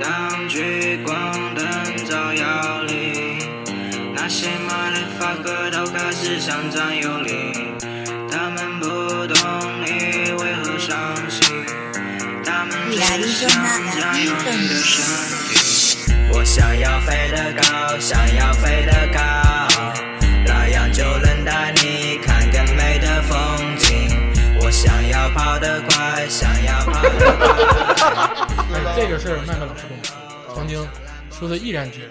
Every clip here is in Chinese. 当聚光灯照耀里，那些马的发哥都开始上占有你。他们不懂你为何伤心，他们只想占有你的身体。我想要飞得高，想要飞得高，那样就能带你看更美的风景。我想要跑得快，想要跑得快。这个事儿麦麦老师跟我说，曾经说的毅然决然。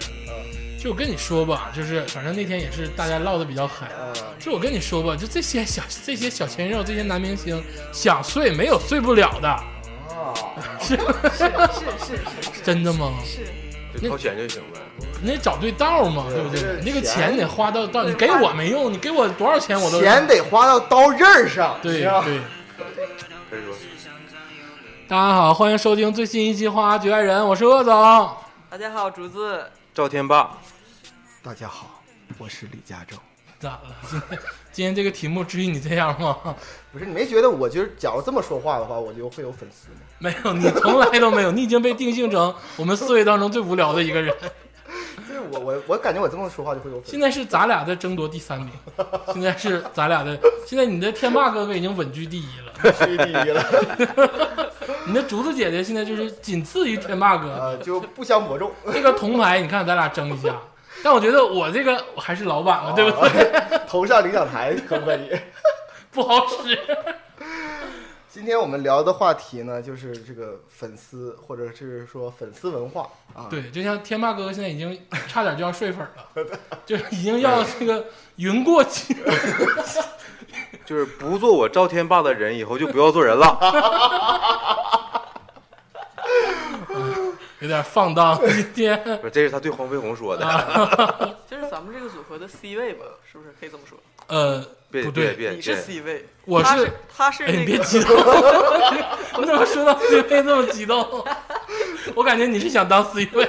就跟你说吧，就是反正那天也是大家唠的比较嗨。就我跟你说吧，就这些小这些小鲜肉，这些男明星想睡没有睡不了的，是是是真的吗？是，就掏钱就行呗。你得找对道嘛，对不对？那个钱得花到到，你给我没用，你给我多少钱我都钱得花到刀刃儿上，对是吧对。可以说，大家好，欢迎收听最新一期《花局爱人》，我是鄂总。大家好，竹子，赵天霸，大家好，我是李佳洲。咋了？ 今天今天这个题目至于你这样吗？ 不是你没觉得我就是假如这么说话的话，我就会有粉丝吗？没有，你从来都没有， 你已经被定性成我们四位当中最无聊的一个人。就是我我我感觉我这么说话就会有粉丝现。在是咱俩在争夺第三名，现在是咱俩的，现在你的天霸哥哥已经稳居第一了， 吹第一了，你的竹子姐姐现在就是仅次于天霸哥， 呃，就不相伯仲。这个铜牌你看咱俩争一下，但我觉得我这个我还是老板了， 对不对？对？ 头上领奖台可不可以？不好使。今天我们聊的话题呢，就是这个粉丝，或者是说粉丝文化啊。，对，就像天霸哥哥现在已经差点就要睡粉了， 就是已经要这个云过气。就是不做我赵天霸的人，以后就不要做人了。有点放荡，今天不是这是他对黄飞鸿说的。就是咱们这个组合的 C 位吧，是不是可以这么说？呃别不别对，别，你是别 C 位，我他是是他是哎你那别个激动， 你怎么说到 C 位这么激动？我感觉你是想当 C 位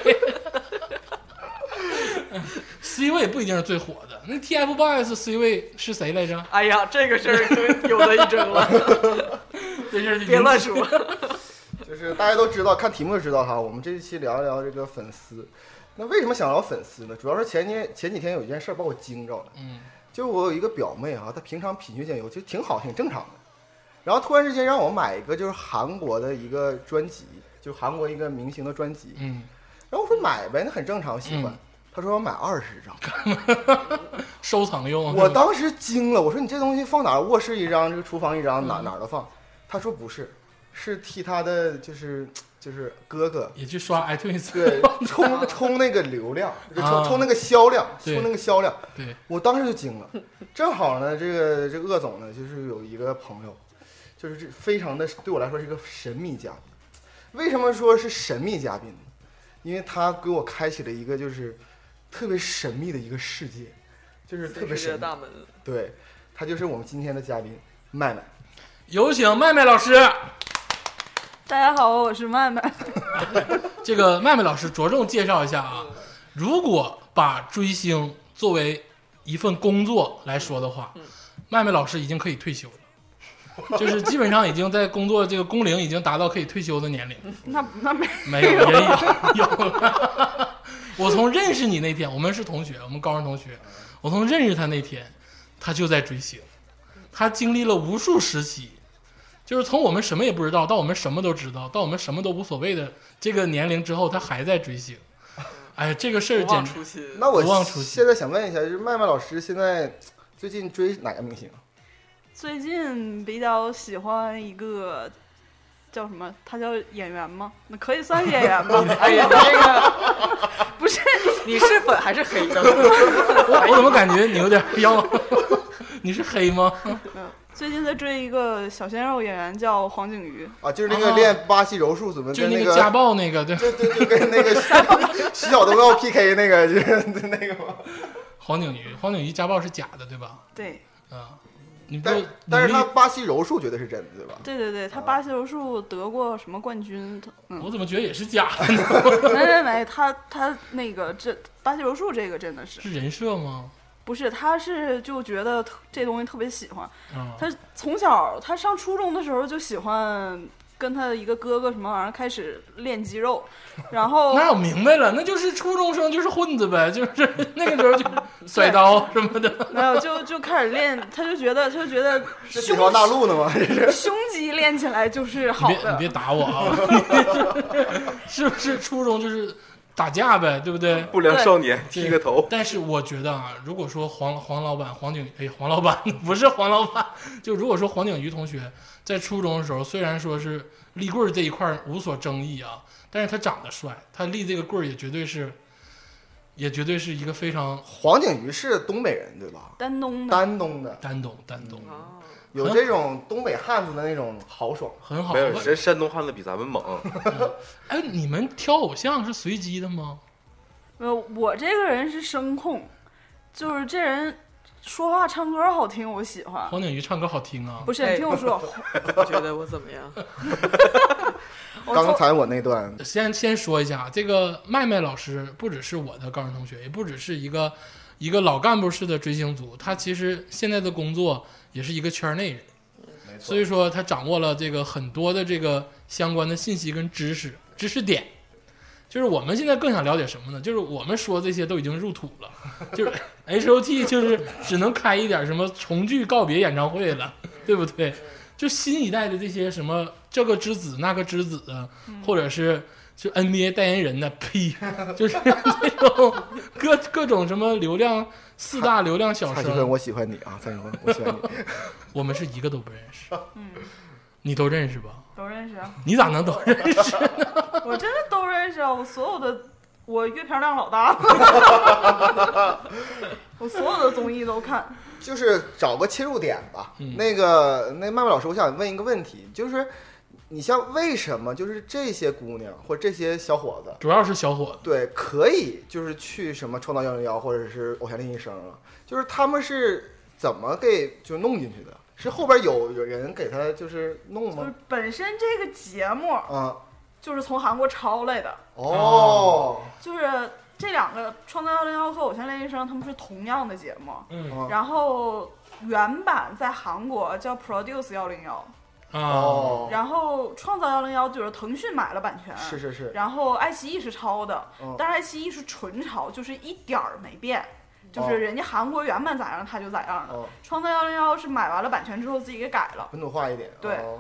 ，C 位不一定是最火的。那 TFBOYS C 位是谁来着？哎呀，这个事儿可有的一争了， 这是别 乱说。就是大家都知道，看题目就知道哈。我们这一期聊一聊这个粉丝。那为什么想聊粉丝呢？主要是前天前几天有一件事儿把我惊着了。嗯，就我有一个表妹啊，她平常品学兼优，其实挺好，挺正常的。然后突然之间让我买一个就是韩国的一个专辑，就韩国一个明星的专辑。嗯，然后我说买呗，那很正常，我喜欢嗯。她说要买二十张，收藏用。啊我当时惊了，我说你这东西放哪儿？卧室一张，这个厨房一张，嗯哪哪儿都放。她说不是，是替她的就是就是哥哥也去刷 iTunes，对冲冲那个流量，就啊冲冲那个销量，对冲那个销量。对我当时就惊了，正好呢，这个这个鄂总呢，就是有一个朋友，就是这非常的对我来说是一个神秘嘉宾。为什么说是神秘嘉宾呢？因为他给我开启了一个就是特别神秘的一个世界，就是特别世界神秘。大门，对，他就是我们今天的嘉宾麦麦。有请麦麦老师。大家好，我是曼曼。 这个麦麦老师着重介绍一下啊，如果把追星作为一份工作来说的话，麦麦老师已经可以退休了，就是基本上已经在工作这个工龄已经达到可以退休的年龄。那那没没有，也有 有。我从认识你那天，我们是同学，我们高中同学。我从认识他那天，他就在追星，他经历了无数时期，就是从我们什么也不知道到我们什么都知道，到我们什么都无所谓的这个年龄之后，他还在追星。哎呀，这个事儿不简忘直初心。那我不忘初心现在想问一下，就是麦麦老师现在最近追哪个明星？最近比较喜欢一个叫什么？他叫演员吗？那可以算是演员吧。 哎呀，这个 不是， 你是粉还是黑的？ 我我怎么感觉你有点要？ 你是黑吗？嗯最近在追一个小鲜肉演员叫黄景瑜，啊，就是那个啊练巴西柔术怎么就是跟那个个家暴那个，对，就就就 跟那个徐小东要 PK 那个，就是那个吗？ 黄景瑜，黄景瑜家暴是假的，对吧？对，啊，你不但但是他能力巴西柔术绝对是真的，对吧？对对对，他巴西柔术得过什么 冠军？嗯，我怎么觉得也是假的呢？ 没没没，他他那个这巴西柔术这个真的是是人设吗？不是？他是就觉得特这东西特别喜欢，啊，他从小他上初中的时候就喜欢跟他一个哥哥什么玩意儿开始练肌肉，然后那我明白了，那就是初中生就是混子呗，就是 那个时候就是甩刀什么的。没有就就开始练，他就觉得他就觉得是北方胸大陆的吗？这是胸肌练起来就是你好别你的别，打我啊！ 是不是初中就是打架呗，对不对？不良少年 剃个头，但是我觉得啊，如果说黄黄老板、黄景哎黄老板 不是黄老板，就如果说黄景瑜同学在初中的时候，虽然说是立棍儿这一块儿无所争议啊，但是他长得帅，他立这个棍儿也绝对是，也绝对是一个非常 黄景瑜是东北人对吧？丹东的。丹东的，单懂单懂，嗯啊，有这种东北汉子的那种豪爽。很好。没有人山东汉子比咱们猛，哎，你们挑偶像是随机的吗？呃，我这个人是声控，就是这人说话唱歌好听，我喜欢。黄景瑜唱歌好听啊，不是，你哎听我说，你觉得我怎么样？我刚从才我那段先先说一下，这个麦麦老师不只是我的高中同学，也不只是一个一个老干部式的追星族，他其实现在的工作也是一个圈内人，没错所以说他掌握了这个很多的这个相关的信息跟知识知识点。就是我们现在更想了解什么呢？就是我们说这些都已经入土了，就是 H O T 就是只能开一点什么重聚告别演唱会了，对不对？就新一代的这些什么这个之子那个之子啊，或者是就 NBA 代言人呢，呸，就是那种各各种什么流量四大流量小蔡徐生坤，，我喜欢你啊，蔡徐坤，我喜 欢你。我们是一个都不认识。你都认识吧？都认识啊，你咋能 都认识？我真的都认识啊，我所有的我阅片量老大了 我所有的综艺都看。就是找个切入点吧。嗯那个，那麦麦老师，我想问一个问题，就是你像为什么就是这些姑娘或这些小伙子，主要是小伙子，对，可以就是去什么创造幺零幺或者是偶像练习生啊，就是他们是怎么给就弄进去的？是后边有有人给他就是弄就是吗？本身这个节目啊，就是从韩国抄来的，哦，就是这两个《创造幺零幺》和《偶像练习生》，他们是同样的节目。嗯啊然后原版在韩国叫 Produce 幺零幺，啊，哦，然后创造幺零幺就是腾讯买了版权，是是是，然后爱奇艺是抄的，嗯但是爱奇艺是纯抄，就是一点儿没变，就哦是人家韩国原版咋样，它就咋样了。哦，创造幺零幺是买完了版权之后自己给改了，本土化一点。对哦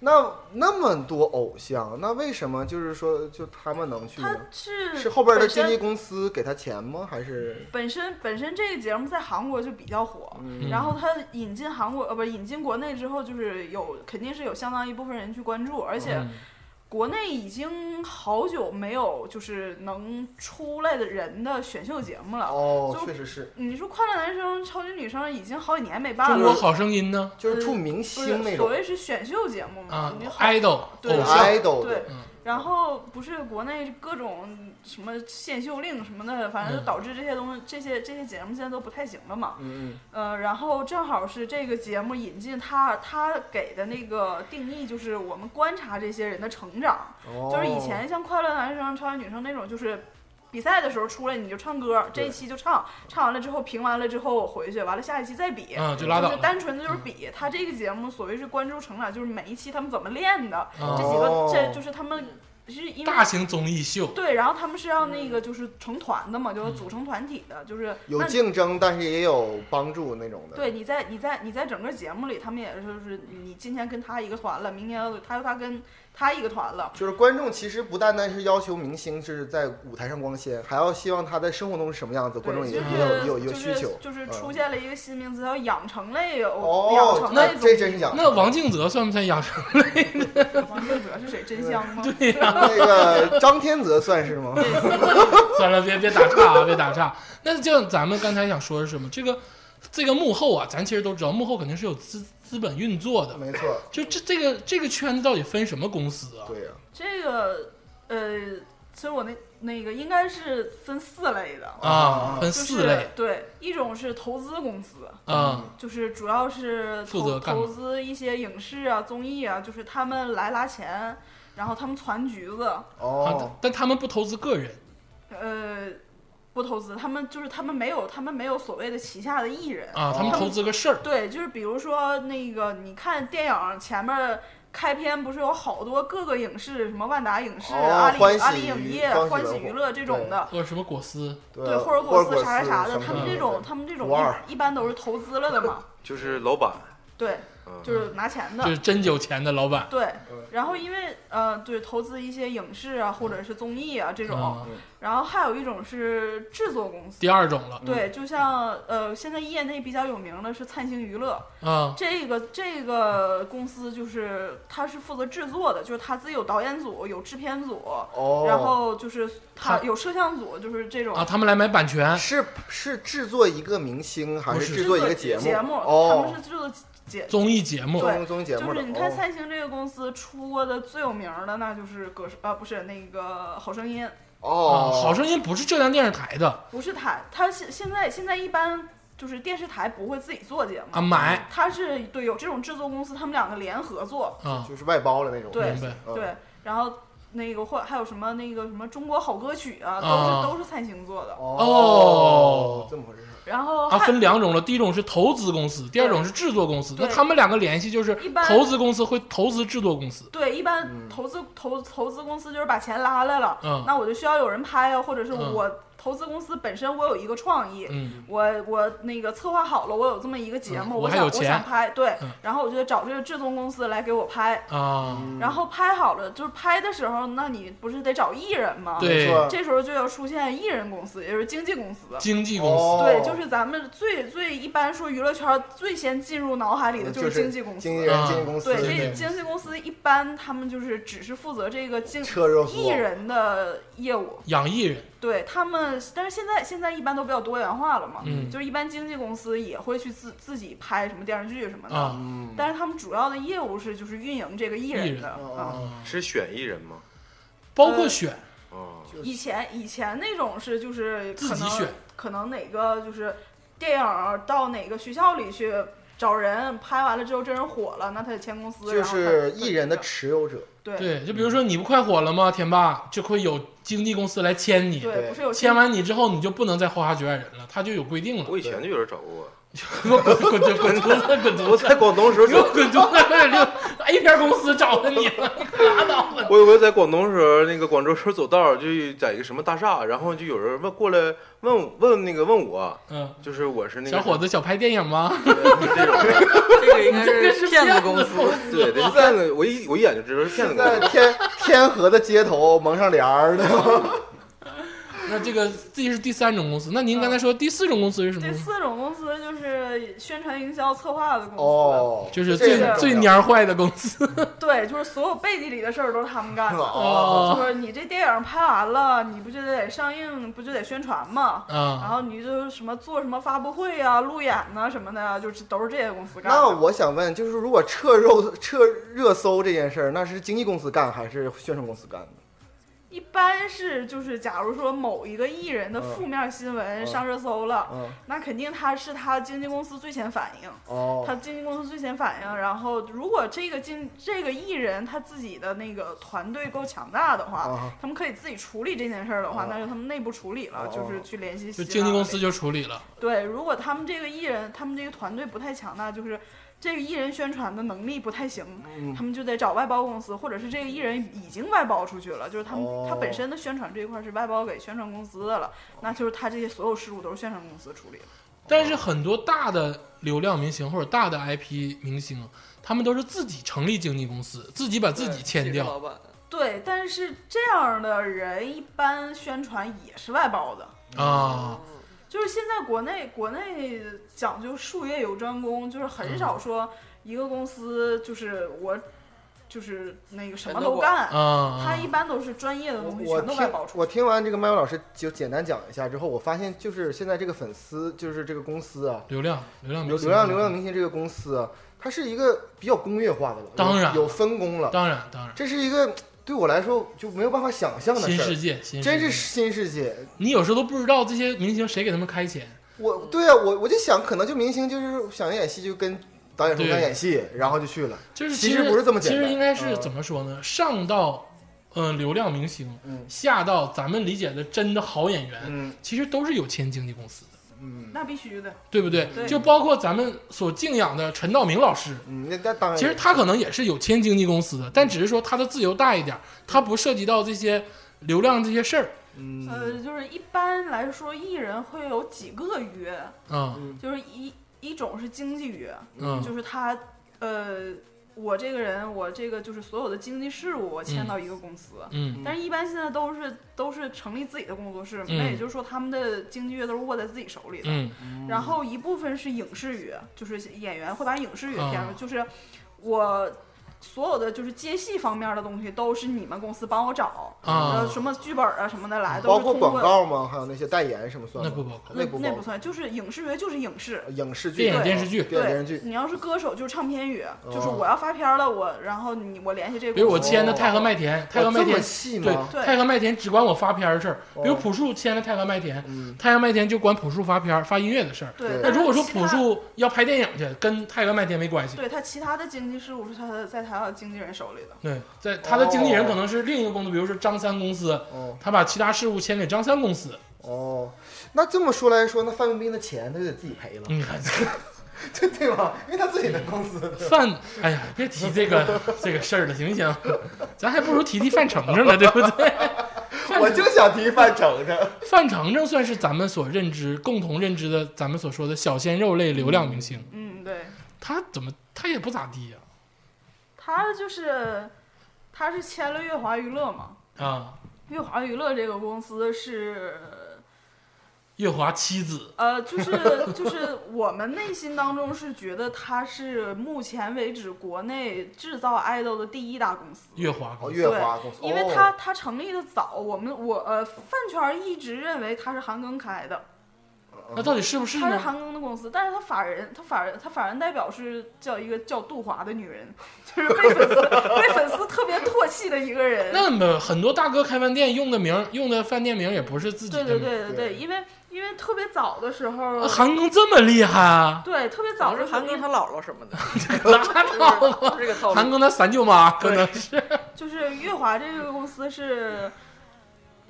那那么多偶像，那为什么就是说就他们能去它呢？是嗯是后边的本经身纪公司给他钱吗？还是本身本身这个节目在韩国就比较火，嗯然后它引进韩国呃不是引进国内之后，就是有肯定是有相当一部分人去关注，而且嗯国内已经好久没有就是能出来的人的选秀节目了。哦，就确实是，你说《快乐男声》《超级女声》已经好几年没办中国了，好声音呢？就是出明呃不星那是所种谓是选秀节目嘛啊？你好，idol 嗯对偶像， idol 对的，然后不是国内各种什么限秀令什么的，嗯反正就导致这些东西、这些这些节目现在都不太行了嘛。嗯呃，然后正好是这个节目引进他，他给的那个定义就是我们观察这些人的成长，嗯，哦，就是以前像快乐男生、超级女生那种，就是比赛的时候出来你就唱歌，这对一期就唱，唱完了之后评完了之后回去，完了下一期再比。啊，就拉倒嗯就是了。单纯的就是比他这个节目，所谓是关注成长，就是每一期他们怎么练的，啊这几个哦这就是他们是因为大型综艺秀，对，然后他们是要那个就是成团的嘛，就是组成团体的，就是嗯有那竞争，但是也有帮助那种的。对，你在你在你在整个节目里，他们也就是你今天跟他一个团了，明天又他又他跟他一个团了，就是观众其实不单单是要求明星是在舞台上光鲜，还要希望他在生活中是什么样子，观众对，也就也有是也有一个需求。就是就是嗯出现了一个新名词叫养成类偶，养哦成，那类这真是讲那王静泽算不算养生？王建泽是谁？真香吗？那 个张天泽算是吗？ 算了，别别打岔 啊，别打岔。那就咱们刚才想说的是什么？这个这个幕后啊，咱其实都知道，幕后肯定是有资资本运作的。没错，就这这个这个圈子到底分什么公司啊？对呀、这个呃，其实我那那个应该是分四类的，啊，分就是嗯四类对，一种是投资公司，啊就是主要是负投责干嘛投资一些影视啊、综艺啊，就是他们来拉钱，然后他们攒局子，啊哦，但但他们不投资个人呃，不投资，他们就是他们没有，他们没有所谓的旗下的艺人，啊，他们他们投资个事儿对，就是比如说那个你看电影前面。开篇不是有好多各个影视，什么万达影视、哦阿里欢阿喜里影娱业、欢喜欢喜文化娱乐这种对的，或者什么果丝对啊对，霍或者果丝丝啥啥啥的，什么他们的这种他们这种五二一一般都是投资了的嘛，就是老板，对，嗯，就是拿钱就的，是真有钱的老板对。然后因为呃，对，投资一些影视啊或者是综艺啊这种，啊。然后还有一种是制作公司。第二种嗯了对，就像呃，现在业内比较有名的是灿星娱乐，啊哦这个这个公司就是它是负责制作的，就是它自己有导演组、有制片组，哦，然后就是它它有摄像组，就是这种啊，他们来买版权是是制作一个明星还不是制作一个节目，他哦们，是制作节综艺节目对综综艺节目就的是你看哦，三星这个公司出过的最有名儿的，那就是歌手啊，不是那个《好声音》，啊，哦，好声音不是浙江电视台的不是它，它现现在现在一般就是电视台不会自己做节目，啊，买它是对有这种制作公司，他们两个联合做，啊，就是外包的那种，对明白嗯对，然后那个或还有什么那个什么中国好歌曲啊，都啊是都是三星做的，哦这么回事儿，然后啊，还分两种了。第一种是投资公司，第二种是制作公司。那对他们两个联系就是一般投资公司会投资制作公司对，一般嗯投资、投投资公司就是把钱拉来了，嗯那我就需要有人拍啊，或者是嗯我、投资公司本身我有一个创意，嗯我我那个策划好了，我有这么一个节嗯目，我我还想有钱想拍，对，嗯然后我就找这个制作公司来给我拍，啊，嗯然后拍好了，就是拍的时候，那你不是得找艺人吗？对没错这时候就要出现艺人公司，也就是经纪公司。经纪公司哦对，就是咱们最最一般说娱乐圈最先进入脑海里的嗯就是经纪公司。经纪啊人、经纪公司，对，对这对经纪公司一般他们就是只是负责这个经车热乎艺人的业务，养艺人对他们，但是现在现在一般都比较多元化了嘛，嗯就是一般经纪公司也会去自自己拍什么电视剧什么的，啊，嗯，但是他们主要的业务是就是运营这个艺艺人人的。啊。哦是选艺人吗？包括选哦，以前以前那种是就是自可己能选可能哪个就是电影儿到哪个学校里去找人拍完了之后，这人火了，那他得签公司，就然后他是艺人的持有者，嗯对对，就比如说你不快火了吗？田爸就会有经纪公司来签你，对，不是有签完你之后你就不能再花花局外人了，他就有规 定了。我以前就有人找过我，滚滚滚滚犊子，滚犊我子！在广东时候给我找，滚犊子！ 就 A 片公司找了你了，拉倒吧！我有回在广东时候，那个广州时候走道就在一个什么大厦，然后就有人问过来问问那个问我，嗯，就是我是那个小 伙子，想拍电影吗？ 这种人，这个应该这是是骗子子公司。司对，人骗子，我一我一眼就知道是骗子公在司。天 天河的街头蒙上帘儿的，那这个这是第三种公司。那您嗯刚才说第四种公司是什么这公司？四种公司就是宣传营销策划的公司，哦，就是这最个最重要蔫儿坏的公司对，就是所有背地里的事儿都是他们干 的。哦，就是你这电影拍完了，你不就得上映，不就得宣传吗？然啊！后你就什么做什么发布会啊、路演呐、什么的啊，就是都是这些公司干的。那我想问，就是如果撤肉撤热搜这件事儿，那是经纪公司干还是宣传公司干的？一般是就是，假如说某一个艺人的负面新闻嗯上热搜了，嗯，那肯定他是他经纪公司最先反应，哦，他经纪公司最先反应。然后如果这个经这个艺人他自己的那个团队够强大的话，啊他们可以自己处理这件事儿的话，哦那就他们内部处理了，哦就是去联就系希腊经纪公司那边。就处理了对，如果他们这个艺人，他们这个团队不太强大，就是这个艺人宣传的能力不太行，嗯他们就得找外包公司，或者是这个艺人已经外包出去了，就是他们、哦他本身的宣传这一块是外包给宣传公司的了，那就是他这些所有事务都是宣传公司处理的。但是很多大的流量明星或者大的 IP 明星，他们都是自己成立经纪公司，自己把自己签嗯对这个掉老板对，但是这样的人一般宣传也是外包的。啊。就是现在国内国内讲究术业有专攻，就是很嗯少说一个公司就是我就是那个什全么都都干，啊，嗯他一般都是专业的东西我我全都外听包出我去。听完这个麦麦老师就简单讲一下之后，我发现就是现在这个粉丝就是这个公司啊，流量流量明流星流量流量明星这个公啊司啊，它是一个比较工业化的了，当然有有分工了，当然当然这是一个对我来说就没有办法想象的新事世儿，界，新真世是界新世界。你有时候都不知道这些明星谁给他们开钱，我对啊，我我就想，可能就明星就是想演戏，就跟导演说对想演戏，然后就去了。就是其实实不是这么简其单实应该是嗯怎么说呢？上到嗯、呃流量明星，嗯下到咱们理解的真的好演员，嗯其实都是有签经纪公司的，嗯那必须的，对不对？对就包括咱们所敬仰的陈道明老师，嗯，那那当然。其实他可能也是有签经纪公司的，但只是说他的自由大一点，他不涉及到这些流量这些事儿嗯，呃，就是一般来说，艺人会有几个约，啊就是一一种是经济约，嗯就是他，呃，我这个人，我这个就是所有的经济事务，我签到一个公司。嗯但是，一般现在都是都是成立自己的工作室嘛，嗯那也就是说，他们的经纪约都是握在自己手里的。嗯然后一部分是影视约，就是演员会把影视约填上，啊就是我所有的就是接戏方面的东西都是你们公司帮我找，啊呃，什么剧本啊什么的来，都包是括通过广告吗？还有那些代言什么算吗？那不包括那那不那包不算，就是影视约就是影视。括影视剧、电影电视剧电影对电视剧。你要是歌手就是唱片约，就是哦我要发片儿了，我然后你我联系这个公司。比如我签的哦泰和麦田，泰和哇麦这田么细对吗？，对泰和麦田只管我发片儿的事儿，哦比如朴树签了泰和麦田，嗯泰和麦田就管朴树发片儿、发音乐的事儿。对对，那但如果说其他朴树要拍电影去，跟泰和麦田没关系。对他其他的经济事务是他的在他的经纪人手里的。对，在他的经纪人哦可能是另一个公司，比如说张三公司，哦他把其他事务签给张三公司。哦，那这么说来说，那范冰冰的钱她就得自己赔了，你看，对 对吧？因为她自己的公司。范，哎呀，别提这个这个事儿了，行不行？咱还不如提提范丞丞了，对不对？我范就想提范丞丞，范丞丞算是咱们所认知、共同认知的，咱们所说的小鲜肉类流量明星。嗯，对，他怎么他也不咋地呀、他就是他是签了月华娱乐嘛，啊？月华娱乐这个公司是月华妻子，呃，就是 就是我们内心当中是觉得它是目前为止国内制造 idol 的第一大公司。月华哦，公司月华公司，因为哦它它成立的早，我们我呃饭圈儿一直认为它是韩庚开的，那到底是不是它是呢？韩庚的公司，但是它法人，它法人，它法人代表是叫一个叫杜华的女人， 就是被粉丝被粉丝特别唾弃的一个人。那么很多大哥开饭店用的名儿，用的饭店名儿也不是自己的对名对儿。对对对对，因为因为特别早的时候，啊韩庚这么厉害 啊？对特别早早是的时韩候，庚他姥姥 什么的，拉倒吧！就是这个套韩路。庚他三舅妈可能是就是月华这个公司是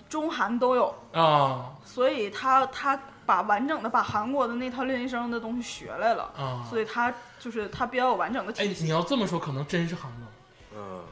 中韩都有，啊所以他他把完整的把韩国的那套练习生的东西学来了，啊！所以他就是他比较有完整的哎，体系。你要这么说，可能真是韩庚。嗯，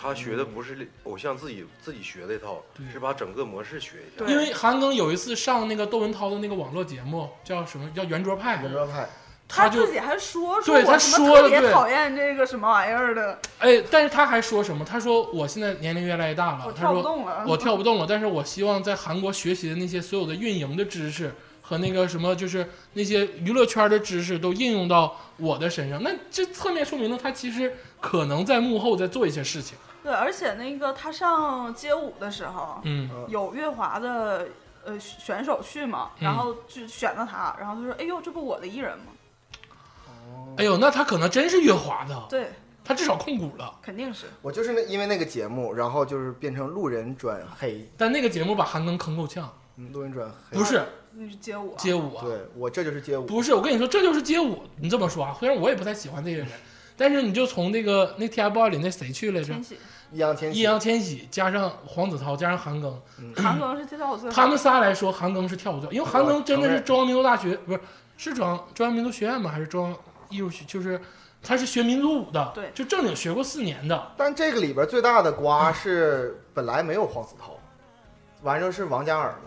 他学的不是偶像自己自己学的一套对，是把整个模式学一下。对因为韩庚有一次上那个窦文涛的那个网络节目，叫什么叫圆桌派圆，桌派，他就自己还说说对他我什么说了特别对讨厌这个什么玩意儿的，哎，但是他还说什么？他说我现在年龄越来越大了，我啊他跳说不动了。我跳不动了，但是我希望在韩国学习的那些所有的运营的知识和那个什么，就是那些娱乐圈的知识都应用到我的身上。那这侧面说明了他其实可能在幕后在做一些事情。对，而且那个他上街舞的时候，嗯有月华的呃选手去嘛，嗯然后就选了他，然后他说：“哎呦，这不我的艺人吗哎呦，那他可能真是月华的？”，对，他至少控股了。肯定是。我就是那因为那个节目，然后就是变成路人转黑，但那个节目把韩庚坑够呛，嗯，路人转黑，不是你是街舞、啊，街舞啊，对我这就是街舞，不是，我跟你说，这就是街舞。你这么说啊，虽然我也不太喜欢这个人，但是你就从那个那 TFBOYS 里那谁去来着？千玺、易烊千玺，易烊千玺加上黄子韬加上韩庚，韩庚是跳舞最好的。他们仨来说，韩庚是跳舞最好，因为韩庚真的是中央民族大学，不是是中央中央民族学院吗？还是中央艺术学？就是他是学民族舞的，对就正经学过四年的。但这个里边最大的瓜嗯是本来没有黄子韬，完之后是王嘉尔嘛，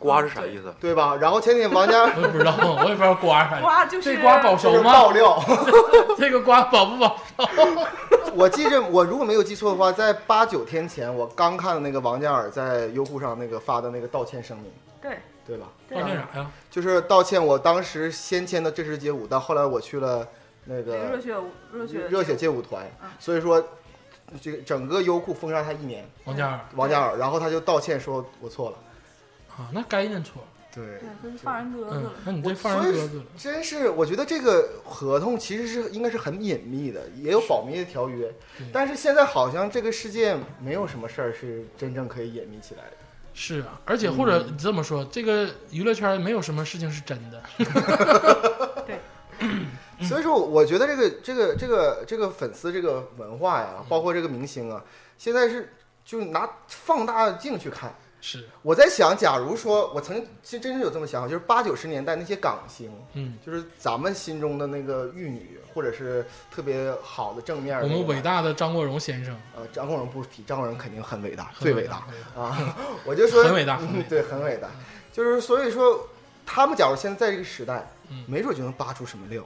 瓜是啥意思？对吧？然后前几天王嘉尔 我也不知 道，我也不知道瓜啥。瓜就是这瓜保 就熟是吗爆？料， 这个瓜保不保？ 我记着，我如果没有记错的话，在八九天前我刚看的那个王嘉尔在优酷上那个发的那个道歉声明，对对吧？对抱歉啥呀？就是道歉，我当时先签的这是街舞，但后来我去了那对热个血舞热血热血街舞团嗯，所以说这个整个优酷封杀他一年，王嘉尔王嘉尔，然后他就道歉说我错了。啊，那该认错。对，对，这是放人鸽子嗯了，。那你这放所人以鸽子了。真是，我觉得这个合同其实是应该是很隐秘的，也有保密的条约对。但是现在好像这个世界没有什么事儿是真正可以隐秘起来的。是啊，而且或者嗯你这么说，这个娱乐圈没有什么事情是真的。嗯所以说，我觉得这个这个这个这个粉丝这个文嗯化呀，包括这个明星啊，现在是就是拿放大镜去看。是，我在想，假如说我曾经其实真是有这么想法，就是八九十年代那些港星，嗯，就是咱们心中的那个玉女，或者是特别好的正面的我那个，们伟大的张国荣先生，呃，张国荣不提，张国荣肯定很伟大，很最伟伟大大 啊！我就说很伟大很伟嗯大对，很伟大。就是所以说，他们假如现在在这个时代嗯，没准就能扒出什么料，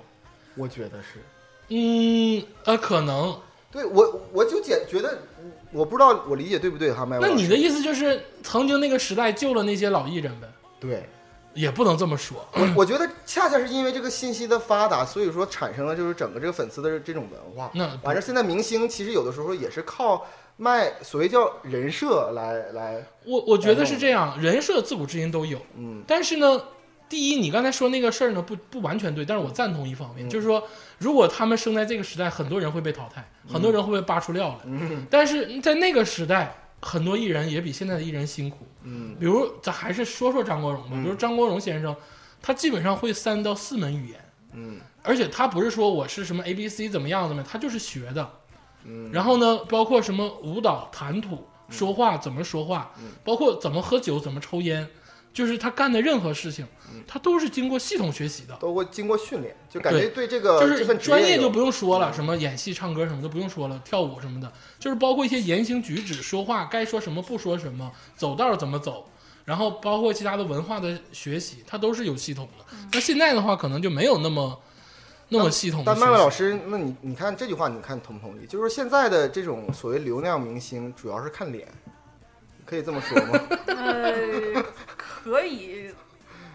我觉得是。嗯，呃，可能。对我，我就觉觉得，我不知道我理解对不对哈，麦老那师。你的意思就是，曾经那个时代救了那些老艺人呗？对也不能这么说。我，我觉得恰恰是因为这个信息的发达，所以说产生了就是整个这个粉丝的这种文化。那完事儿，现在明星其实有的时候也是靠卖所谓叫人设来来，我我觉得是这样，人设自古至今都有，嗯，但是呢，第一，你刚才说那个事儿呢，不不完全对，但是我赞同一方面，嗯就是说，如果他们生在这个时代，很多人会被淘汰，很多人会被扒出料来。嗯但是在那个时代，很多艺人也比现在的艺人辛苦。嗯比如，咱还是说说张国荣吧，嗯比如张国荣先生，他基本上会三到四门语言，嗯而且他不是说我是什么 A B C 怎么样怎么样，他就是学的。嗯，然后呢，包括什么舞蹈、谈吐、说话怎么说话，嗯包括怎么喝酒、怎么抽烟，就是他干的任何事情，嗯他都是经过系统学习的。都会经过训练，就感对觉对这个就是这份职专业有就不用说了，什么演戏、唱歌什么的不用说了，跳舞什么的，就是包括一些言行举止、说话该说什么不说什么，走道怎么走，然后包括其他的文化的学习，它都是有系统的。那现在的话，可能就没有那么那么系统的但学习。曼曼老师，那你你看这句话，你看同不同意？就是说现在的这种所谓流量明星，主要是看脸，可以这么说吗？呃，可以，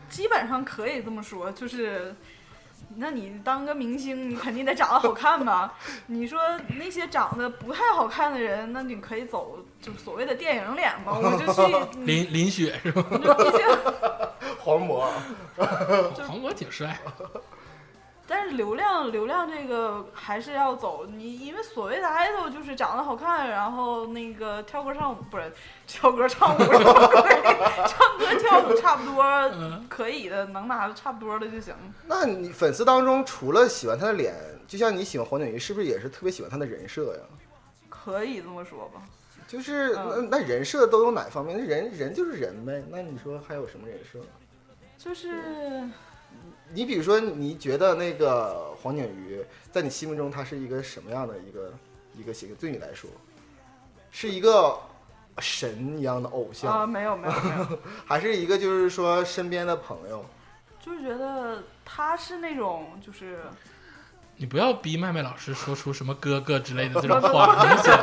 基本上可以这么说，就是，那你当个明星，你肯定得长得好看吧？你说那些长得不太好看的人，那你可以走就所谓的电影脸吧，我 就去，你林林雪是吧？就毕竟。 黄渤，啊黄渤挺帅，但是流量流量这个还是要走，你因为所谓的 idol 就是长得好看，然后那个跳歌唱舞不是跳歌唱舞，唱歌唱歌跳舞差不多可以的，能拿的差不多的就行。那你粉丝当中除了喜欢他的脸，就像你喜欢黄景瑜，是不是也是特别喜欢他的人设呀？可以这么说吧，就是那、嗯那人设都有哪方面？那人人就是人呗。那你说还有什么人设？就是你比如说，你觉得那个黄景瑜在你心目中他是一个什么样的一个一个形？对你来说，是一个神一样的偶像，啊、没有没有没有， 还是一个就是说身边的朋友？就是觉得他是那种就是你不要逼麦麦老师说出什么哥哥之类的这种话，很明显。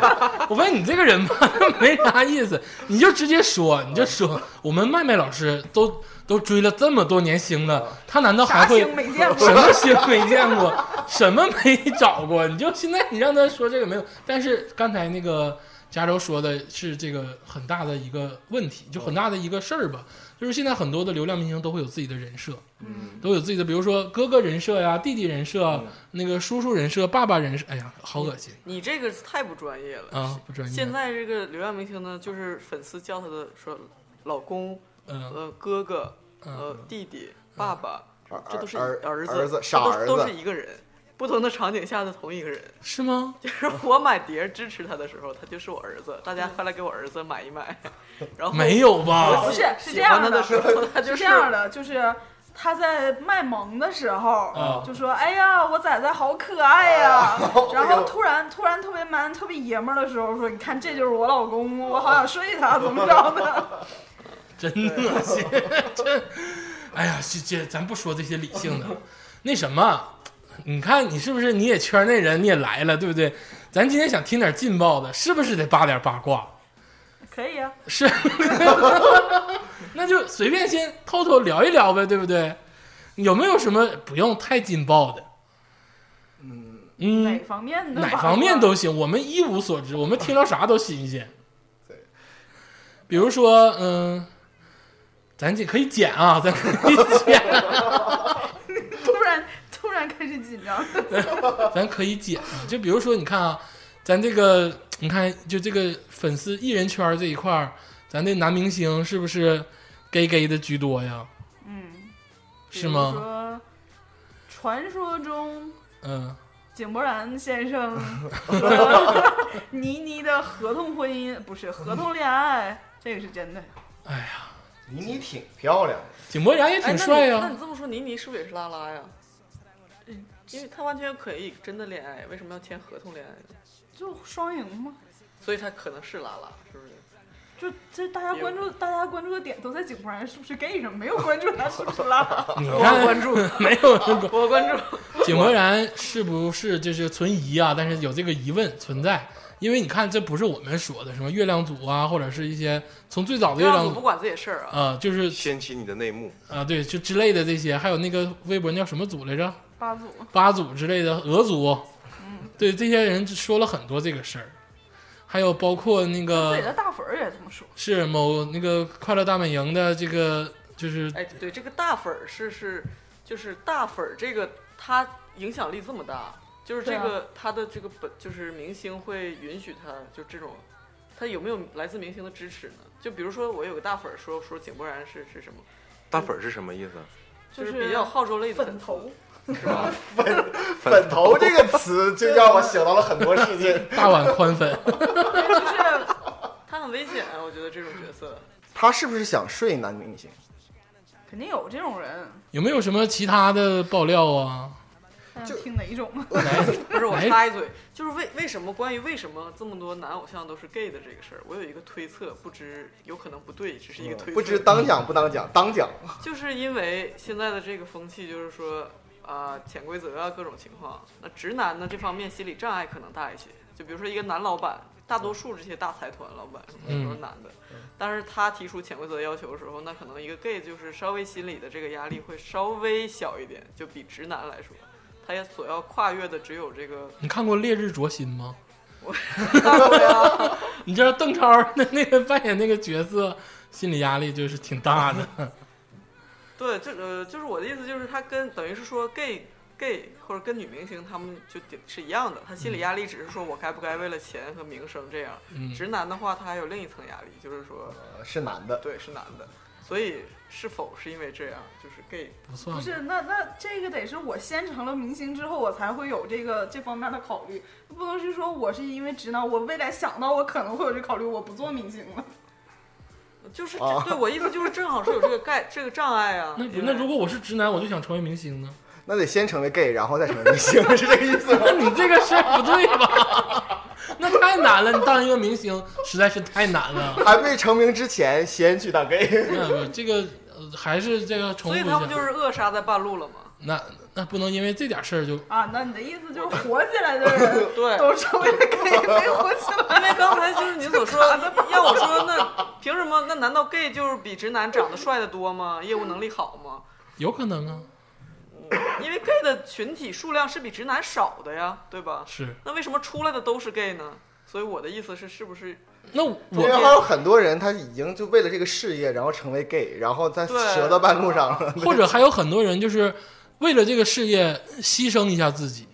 我发现你这个人吧， 没啥意思，你就直接说，你就说，我们麦麦老师都都追了这么多年星了，他难道还啥会星没 见 过什，么星没见过，什么没找过？你就现在你让他说这个没有，但是刚才那个加州说的是这个很大的一个问题，就很大的一个事儿吧，就是现在很多的流量明星都会有自己的人设，嗯，都有自己的，比如说哥哥人设呀、弟弟人设、那个叔叔人设、爸爸人设，哎呀，好恶心你这个太不专业了。啊！不专业。现在这个流量明星呢，就是粉丝叫他的说老公、嗯呃哥哥、呃嗯，弟弟、爸爸，儿这都是嗯儿儿儿子子，傻这都儿都子是一个人，不同的场景下的同一个人。 是吗？就是我买碟支持他的时候，他就是我儿子，大家快来给我儿子买 一买。然后没有吧不？是是这喜欢样他的的。时候，他就是这样的，就是他在卖萌的时候，啊就说：“哎呀，我仔仔好可爱呀、 然哎后突然突然特别 man、特别爷们儿的时候，说：“你看，这就是我老公，我好想睡他，怎么着的 真恶心，真，哎呀，这这咱不说这些理性的，那什么，你看你是不是你也圈内人，你也来了，对不对？咱今天想听点劲爆的，是不是得扒点八卦？？”可以啊，是， 那就随便先偷偷聊一聊呗，对不对？有没有什么不用太劲爆的？嗯哪嗯，方面的吧？哪方啊面都行，我们一无所知，我们听到啥都新鲜。对，比如说，嗯、咱这可以剪啊，咱可以剪， 突然突然开始紧张，咱可以剪啊。就比如说，你看啊，咱这个，你看，就这个粉丝艺人圈儿这一块儿，咱这男明星是不是 gay gay 的居多呀？嗯，是吗比如说，传说中嗯，井柏然先生和 倪妮的合同婚姻不是合同恋爱，这个是真的。哎呀，倪妮挺漂亮的，井柏然也 哎，挺那帅啊你呀、那你这么说，倪妮是不是也是拉拉呀？嗯因为他完全可以真的恋爱，为什么要签合同恋爱呢？就双赢嘛，所以他可能是拉拉，是不是？就这大家关注大家关注的点都在井柏然是不是 gay 上，没有关注他是不是拉拉。你看，关注 没有人关我关注。井柏然是不是就是存疑啊？但是有这个疑问存在，因为你看，这不是我们说的什么月亮组啊，或者是一些从最早的月月亮亮组组不管自己事儿啊，啊、就是掀起你的内幕，啊、对，就之类的这些，还有那个微博叫什么组来着？ 八组八组之类的，俄组，对，这些人说了很多这个事儿，还有包括那自己个的大粉儿也这么说，是某那个快乐大本营的这个就是哎，对，这个大粉儿是是就是大粉儿这个，他影响力这么大，就是这对啊个、他的这个本就是明星会允许他就这种，他有没有来自明星的支持呢？就比如说我有个大粉儿说说井柏然是是什么，大粉儿是什么意思？就是是比较号召类的粉头，是吧？ 粉头这个词就让我想到了很多事情。大碗宽 粉，就是他很危险，啊我觉得这种角 色。 他是不是想睡男明星？肯定有这种人，有没有什么其他的爆料 啊？但就是听哪一种？不是我哎插一嘴，就是为为什么关于为什么这么多男偶像都是 gay 的这个事儿，我有一个推测，不知有可能不对，只是一个推测。嗯不知当讲不当讲，当讲。就是因为现在的这个风气，就是说啊、呃潜规则啊，各种情况。那直男呢，这方面心理障碍可能大一些。就比如说一个男老板，大多数这些大财团老板什么的都是男的，但是他提出潜规则要求的时候，那可能一个 gay 就是稍微心理的这个压力会稍微小一点，就比直男来说。他也所要跨越的只有这个，你看过《烈日灼心》吗？大国呀 你知道邓超的那个扮演那个角色，心理压力就是挺大 的。对，就呃，就是我的意思，就是他跟等于是说 gay gay 或者跟女明星他们就顶是一样的，他心理压力只是说我该不该为了钱和名声这样。嗯，直男的话，他还有另一层压力，就是说呃是男的，对是男的，所以是否是因为这样，就是 gay 不算 不吧。是，那那这个得是我先成了明星之后，我才会有这个这方面的考虑，不能是说我是因为直男，我未来想到我可能会有这考虑，我不做明星了。就是啊这对我意思就是正好是有这个 盖这个障碍啊。那因为那如果我是直男，我就想成为明星呢？那得先成为 gay，然后再成为明星， 是这个意思吗？那你这个事儿不对吧？ 那太难了，你当一个明星实在是太难了。还没成名之前，先去当 gay。 那不这个、呃还是这个重所复以一他们就下，是扼杀在半路了 嘛。那那不能因为这点事儿就啊，那你的意思就是火起来的人对，都成为了 gay，没火起来因 为刚才就是您所说，要我说那凭什么？那难道 gay 就是比直男长得帅的多吗？业务能力好吗？有可能啊。因为 gay 的群体数量是比直男少的呀，对吧？是，那为什么出来的都是 gay 呢？所以我的意思是，是不是那我因啊为还有很多人，他已经就为了这个事业，然后成为 gay，然后在对折到半路上 了。或者还有很多人就是为了这个事业牺牲一下自己。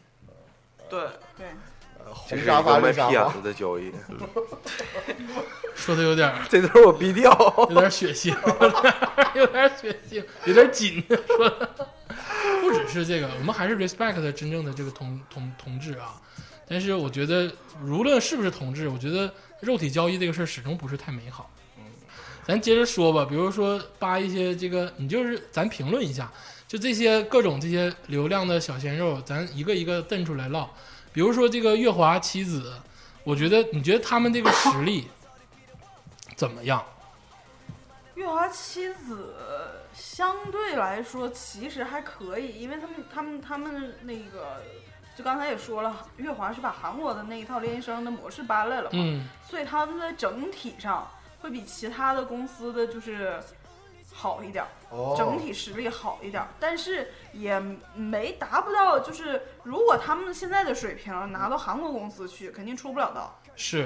对？对， 这红是一个沙发，卖绿屁沙眼发子。的交 易，说的有点儿这段我逼掉。有点儿血腥， 有点儿血腥，有点儿紧。 说的不只是这个，我们还是 respect 的真正的这个同同同志啊。但是我觉得，无论是不是同志，我觉得肉体交易这个事儿始终不是太美好。咱接着说吧，比如说扒一些这个，你就是咱评论一下，就这些各种这些流量的小鲜肉，咱一个一个瞪出来唠。比如说这个月华妻子，我觉得你觉得他们这个实力怎么样？月华妻子相对来说其实还可以，因为他们他们他们那个。就刚才也说了，月华是把韩国的那一套练习生的模式搬来了嘛，嗯，所以他们在整体上会比其他的公司的就是好一点儿，哦整体实力好一点儿，但是也没达不到，就是如果他们现在的水平拿到韩国公司去，肯定出不了道。是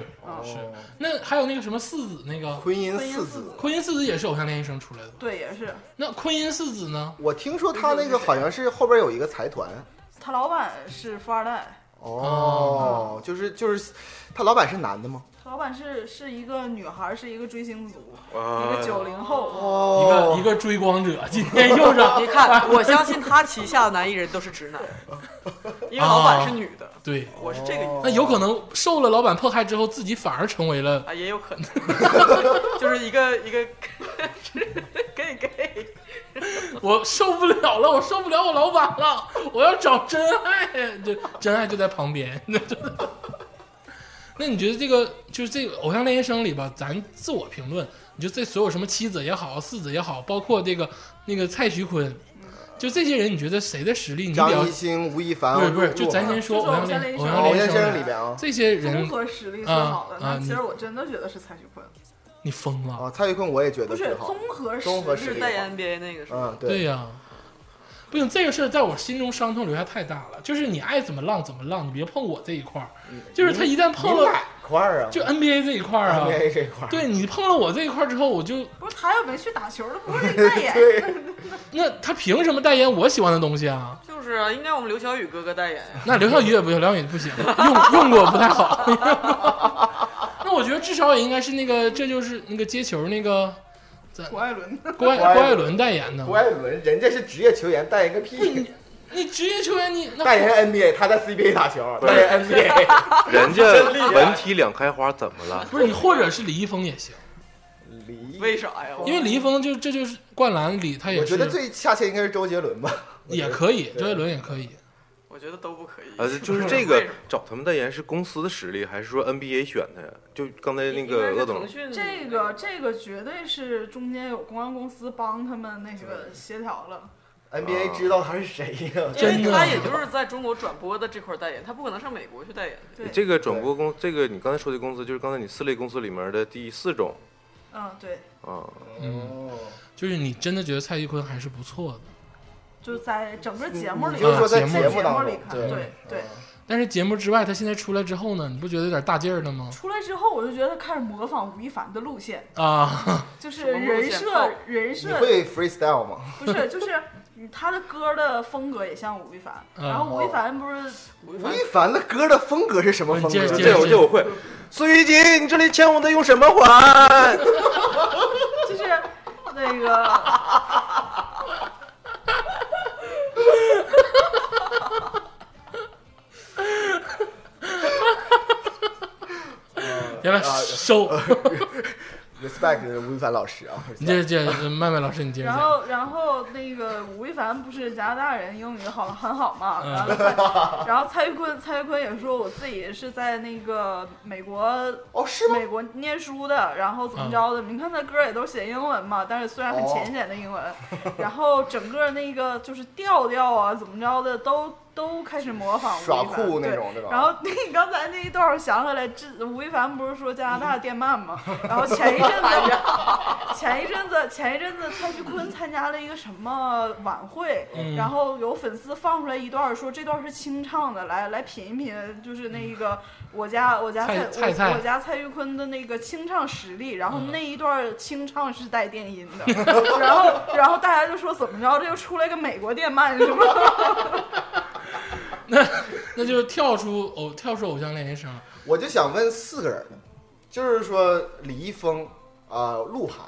是哦。那还有那个什么四子那个婚姻婚姻四四子子，昆音四子也是偶像练习生出来的吧。对，也是那昆音四子呢？我听说他那个好像是后边有一个财团。他老板是富二代，哦，就是就是，他老板是男的吗？他老板是是一个女孩，是一个追星族，一啊个，九零后。一哦个一个追光者， 今天 又让啊你看，我相信他旗下的男艺人都是直男，因为老板是女的，对，我是这个意思那有可能受了老板迫害之后，自己反而成为了啊，也有可 能，就是一个一个 gay gay，我受不了了，我受不了我老板了，我要找真爱，这真爱就在旁边。 那你觉得这个就是这个偶像练习生里吧，咱自我评论，你就这所有什么妻子也好，四子也好，包括这个那个蔡徐坤，就这些人，你觉得谁的实力你比较张艺？兴、吴亦凡，不是不是，就啊咱先说就是偶偶像像练练习偶生像偶练像习生生里边啊这些综人，合实力最好的，啊啊那其你实我真的觉得是蔡徐坤，你疯了啊，蔡徐坤我也觉得不是最好综。合综合实是力代言 NBA 那个是吧？嗯，对对，呀、不行，这个事儿在我心中伤痛留下太大了。就是你爱怎么浪怎么浪，你别碰我这一块儿。就是他一旦碰了，块儿啊，就 NBA 这一块儿 啊， NBA 这块儿，对你碰了我这一块儿之后，我就不是他要没去打球，他不是这个代 言。对，那他凭什么代言我喜欢的东西啊？就是啊，应该我们刘晓宇哥哥代言呀。那刘晓宇也不行，刘晓宇不行，用用过不太好。 那我觉得至少也应该是那个，这就是那个接球那个郭艾伦，郭艾郭艾郭艾伦代言的郭。艾伦人家是职业球员，代言个屁，你职业球员你那代言 NBA，他在 CBA 打球，代 言 NBA，人 家真厉害文体两开花怎么了？不是你，或者是李易峰也行，离为啥呀？因为李易峰就这就是灌篮里他也我是。觉得最恰切应该是周杰伦吧，也可以，对周杰伦也可以。我觉得都不可以。 呃，就是这个找他们代言是公司的实力，还是说 NBA 选的呀？就刚才那个鄂总腾，讯这个这个绝对是中间有公关公司帮他们那个协调了。 NBA 知道他是谁呀？真的因为他也就是在中国转播的这块代言，他不可能上美国去代言。对，这个转播公，这个你刚才说的公司就是刚才你四类公司里面的第四种嗯，对，啊。嗯哦就是你真的觉得蔡徐坤还是不错的，就在整个你节目你里就是看，说在节目节目当里中，嗯看，对对。但是节目之外，他现在出来之后呢，你不觉得有点大劲儿了吗？出来之后，我就觉得开始模仿吴亦凡的路线，啊， 就是什么路人线设靠人你设会 freestyle 吗？不是就是嗯他的歌的风格也像吴亦凡，嗯然后哦吴亦凡不是吴亦凡的歌的风格是什么风接格着？接着 这我这我会。苏玉锦，你这里欠我的用什么还？就是那 个原来啊 收。 respect 吴亦凡老师啊，你接着接着，麦麦老师你接着然讲。后然后那个吴亦凡不是加拿大人，英语好很好嘛，嗯然后蔡然后蔡徐坤蔡徐坤也说我自己是在那个美国哦是吗？嗯美国念书的，然后怎么着的？你看他歌也都写英文嘛，但是虽然很浅显的 英文，然后整个那个就是调调啊，怎么着的都都开始模仿吴亦耍凡酷那对种对吧然后你刚才那一段儿想起来，这吴亦凡不是说加拿大电 鳗吗？然后前一阵哎子，前一阵子，前一阵子蔡徐坤参加了一个什么晚会，嗯然后有粉丝放出来一段儿说这段儿是清唱的，来来品一品，就是那个我家我家蔡蔡蔡我蔡我家蔡徐坤的那个清唱实力，然后嗯那一段儿清唱是带电音的，然后然后大家就说怎么着，这又出来个美国电鳗是吗？ 那就是跳出偶跳出偶像练习生，我就想问四个人儿，就是说李易峰啊、鹿晗，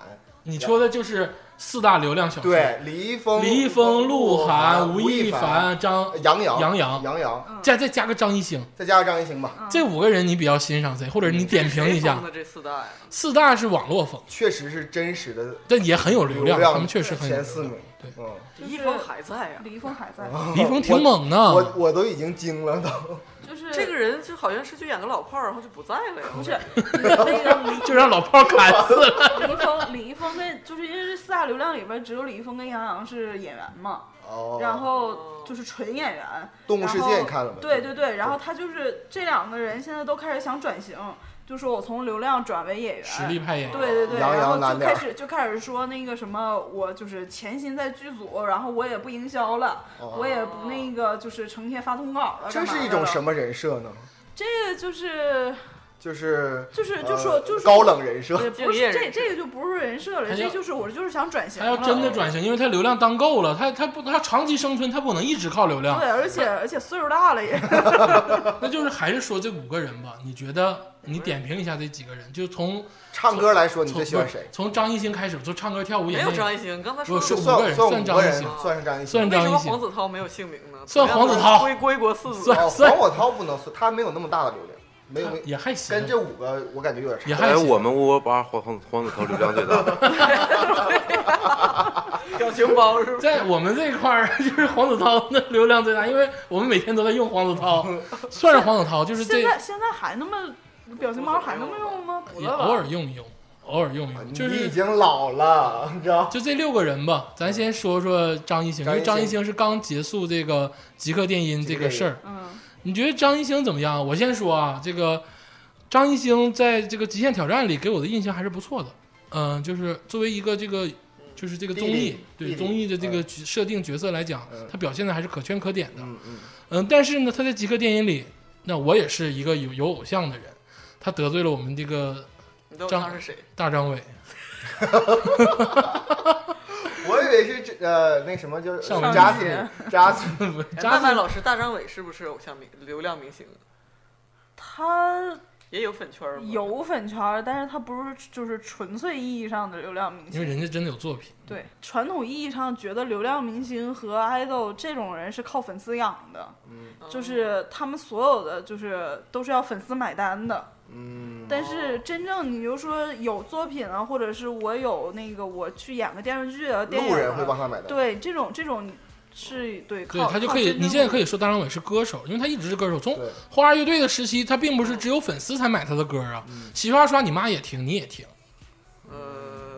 你说的就是四大流量小生，对，李易峰、李易峰、鹿晗、吴吴亦凡、哎凡、张，杨洋、杨洋杨洋，再再加个张艺兴，再加上张艺兴嗯吧，这五个人你比较欣赏谁，或者你点评一谁 下封。的这四大啊呀？四大是网络风，确实是真实的但也很有流流量，量他们确实很有前流四量名。。对嗯，就李易是峰还在啊呀。李易峰还在，哦李易峰挺猛呢，我我都已经惊了 都。就是这个人就好像是去演个老炮儿，然后就不在了呀。不是那个就让老炮儿砍死了。李易峰，李易峰跟就是因为这四大流量里边只有李易峰跟杨洋是演员嘛，哦，然后就是纯演员。动物世界然后你看了吗对对对，然后他就是这两个人现在都开始想转型，就说我从流量转为演员。实力派演员，对对对，杨洋然后难就点儿开始就开始说那个什么，我就是潜心在剧组，然后我也不营销了，我也不那个就是成天发通稿了。哦这干嘛是一的种了什么人设呢？这个就是就是就是呃就说就是高冷人设，也敬不业是这人士这个就不是人设了，他这要就是我就是想转型他了。要真的转型，因为他流量当够了，他他不他长期生存，他不能一直靠流量。对，而且而且岁数大了也，那就是还是说这五个人吧，你觉得你点评一下这几个人，就从唱歌来说，你从最喜欢谁？从张艺兴开始，就唱歌跳舞没演有电张影，艺兴，刚才不说是就五算个人算算五张个艺人兴，算是张艺兴。算为什张艺么兴黄，子韬没有姓名呢？算同黄样子都是韬归归国四子，算 哦，算黄火涛不能算，他没有那么大的流量，没有没也还行跟，这五个我感觉有点也差。还哎，行。我们窝窝吧黄黄黄子韬流量最大，表情包是吧？在我们这一块儿， 就是黄子韬的流量最大，因为我们每天都在用黄子 韬，算是黄子韬，就是这现在现在还那么表情包还那么用吗？不也了偶尔吧。用一用，偶尔用一用，啊你就已是经老了，你知道？就这六个人吧。咱先说说张艺兴，因为张张艺艺兴兴是刚结束这个《极客电音》这个事儿。嗯，你觉得张艺兴怎么样？我先说啊，这个张艺兴在这个《极限挑战》里给我的印象还是不错的。嗯，就是作为一个这个就是这个综弟艺弟弟对弟综艺的这个嗯角设定角色来讲嗯，他表现的还是可圈可点的。嗯嗯，嗯，但是呢，他在《极客电影》里，那我也是一个有有偶像的人，他得罪了我们这个你都知道他是谁？大张伟，我以为是这呃那什么叫上文扎杰斯扎斯，哎扎麦麦子老师，大张伟是不是偶像明流量明星？啊他也有粉圈吗？，有粉圈儿，但是他不是就是纯粹意义上的流量明因为星。人家真的有作品。对，传统意义上觉得流量明星和 idol 这种人是靠粉丝养的，嗯嗯就是他们所有的就是都是要粉丝买单的。嗯，但是真正你就说有作品啊，或者是我有那个我去演个电视剧啊，电影、啊，路人会帮他买单。对这种这种是对对靠他就可以，你现在可以说大张伟是歌手，因为他一直是歌手。从对花儿乐队的时期，他并不是只有粉丝才买他的歌啊，嗯洗刷刷你妈也听，你也听，呃，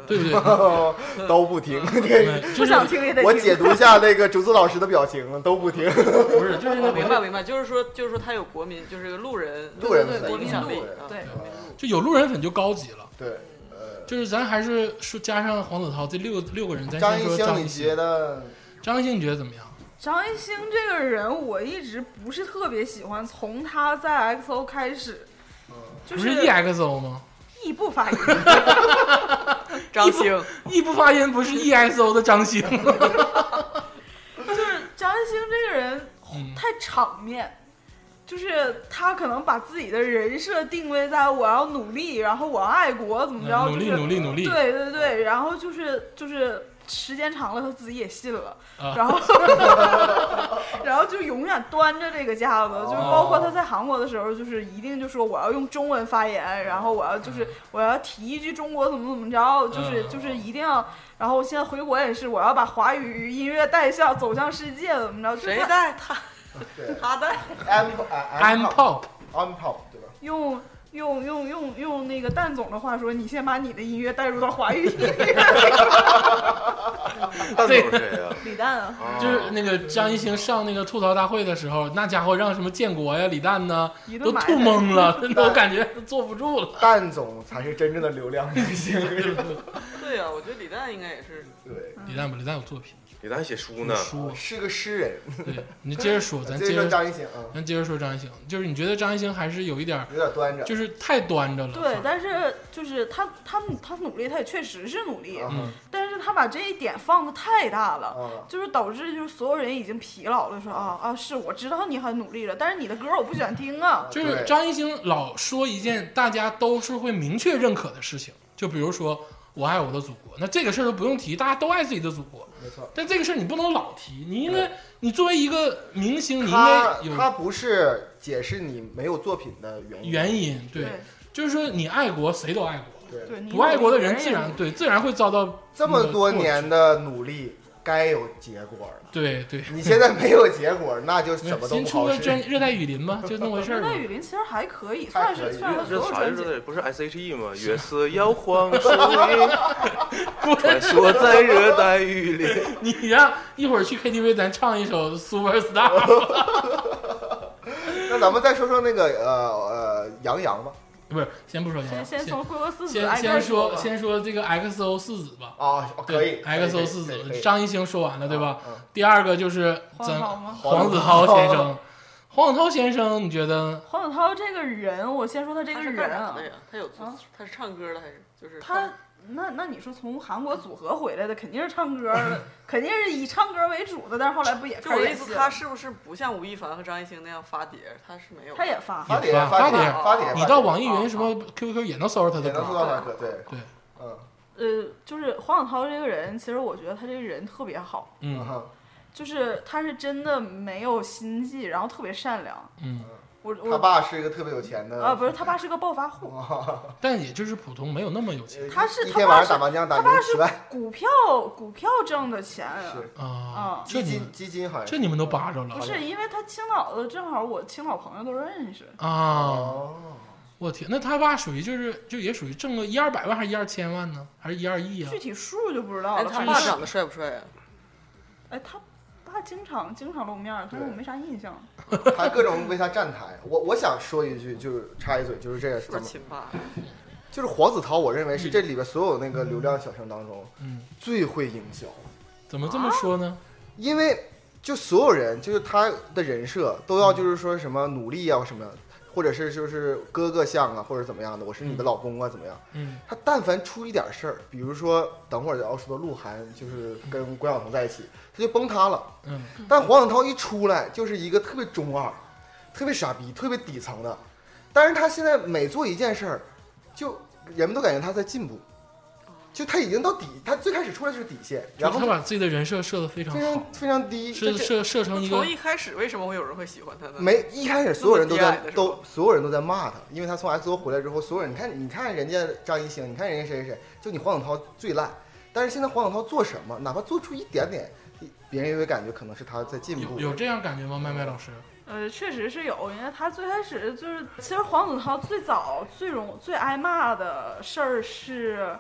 对不 对？都不听。嗯对不就想是听也得我听解读一下那个竹子老师的表情，都不听。不是就是哦我明白明白，就是说就是说他有国民，就是路人路人对粉的影国民响路力对，啊对就有路人粉就高级了。对，呃，就是咱还是说加上黄子韬这六六个人，咱张先艺说兴，张你艺觉兴。得？张艺兴你觉得怎么样？张艺兴这个人，我一直不是特别喜欢，从他在 XO 开始，嗯就不是 EXO 吗？异步发音，张兴，一不发音不是 EXO 的张兴。 就是张艺兴这个人嗯太场面，就是他可能把自己的人设定位在我要努力，然后我要爱国，怎么着，努就力是努力努力，对对对，然后就是就是时间长了，他自己也信了，啊 然后然后就永远端着这个架子，就是包括哦他在韩国的时候，就是一定就说我要用中文发言，然后我要就是我要提一句中国怎么怎么着，就是嗯就是一定要。然后现在回国也是，我要把华语音乐带向走向世界，怎么着？就是谁他带他对他带？ ，M ，I'm pop， M pop 对吧？用用用用用那个蛋总的话说，你先把你的音乐带入到华语音乐。蛋总是谁呀？李诞啊，啊就是那个张艺兴上那个吐槽大会的时候，那家伙让什么建国呀、李诞呐一都顿埋吐汰。懵了，真的我感觉都坐不住了。蛋总才是真正的流量明星。 对呀，我觉得李诞应该也嗯是对，李诞吧，李诞有作品，李诞写书有呢，书。是个诗人。对你接着 说，咱接接着说着张艺兴啊，咱接着说张艺兴，就是你觉得张艺兴还是有一点儿，有点端着。就是太端着了。对，但是就是他他他努力，他也确实是努力，啊但是他把这一点放的太大嗯了。啊，就是导致就是所有人已经疲劳了，说啊啊是我知道你很努力了，但是你的歌我不喜欢听啊。就是对张艺兴老说一件大家都是会明确认可的事情，就比如说我爱我的祖国，那这个事儿都不用提，大家都爱自己的祖国。没错。但这个事儿你不能老提，你应该，你作为一个明星，你应他该有他不是解释你没有作品的原因，原因，对，对就是说你爱国，谁都爱国，对，对，你不爱国的有人也自然对自然会遭到那这么个多挫折年的努力该有结果了。对对。你现在没有结果，那就怎么都新不出好个使专。热带雨林嘛，就那么回事热儿嘛 带。雨林其实还可以，还算可以是算是所这有啥专日辑。子不是 S H E 吗？月色摇晃树林，穿梭在热带雨 林。你呀，一会儿去 KTV 咱唱一首 Super Star，那咱们再说说那个呃呃杨洋吧。不是，先不说杨先洋，先先从龟哥四子先挨先个说吧先说这个 XO 四子吧。啊，哦可以。可以可，XO 以四可以可啊子，以张艺兴说完了对吧嗯？第二个就是黄咱好吗？黄子韬先生， 黄永涛先生，你觉得黄永涛这个人，我先说他这他个是干人啥啊的，呀？他有做啊他是唱歌的还是就是他那那你说从韩国组合回来的，肯定是唱歌的，肯定是以唱歌为主的，但是后来不也就开我始的意演思，戏他了？是不是不像吴亦凡和张艺兴那样发碟？他是没有，他也发，发也帖发发发帖发帖，你到网易易云什么 QQ 也能搜着他哎也的能搜歌？到他歌，对对，嗯呃，就是黄永涛这个人，其实我觉得他这个人特别好，嗯嗯哼，就是他是真的没有心计，然后特别善良。嗯，我他我爸哦是一个特别有钱的啊，不是他爸是个暴发户，但也就是普通，没有那么有钱呃他是一他天爸晚上是打麻将打他爸赢是十万，股票股票挣的钱，是啊嗯。这基你金们基金好像这你们都扒着了不是因为他青岛的，正好我青岛朋友都认哎识，啊！哦，我天，那他爸属于就是就也属于挣个一二百万还是一二千万呢？还是一二亿啊具？体数就不知道哎，了。他反爸正长得帅不帅啊呀？哎，他爸经常经常露面儿，但是对我没啥印象。他各种为他站台。我我想说一句，就是插一嘴，就是这个是不怎是么，亲爸？就是黄子韬，我认为是这里边所有那个流量小生当中嗯，最会营销，怎么这么说呢？因为就所有人就是他的人设都要就是说什么努力啊什么，或者是就是哥哥像啊或者怎么样的，我是你的老公啊怎么样。嗯他但凡出一点事儿，比如说等会儿要说鹿晗就是跟关晓彤在一起，他就崩塌了。嗯，但黄永涛一出来就是一个特别中二、特别傻逼、特别底层的，但是他现在每做一件事儿，就人们都感觉他在进步，就他已经到底，他最开始出来是底线，然就他后把自己的人设设的非常非好常，非常低，设这这设设成一从个一开始为什么会有人会喜欢他呢？没一开始所有人都在这么低矮的时候都所有人都在骂他，因为他从 XO 回来之后，所有人你看你看人家张艺兴，你看人家谁谁谁，就你黄永涛最烂，但是现在黄永涛做什么，哪怕做出一点点，别人也会感觉可能是他在进步有，有这样感觉吗？麦麦老师，呃，确实是有，因为他最开始就是，其实黄子韬最早最容最挨骂的事儿是，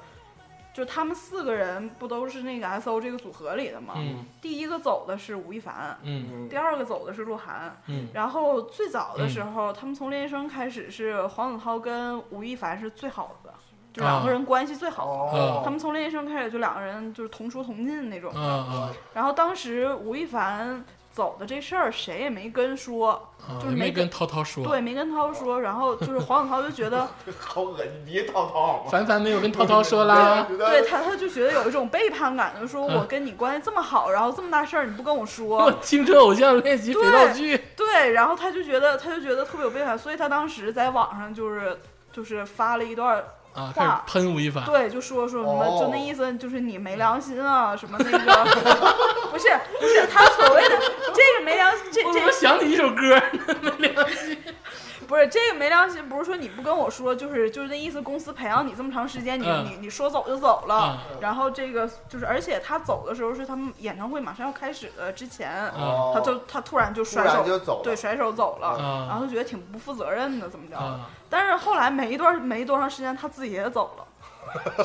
就他们四个人不都是那个 S O 这个组合里的嘛？嗯第一个走的是吴亦凡，嗯嗯第二个走的是鹿晗，嗯然后最早的时候，他们从练习生开始是黄子韬跟吴亦凡是最好的，就啊两个人关系最好。哦，他们从练习生开始就两个人就是同出同进那种。啊啊然后当时吴亦凡走的这事儿，谁也没跟说，啊！就是也没没跟涛涛说，对，没跟涛说。然后就是黄子韬就觉得，好恶心，别涛涛好吗？凡凡没有跟涛涛说 啦。 对他他就觉得有一种背叛感，就说我跟你关系这么好，然后这么大事儿你不跟我我说，青春偶像练习肥皂剧，对，然后他就觉得他就觉得特别有背叛，所以他当时在网上就是就是发了一段儿啊，开始喷吴亦凡，对，就说说什么，就那哦意思就是你没良心啊，什么那个， 不是不是他所谓的这个没良心，这我怎么这想起一首歌？不是这个没良心，不是说你不跟我说，就是就是那意思，公司培养你这么长时间，你嗯你你说走就走了嗯，然后这个就是，而且他走的时候是他们演唱会马上要开始的之前，哦他就他突然就突甩然就手，走了，对，甩手走了，嗯然后就觉得挺不负责任的，怎么着的。啊，但是后来没一段没多长时间，他自己也走 了，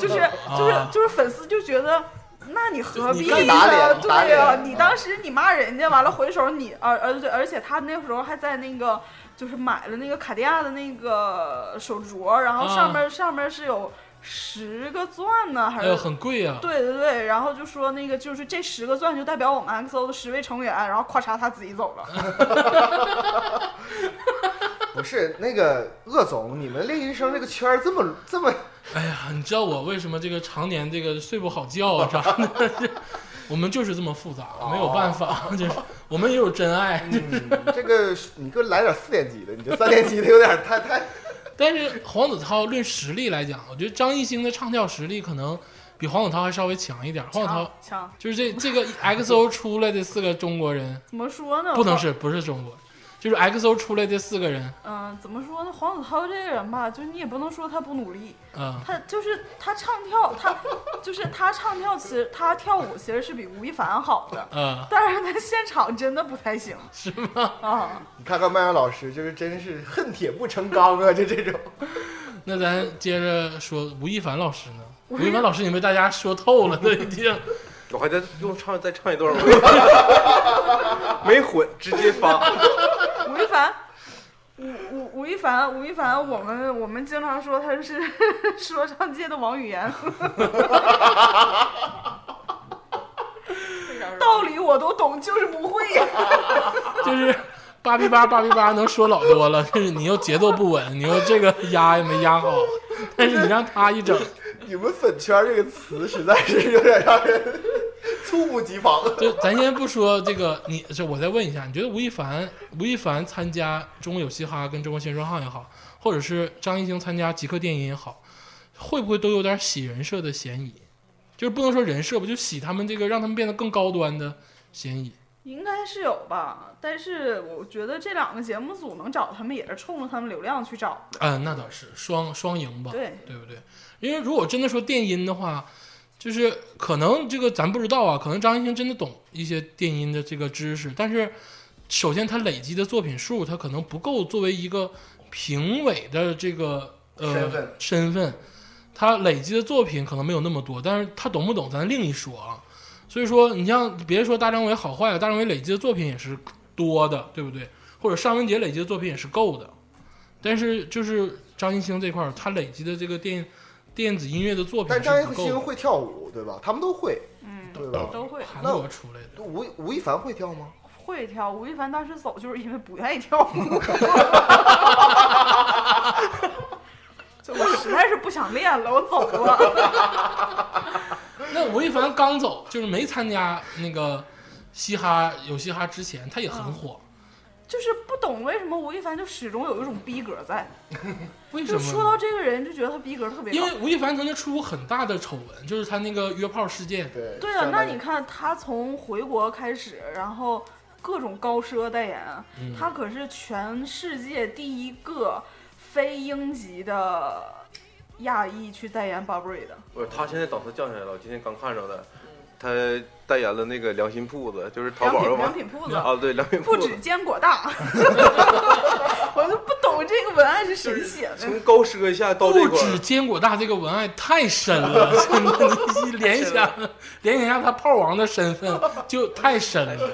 就是就是啊就是粉丝就觉得。那你何你必干呢？打脸打对呀、脸啊你当时你骂人家，完了回手你，而而对，而且他那时候还在那个，就是买了那个卡地亚的那个手镯，然啊后上面、上面是有十个钻呢，还哎是、呦，很贵啊，对对对，然后就说那个就是这十个钻就代表我们 XO 的十位成员，然后咔嚓他自己走哎了。不是那个鄂总，你们练习生这个圈儿这么这么哎呀，你知道我为什么这个常年这个睡不好觉啊啥的？ 我们就是这么复杂，没有办法， 就是我们也有真爱。 嗯这个，你给我来点四年级的，你这三年级的有点太太但是黄子韬论实力来讲，我觉得张艺兴的唱跳实力可能比黄子韬还稍微强一点。黄子韬强强 就是这这个 XO 出来的四个中国人，怎么说呢？不能是不是中国，就是 XO 出来的四个人，嗯，怎么说呢？黄子韬这个人吧，就是你也不能说他不努力，啊、他就是他唱跳，他就是他唱跳，其实他跳舞其实是比吴亦凡好的，啊、但是他现场真的不太行。嗯 是吗？啊，你看看麦麦老师，就是真是恨铁不成钢啊，就这种。 那咱接着说吴亦凡老师呢？吴亦凡老师，你被大家说透了，都已经。我还在用唱再唱一段吗？没混，直接发。吴亦凡。吴吴吴亦凡，吴亦凡，我们我们经常说他是 说唱界的王语嫣，为啥是道理我都懂，就是不会呀。 就是八比八八比八能说老多了，但是你又节奏不稳，你又这个压也没压好，但是你让他一整，你们“粉圈”这个词实在是有点让人猝不及防。就咱先不说这个，你这我再问一下，你觉得吴亦凡吴亦凡参加《中国有嘻哈》跟《中国新说唱》也好，或者是张艺兴参加《极客电影》也好，会不会都有点洗人设的嫌疑？就是不能说人设吧，就洗他们这个让他们变得更高端的嫌疑。应该是有吧，但是我觉得这两个节目组能找他们，也是冲着他们流量去找的。嗯、那倒是双双赢吧，对对不对？因为如果真的说电音的话，就是可能这个咱不知道啊，可能张艺兴真的懂一些电音的这个知识，但是首先他累积的作品数，他可能不够作为一个评委的这个呃身份身份他累积的作品可能没有那么多，但是他懂不懂咱另一说啊。所以说，你像别说大张伟好坏啊，大张伟累积的作品也是多的，对不对？或者尚雯婕累积的作品也是够的，但是就是张艺兴这块儿，他累积的这个电电子音乐的作品但是张不艺够兴的。会跳舞，对吧？他们都会，嗯，对吧？都会韩那国出来的，吴吴亦凡会跳吗？会跳。吴亦凡当时走就是因为不愿意跳舞， 就我实在是不想练了，我走了。那吴亦凡刚走，就是没参加那个嘻哈有嘻哈之前，他也很火，就是不懂为什么吴亦凡就始终有一种逼格在，为什就说到么呢？这个人就觉得他逼格特别因高为。吴亦凡曾经出过很大的丑闻，就是他那个约炮事件，对对啊，那你看他从回国开始，然后各种高奢代言，嗯他可是全世界第一个非英籍的亚裔去代言 Burberry 的。不是，他现在档次降下来了，我今天刚看着的，他代言了那个良心铺子，就是淘良宝品上良买品铺子，啊，对，良心铺不子 止。坚果大， 我都不懂这个文案是谁写的。从高奢一下到这不块止儿，坚果大这个文案太深了， 真的， 你联想联想一下他炮王的身份就太深了。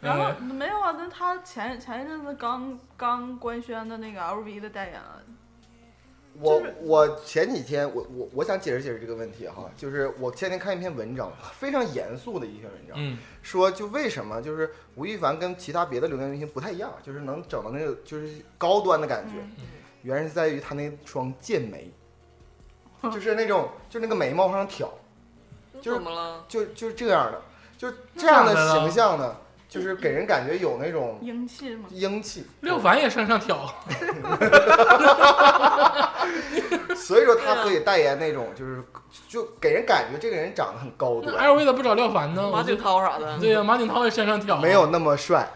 然后嗯没有啊，那他前前一阵子刚刚官宣的那个 LV 的代言啊，我就是我前几天我我我想解释解释这个问题哈，就是我前天看一篇文章，非常严肃的一篇文章，嗯说就为什么就是吴亦凡跟其他别的流量明星不太一样，就是能整到那个就是高端的感觉，原因是在于他那双剑眉，就是那种就那个眉毛往上挑，就是怎么了？就就这样的，就这样的那咋的了形象呢，就是给人感觉有那种英气嘛。英气，廖凡也上上挑，所以说他可以代言那种就是就给人感觉这个人长得很高那端。 LV 咋不找廖凡呢？马景涛啥的，对呀、啊马景涛也上上挑，没有那么帅，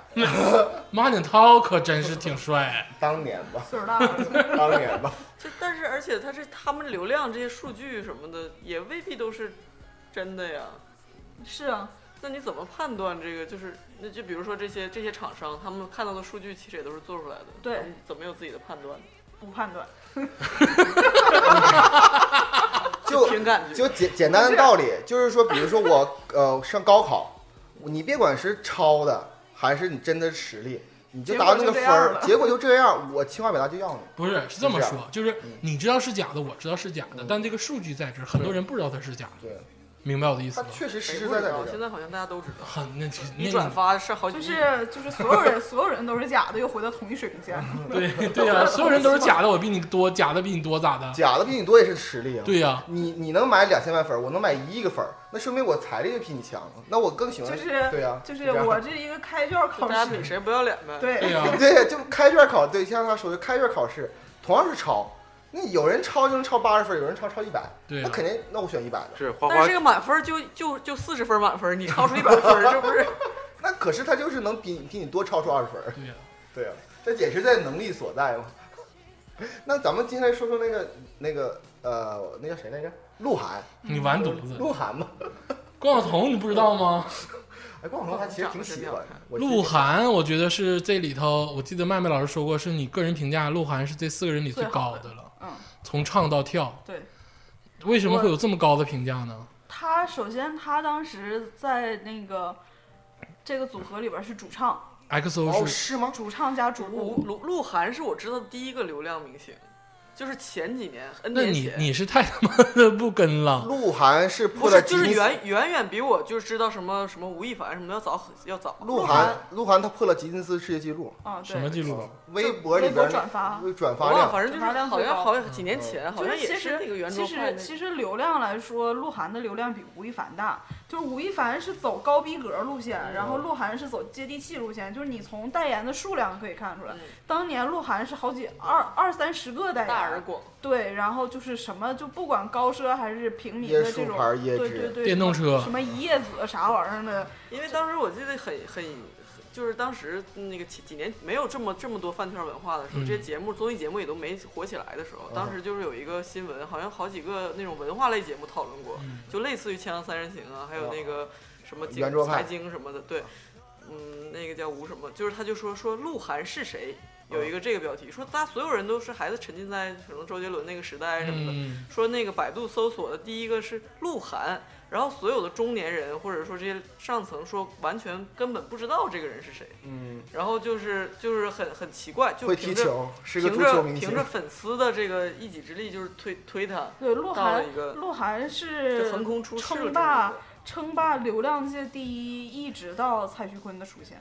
马景涛可真是挺帅。当年吧，岁数大了， 当年吧，这但是而且他这他们流量这些数据什么的也未必都是真的呀。是啊，那你怎么判断这个？就是那就比如说这些这些厂商，他们看到的数据其实也都是做出来的，对他们怎么有自己的判断？不判断。就凭感觉。就简简单的道理，就是说，比如说我呃上高考，你别管是抄的还是你真的实力，你就达到那个分儿，结果就这样，我清华北大就要你，不是，是这么是这说，就是你知道是假的，我知道是假的，嗯但这个数据在这儿，很多人不知道它是假的， 对，明白我的意思他吗？确实实谁实不在知在道？这现个，在好像大家都知道，很，那就你那转发是好几就亿，是就是所有人所有人都是假的，又回到同一水平线。对对呀、所有人都是假的，我比你多，假的比你多咋的？假的比你多也是实力啊。对呀、你你能买两千万分儿，我能买一亿个分儿，那说明我财力就比你强啊，那我更喜欢就是对啊呀，就是这样我这一个开卷考大家比试，谁不要脸呗。，对啊对呀、 对，就开卷考，对，像他说的开卷考试，同样是抄，那有人抄就能抄八十分儿，有人抄抄一百，对啊那肯定，那我选一百的。是花但花是这个满分就就就四十分满分，你超出一百分，这不是？ 那可是他就是能比比你多超出二十分儿，对呀、对啊，这也是在能力所在嘛。 那咱们今天说说那个那个呃，那叫谁来着？鹿晗，你完犊子！鹿晗嘛，关晓彤你不知道吗？哎，关晓彤还其实挺喜欢的。我其实鹿晗，我觉得是这里头，我记得麦麦老师说过，是你个人评价，鹿晗是这四个人里最高的了，嗯，从唱到跳，对。为什么会有这么高的评价呢？他首先他当时在那个这个组合里边是主唱，哦， XO 是是吗？哦主唱加主鹿舞，鹿鹿晗是我知道的第一个流量明星，就是前几年 N 那年你前，你是太他妈的不跟了，鹿晗是破不了是吉就尼是斯，远远远比我就是知道什么什么吴亦凡什么的要早很要早。鹿晗晗鹿晗他破了吉尼斯世界纪录，啊，对，什么记录？微博里边微博转发微转我发忘了，量，反正就是转发量好最像高嗯好像几年前，好就像是也其是实那个圆其桌派实那其个。实流量来说，鹿晗的流量比吴亦凡大。就是吴亦凡是走高逼格路嗯线，然后鹿晗是走接地气路线。就是你从代言的数量可以看出来嗯，当年鹿�而是好几二二三十个代言，大而广，对，然后就是什么就不管高奢还是平民椰的这树种，牌椰对对汁，对，电动车什么一叶子啥玩意儿的，因为当时我记得很很，就是当时那个几几年没有这么这么多饭圈文化的时候，嗯这些节目综艺节目也都没火起来的时候，哦当时就是有一个新闻，好像好几个那种文化类节目讨论过，就类似于《锵锵三人行》啊，还有那个什么经嗯哦圆桌派哦财经什么的，对，嗯，那个叫吴什么，就是他就说说鹿晗是谁。哦有一个这个标题，说大家所有人都是孩子沉浸在可能周杰伦那个时代什么的，嗯，说那个百度搜索的第一个是鹿晗，然后所有的中年人或者说这些上层说完全根本不知道这个人是谁，嗯，然后就是就是很很奇怪，就会踢凭着球，是个凭足球着明凭星着。粉丝的这个一己之力就是推推他，对，鹿到了晗一个鹿晗就是横空出世了。称霸称霸流量界第一，一直到蔡徐坤的出现，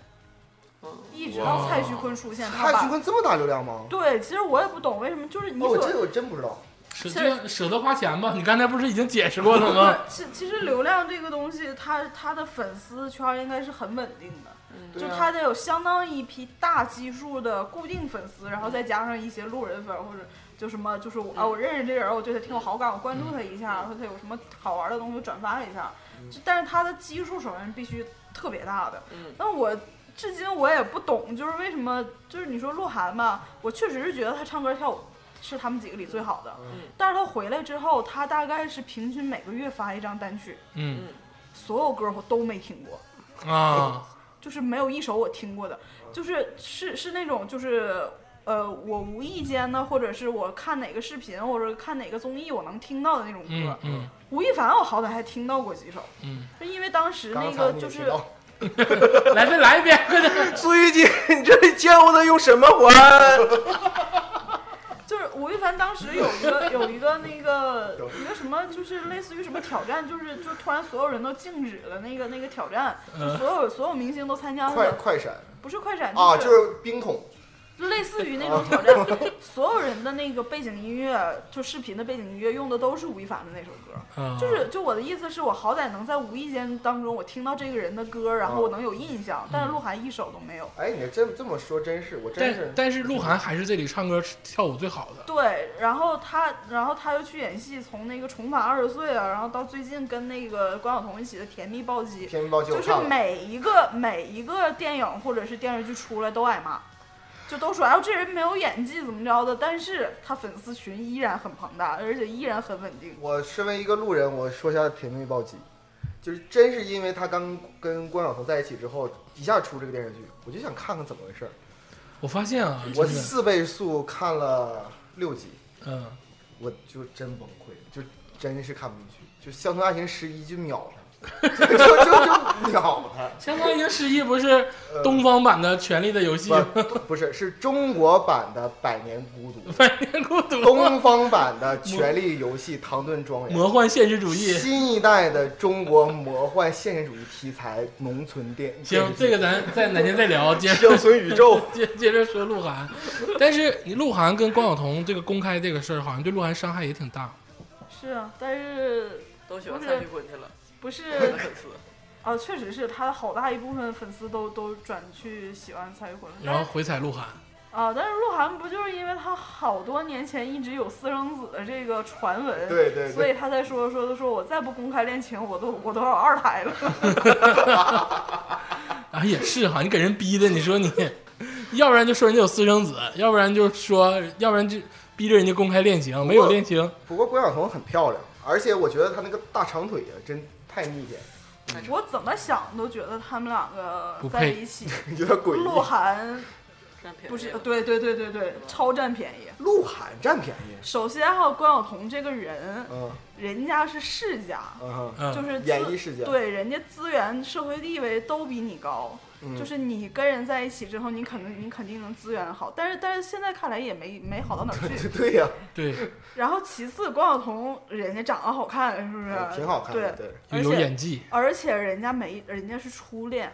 嗯，一直到哇蔡徐坤出现，他蔡徐把坤这么大流量吗？对，其实我也不懂为什么，就是你哦，我这所个我真不知道。舍其实这舍得花钱吧？你刚才不是已经解释过了吗？其其实流量这个东西，它它的粉丝圈应该是很稳定的，对就啊它得有相当一批大基数的固定粉丝，然后再加上一些路人粉或者就什么，就是我啊，我认识这人，我对他挺有好感，我关注他一下，嗯或者他有什么好玩的东西我转发一下。就但是它的基数首先必须特别大的嗯，那我。至今我也不懂，就是为什么，就是你说鹿晗吧，我确实是觉得他唱歌跳舞是他们几个里最好的，嗯但是他回来之后，他大概是平均每个月发一张单曲，嗯所有歌我都没听过，啊，就是没有一首我听过的，就是是是那种就是呃，我无意间呢，或者是我看哪个视频，或者看哪个综艺，我能听到的那种歌。嗯嗯吴亦凡我好歹还听到过几首，嗯，是因为当时那刚才个你也就提是到，来再来一遍，快点！ 苏玉姐，你这里见过的用什么还？ 就是吴亦凡当时有一个 有一个那个一个什么，就是类似于什么挑战，就是就突然所有人都静止了那个那个挑战，嗯就所有所有明星都参加快了，快闪不是快闪啊，就是冰桶，就类似于那种挑战，所有人的那个背景音乐，就视频的背景音乐用的都是吴亦凡的那首歌。啊就是，就我的意思是我好歹能在无意间当中，我听到这个人的歌，然后我能有印象，但是鹿晗一首都没有。哎，你这这么说真是，我真但是但是鹿晗还是这里唱歌跳舞最好的。对，然后他，然后他又去演戏，从那个重返二十岁啊，然后到最近跟那个关晓彤一起的《甜蜜暴击》，天猫就就是看了，每一个每一个电影或者是电视剧出来都挨骂，就都说哎呦这人没有演技怎么着的，但是他粉丝群依然很庞大，而且依然很稳定。我身为一个路人，我说一下《甜蜜暴击》，就是真是因为他刚跟关晓彤在一起之后，一下出这个电视剧，我就想看看怎么回事儿。我发现啊，我真的，四倍速看了六集，嗯，我就真崩溃，就真是看不进去，就《乡村爱情十一》就秒他，就就就秒 他。相当于十一不是东方版的《权力的游戏》吗？不不是，是中国版的《百年孤独》， 百年孤独，东方版的《权力游戏》《唐顿庄园》，魔幻现实主义。新一代的中国魔幻现实主义题材农村电行，这个咱在哪天再聊，接着乡村宇宙， 接 接着说鹿晗。但是你鹿晗跟关晓彤这个公开这个事儿，好像对鹿晗伤害也挺大。是啊，但是都喜欢不蔡是徐坤去了，不他 的是粉丝。啊，确实是他好大一部分粉丝都都转去喜欢蔡徐坤了，然后回踩鹿晗，啊，但是鹿晗不就是因为他好多年前一直有私生子的这个传闻，对对对所以他才说说的说我再不公开恋情，我都我都要二胎了。啊也是哈，你给人逼的，你说你，要不然就说人家有私生子，要不然就说，要不然就逼着人家公开恋情，没有恋情，不过关晓彤很漂亮，而且我觉得她那个大长腿啊，真太逆天，嗯我怎么想都觉得他们两个不在配 一起，有点诡鹿异。晗占便宜不是，了对对对对对，超占便宜。鹿晗占便宜，首先还有关晓彤这个人，嗯人家是世家，嗯哼，嗯，就是资演艺世家对，人家资源、社会地位都比你高，嗯就是你跟人在一起之后，你可能你肯定能资源好，但是但是现在看来也没没好到哪儿去。对呀，对，然后其次，关晓彤人家长得好看，是不是？嗯挺好看的，对，有对，而有且演技。而且人家没，人家是初恋，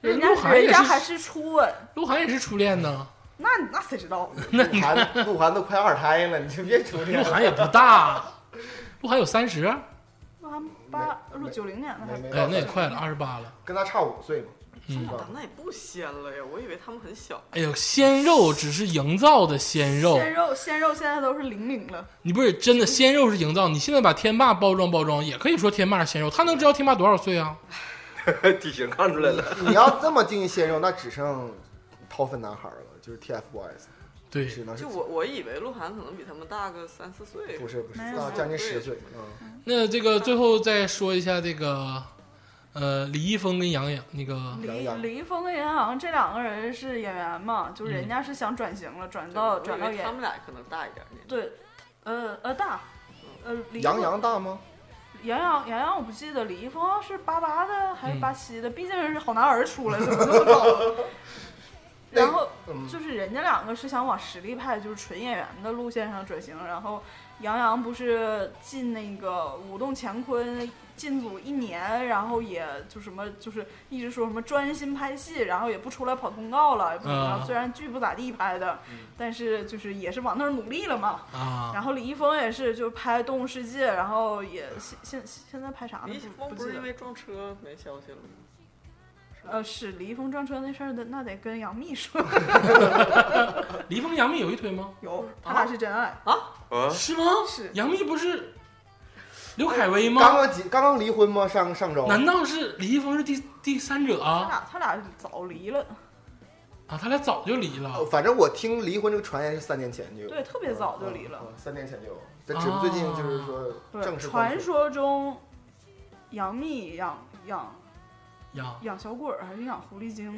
那人家鹿晗也人家是还是初吻，鹿晗也是初恋呢，那那谁知道？鹿 晗鹿晗都快二胎了，你就别出鹿这样晗也不大，鹿晗有三十，哎，八八九零年的没还没那也快了，二十八了。跟他差五岁嘛，嗯是吧啊那也不鲜了呀，我以为他们很小。哎呦，鲜肉只是营造的鲜肉，鲜肉鲜肉现在都是零零了，你不是真的鲜肉是营造。你现在把天霸包装包装，也可以说天霸是鲜肉，他能知道天霸多少岁啊？体型看出来了，你要这么定义鲜肉，那只剩掏粪男孩了，就是 TFBOYS，对，只能是就我我以为鹿晗可能比他们大个三四岁。不是不是没啊，有没有将近十岁，嗯，那这个最后再说一下这个，呃，李易峰跟杨洋那个，李杨洋李易峰跟杨洋这两个人是演员嘛，就人家是想转型了，转对到我以转到为他演们俩可能大一点年纪。对，呃呃大，呃李易杨峰洋大吗？杨洋杨洋我不记得李易峰啊是八八的还是八七的，毕竟是好男儿出来，怎么那么早？啊然后嗯就是人家两个是想往实力派，就是纯演员的路线上转型。然后杨洋不是进那个舞动乾坤进组一年，然后也就什么就是一直说什么专心拍戏，然后也不出来跑通告了，也不怎么样啊虽然剧不咋地拍的，但是就是也是往那儿努力了嘛。啊，然后李易峰也是，就是拍《动物世界》，然后也现现现在拍啥李呢易？不峰不不记是得因。为撞车没消息了吗？呃，是李易峰撞车那事儿的，那得跟杨幂 说，李易峰杨幂有一腿吗？哦有他俩是真爱。啊，是吗？是杨幂不是刘恺威刚吗？刚结刚刚离婚吗？上上周难道是李易峰是第第三者他啊？俩他俩早离了，啊，他俩早就离了呃。反正我听离婚这个传言是三年前就有，对，特别早就离嗯，了。嗯三年前就哦有，但只不过最近就是说对，正式传放出说中杨幂养养呀养小鬼儿还是养狐狸精，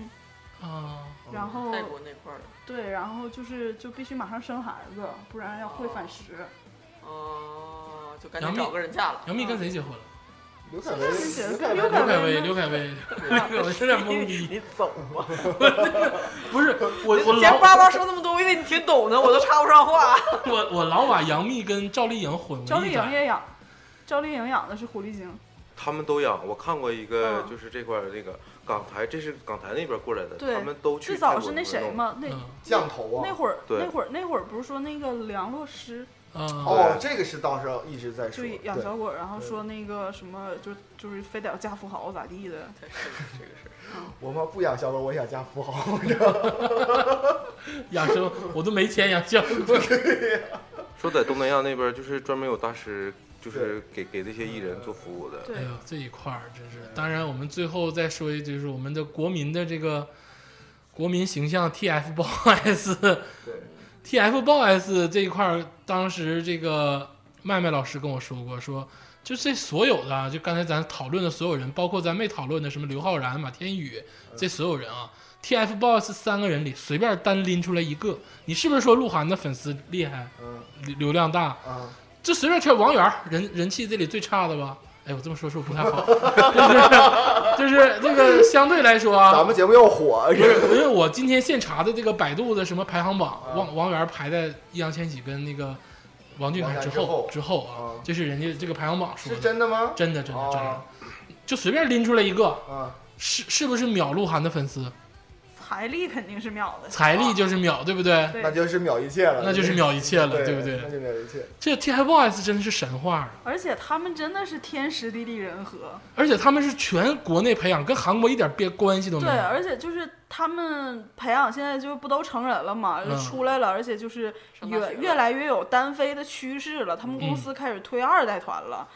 啊，嗯然后泰国那块儿的。对，然后就是就必须马上生孩子，不然要会反食。哦，就赶杨紧幂找个人嫁了。杨幂跟谁结哦婚了？刘恺威，刘恺刘威刘恺恺威威，呢刘恺威，我有点懵逼。你走吧！ 不是我，我前老叭叭说那么多，我以为你听懂呢，我都插不上话。我我老把杨幂跟赵丽颖混为一赵丽颖谈。也养，赵丽颖养的是狐狸精。他们都养。我看过一个嗯，就是这块儿那个港台，这是港台那边过来的，对他们都去最早泰国是那谁弄？嘛，那嗯降头啊那，会儿，对那会儿，那会儿不是说那个梁洛施啊，哦，这个是倒是一直在就说，养对，小鬼儿，然后说那个什么，就就是非得要嫁富豪咋地的，这这个事儿，我妈不养小狗，我想嫁富豪， 养生我都没钱养教。说在东南亚那边，就是专门有大师，就是给给这些艺人做服务的。对哎呦，这一块儿真是。当然，我们最后再说一句，就是我们的国民的这个国民形象 TFBOYS，对 TFBOYS 这一块儿，当时这个麦麦老师跟我说过，说就这所有的啊，就刚才咱讨论的所有人，包括咱没讨论的什么刘昊然、马天宇这所有人啊，TFBOYS 三个人里随便单拎出来一个，你是不是说鹿晗的粉丝厉害，嗯流流量大？啊，就随便挑王源儿，人人气这里最差的吧？哎，我这么说是不是不太好？就是就是这个相对来说啊，咱们节目要火，不是，因为我今天现查的这个百度的什么排行榜，王王源排在易烊千玺跟那个王俊凯之后王源之后啊啊，这是人家这个排行榜说是的，真的吗？真的真的真的哦，就随便拎出来一个，啊，是是不是秒鹿晗的粉丝？财力肯定是秒的。财力就是秒，对不对？对那就是秒一切了，那就是秒一切了，对不对？啊对那？就秒一切，这 TFBOYS 真的是神话啊！而且他们真的是天时地利人和，而且他们是全国内培养，跟韩国一点边关系都没对，有。而且就是他们培养现在就不都成人了嘛，就嗯出来了，而且就是上大越学了越来越有单飞的趋势了，他们嗯公司开始推二代团了，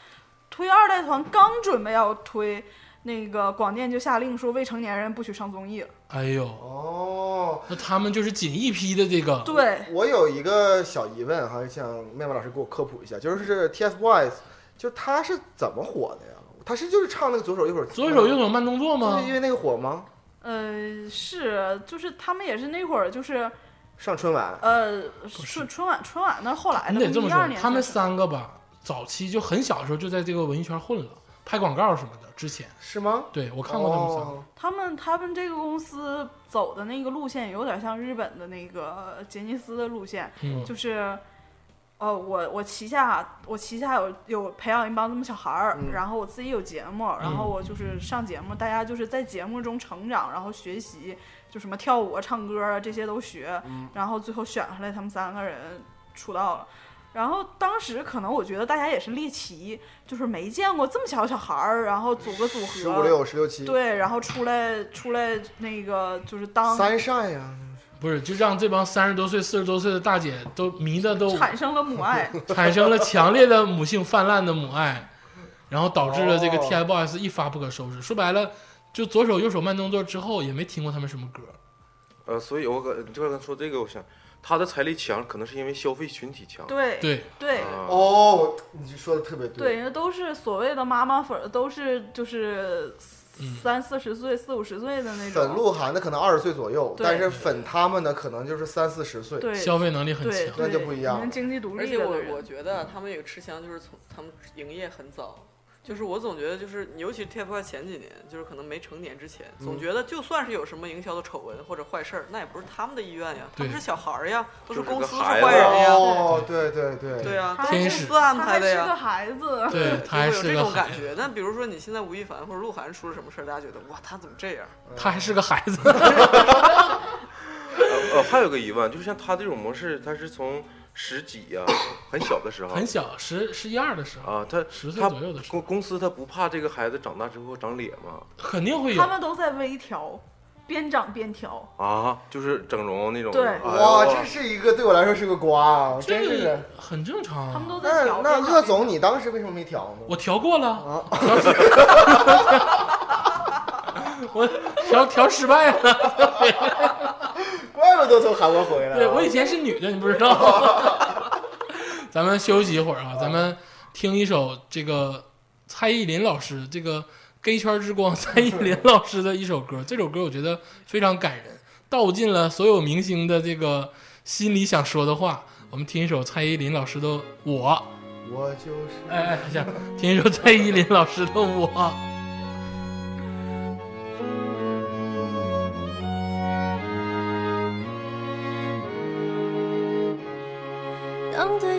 推二代团刚准备要推，那个广电就下令说未成年人不许上综艺了，哎呦，哦。那他们就是仅一批的这个，对，我有一个小疑问，哈，想妹妹老师给我科普一下，就是 TFBOYS，就他是怎么火的呀？他是就是唱那个左手右手，左手右手慢动作吗就是？因为那个火吗？呃，是，就是他们也是那会儿，就是上春晚，呃，是春春晚春晚那是后来你的，得这么一二说，年他们才是三个吧，早期就很小的时候就在这个文艺圈混了，拍广告什么的。之前是吗？对我看过他们三个，哦他们他们这个公司走的那个路线有点像日本的那个杰尼斯的路线，嗯就是，呃，我我旗下我旗下有有培养一帮这么小孩儿，嗯然后我自己有节目，然后我就是上节目，大家就是在节目中成长，然后学习，就什么跳舞啊、唱歌啊这些都学，嗯然后最后选出来他们三个人出道了。然后当时可能我觉得大家也是猎奇，就是没见过这么小的小孩儿，然后组个组合，十五六、十六七，对，然后出来出来那个就是当三善呀，不是就让这帮三十多岁、四十多岁的大姐都迷的都产生了母 爱，产生了强烈的母性泛滥的母爱，然后导致了这个哦 TFBOYS 一发不可收拾。说白了，就左手右手慢动作之后，也没听过他们什么歌。呃，所以我跟你这个说这个，我想他的财力强，可能是因为消费群体强。对对，对嗯啊哦，你说的特别对，那都是所谓的妈妈粉儿，都是就是嗯三四十岁、四五十岁的那粉种，鹿晗的可能二十岁左右，对但是粉他们的可能就是三四十岁。对消费能力很对强，那对，就不一样你们经济独而立且的我人我觉得他们有个吃香，就是从他们营业很早，就是我总觉得就是，尤其是 TFBOYS 前几年，就是可能没成年之前，总觉得就算是有什么营销的丑闻或者坏事儿，那也不是他们的意愿呀，他们对是小孩儿呀，都是就是公个司是孩坏人呀，哦，对对对，对呀，他都还是公是司安他排还的是个呀。孩子，对就他还会有是这个种孩啊感，觉。那比如说你现在吴亦凡或者鹿晗出了什么事儿，大家觉得哇，他怎么这样？他还是个孩 子。呃，还有个疑问，就是像他这种模式，他是从十几呀、很小的时候，很小，十十一二的时候，啊，他10岁他左右的时候公公司他不怕这个孩子长大之后长脸吗？肯定会他有。们都在微调，边长边调。啊，就是整容那种。对哎呦哇，这是一个对我来说是个瓜啊，真这是个。很正常啊。他们都在那调。那边鄂长总，你当时为什么没调呢？我调过了， 我调调失败了。怪不得从韩国回来啊。对我以前是女的，你不知道。 咱们休息一会儿啊，咱们听一首这个蔡依林老师，这个 gay 圈之光蔡依林老师的一首歌。这首歌我觉得非常感人，道尽了所有明星的这个心里想说的话。我们听一首蔡依林老师的《我》。我就是哎哎，等一下，听一首蔡依林老师的《我》。当褪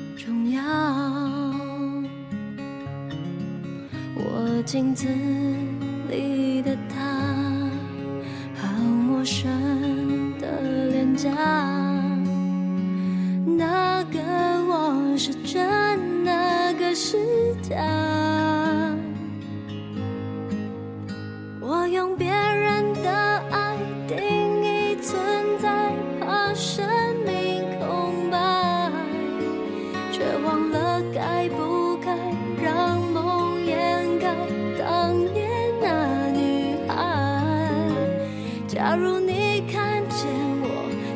重要？我镜子里的他，好陌生的脸颊，那个我是真，那个是假？我用别人的爱定义存在，怕生命空白，却忘了该不该让梦掩盖当年那女孩。假如你看见我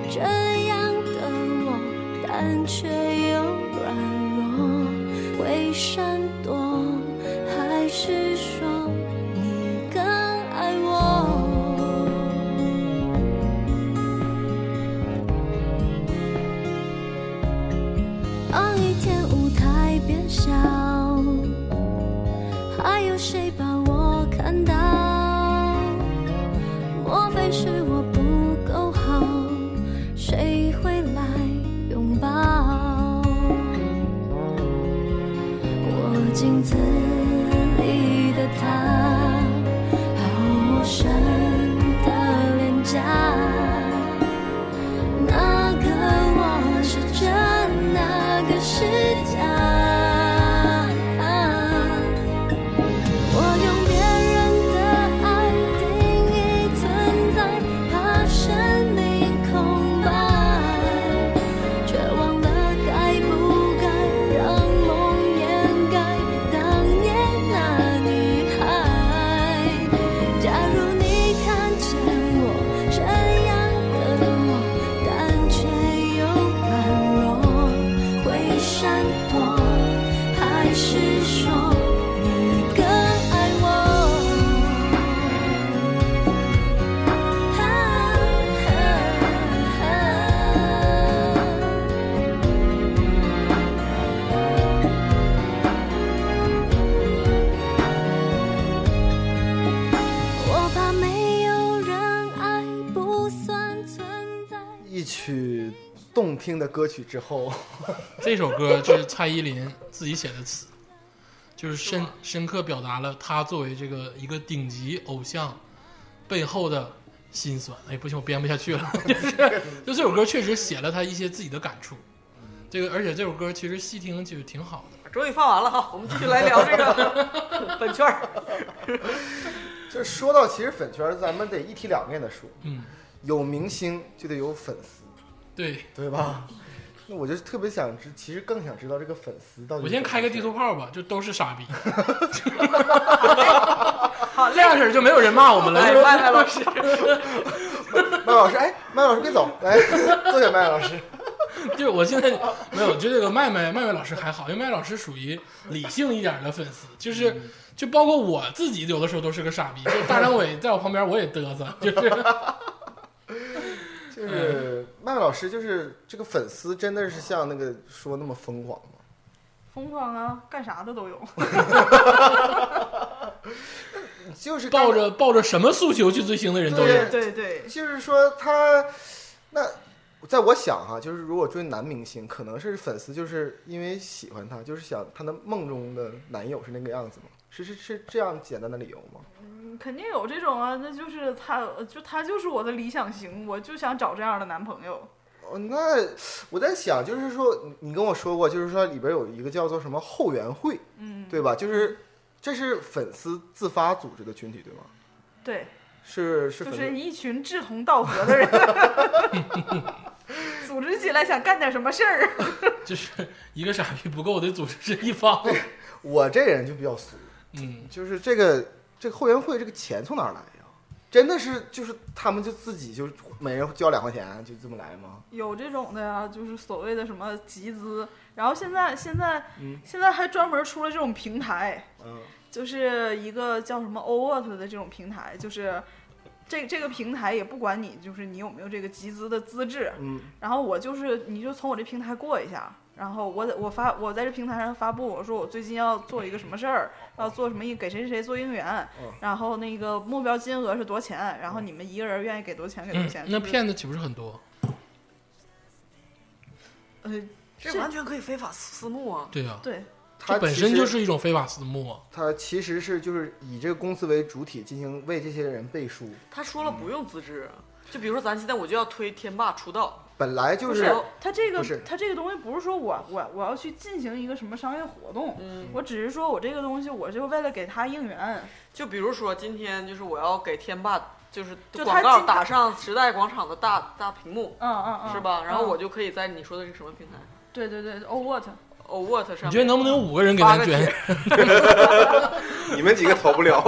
这样的我，但却又软弱，会闪躲，还是说你更爱我？当一天舞台变小，还有谁把我看到？莫非是我不够好？谁会来拥抱？我镜子里的他，好陌生的脸颊。那个我是真，那个是假？我用别人的爱定义存在，动听的歌曲之后，这首歌是蔡依林自己写的词，就是深深刻表达了她作为这个一个顶级偶像背后的辛酸。哎，不行，我编不下去了。 就是，就这首歌确实写了她一些自己的感触。这个，而且这首歌其实细听就挺好的。啊终于放完了哈，我们继续来聊 这个本圈儿。 就是说到其实粉圈儿，咱们得一体两面的说，嗯，有明星就得有粉丝，对。对吧？那我就特别想知，其实更想知道这个粉丝到底。我先开个地图，炮吧，就都是傻 逼，好这样式儿就没有人骂我们了。来， 就是麦麦老师，麦老师，哎，麦老师 别走，来坐下，麦老师。就是我现在没有，就这个麦麦麦麦老师还好，因为麦麦老师属于理性一点的粉丝，就是就包括我自己有的时候都是个傻逼，就大张伟在我旁边我也嘚瑟，就是嗯就是麦麦老师，就是这个粉丝真的是像那个说那么疯狂吗？疯狂啊，干啥的都有。就是抱着。着抱着什么诉求去追星的人都有对。对对，就是说他那。在我想哈，就是如果追男明星，可能是粉丝就是因为喜欢他，就是想他的梦中的男友是那个样子吗？是是是这样简单的理由吗？嗯肯定有这种啊，那就是他，就他就是我的理想型，我就想找这样的男朋友。哦，那我在想，就是说你你跟我说过，就是说里边有一个叫做什么后援会，嗯，对吧？就是这是粉丝自发组织的群体，对吗？对，是是就粉是丝一群志同道合的人，组织起来想干点什么事儿。就是一个傻逼不够，得组织是一方。我这人就比较俗，嗯，就是这个这个后援会这个钱从哪儿来呀、真的是就是他们就自己就每人交两块钱就这么来吗？有这种的呀，就是所谓的什么集资，然后现在现在、嗯现在还专门出了这种平台，嗯就是一个叫什么 OWAT 的这种平台，就是这这个平台也不管你就是你有没有这个集资的资质，嗯然后我就是你就从我这平台过一下，然后我在我发我在这平台上发布，我说我最近要做一个什么事儿，要做什么应给谁谁谁做应援嗯，然后那个目标金额是多少钱，然后你们一个人愿意给多少钱给多少嗯钱，那就是骗子岂不是很多？呃这完全可以非法私募啊！对啊，对，他这本其身实就是一种非法私募啊。他其实是就是以这个公司为主体进行为这些人背书，他说了不用资质，就比如说咱现在我就要推天霸出道，本来就不是是它这个不是它这个东西不是说我我我要去进行一个什么商业活动，嗯我只是说我这个东西我就为了给他应援，就比如说今天就是我要给天霸就是就他广告今打上时代广场的大大屏幕，嗯嗯嗯，是吧？然后我嗯就可以在你说的这个什么平台对对对，Oh what，哦 what 上面，你觉得能不能有五个人给发咱个捐帖？你们几个逃不了。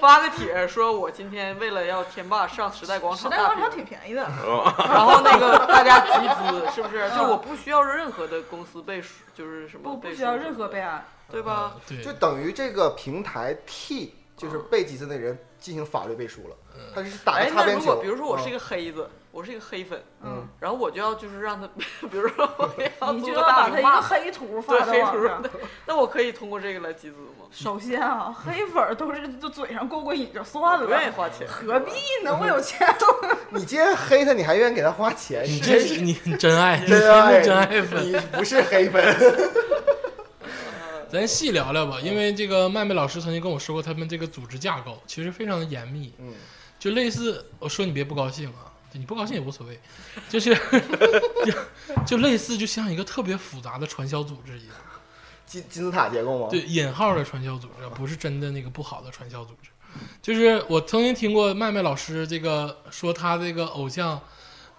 发个帖说，我今天为了要天霸上时代广时场代大广屏幕场，挺便宜的， 然后那个大家集资，是不是？就我不需要任何的公司背书，就是什么嗯不背不书需要什任么何啊的备，案，对吧？对就，等于这个平台替就是被集资的人进行法律背书了，嗯他是打哎个，擦那边如球。果比如说我是一个个黑子，我是一个黑粉，嗯嗯，然后我就要就是让他， 比如说我要你做就个要大把他名一个骂，黑图发对到黑网图上。，那我可以通过这个来集资吗？首先啊，黑粉儿都是就嘴上过过瘾就算不愿意了，花钱，何必呢？我有钱，嗯你既然黑他，你还愿意给他花钱，你你这真是是你你真爱，你真爱是真爱粉。你不是黑粉。咱细聊聊吧，因为这个麦麦老师曾经跟我说过，他们这个组织架构其实非常的严密，嗯，就类似我说你别不高兴啊，你不高兴也无所谓，就是就就类似就像一个特别复杂的传销组织一样，金金字塔结构吗？对，引号的传销组织，啊不是真的那个不好的传销组织。就是我曾经听过麦麦老师这个说他这个偶像，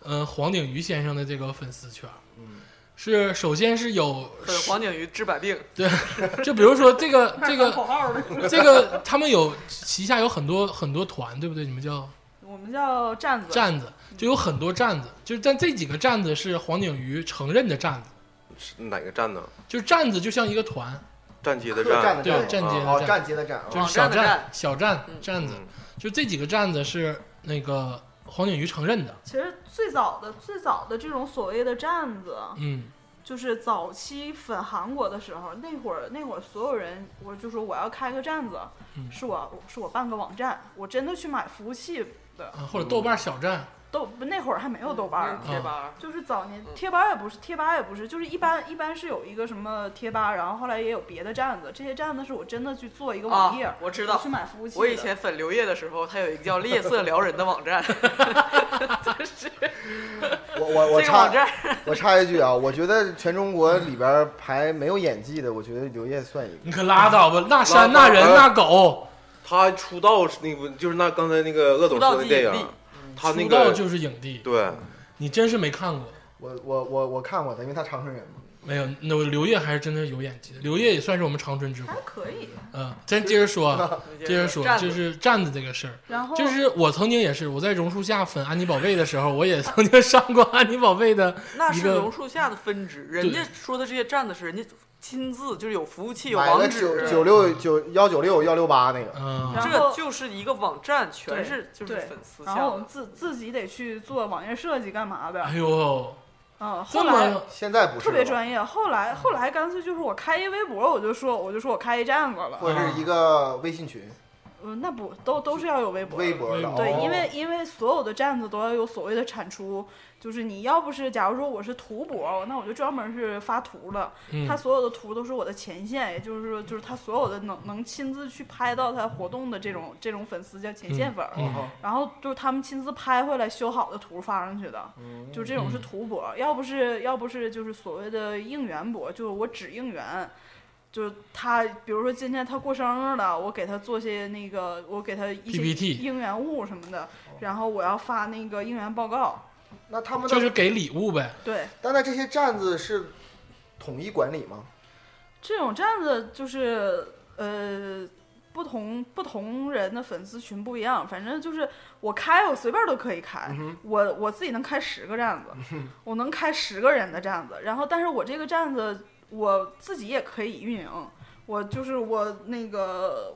呃，黄鼎瑜先生的这个粉丝圈，嗯，是首先是有粉黄景瑜治百病，对，就比如说这个这个口号的。 这个他们有旗下有很多很多团，对不对？你们叫我们叫站子，站子，就有很多站子，就是但这几个站子是黄景瑜承认的站子，是哪个站呢？就是站子就像一个团，站街的客站站的，对，站站街哦，的站，站街的站就啊，是小网站的站小站嗯站子嗯，就这几个站子是那个黄景瑜承认的，其实最早的最早的这种所谓的站子，嗯就是早期粉韩国的时候，那会儿那会儿所有人，我就说我要开个站子，嗯是我是我办个网站，我真的去买服务器的，啊啊，或者豆瓣小站，豆不那会儿还没有豆瓣儿呢，贴嗯嗯吧，就是早年嗯贴吧也不是，贴吧也不是，就是一般一般是有一个什么贴吧，然后后来也有别的站子，这些站子是我真的去做一个网页，啊我知道去买服务器的。我以前粉刘烨的时候，他有一个叫“夜色撩人”的网站， 就是我我我这个网插站我插一句啊，我觉得全中国里边儿排没有演技的，我觉得刘烨算一个。你可拉倒吧，那山那人哎那狗，他出道是那部就是那刚才那个鄂总说的电出道即影影啊帝，他那出道个就是影帝，对你真是没看过。我我我我看过他，因为他长春人嘛。没有，那我刘烨还是真的有演技的。刘烨也算是我们长春之光还。可以，嗯，咱接着说啊，接着说，站着就是站子这个事儿。然后就是我曾经也是，我在榕树下粉安妮宝贝的时候，我也曾经上过安妮宝贝的那一是个榕树下的分支，人家说的这些站子是人家亲自就是有服务器有买了网九址，啊九六九幺九六幺六八那个，嗯然这后就是一个网站，全是就是对粉丝下然后我的们。自自己得去做网页设计干嘛的，哎呦，嗯，这后来么现在不是特别了专业，后来后来干脆就是我开一微博，我就说我就说我开一站过了，或者是一个微信群、嗯，那不都都是要有微博的，微博微的。博嗯对哦，因为因为所有的站子都要有所谓的产出，就是你要不是，假如说我是图博，那我就专门是发图的，嗯他所有的图都是我的前线，也就是说，就是他所有的能能亲自去拍到他活动的这种这种粉丝叫前线粉儿，嗯然后就是他们亲自拍回来修好的图发上去的，就这种是图博，要不是要不是就是所谓的应援博，就是我只应援。就是他，比如说今天他过生日了，我给他做些那个，我给他一些 PPT 应援物什么的，然后我要发那个应援报告。那哦他们的就是给礼物呗。对，但那这些站子是统一管理吗？这种站子就是呃，不同不同人的粉丝群不一样，反正就是我开我随便都可以开，我我自己能开十个站子，我能开十个人的站子，然后但是我这个站子我自己也可以运营，我就是我那个。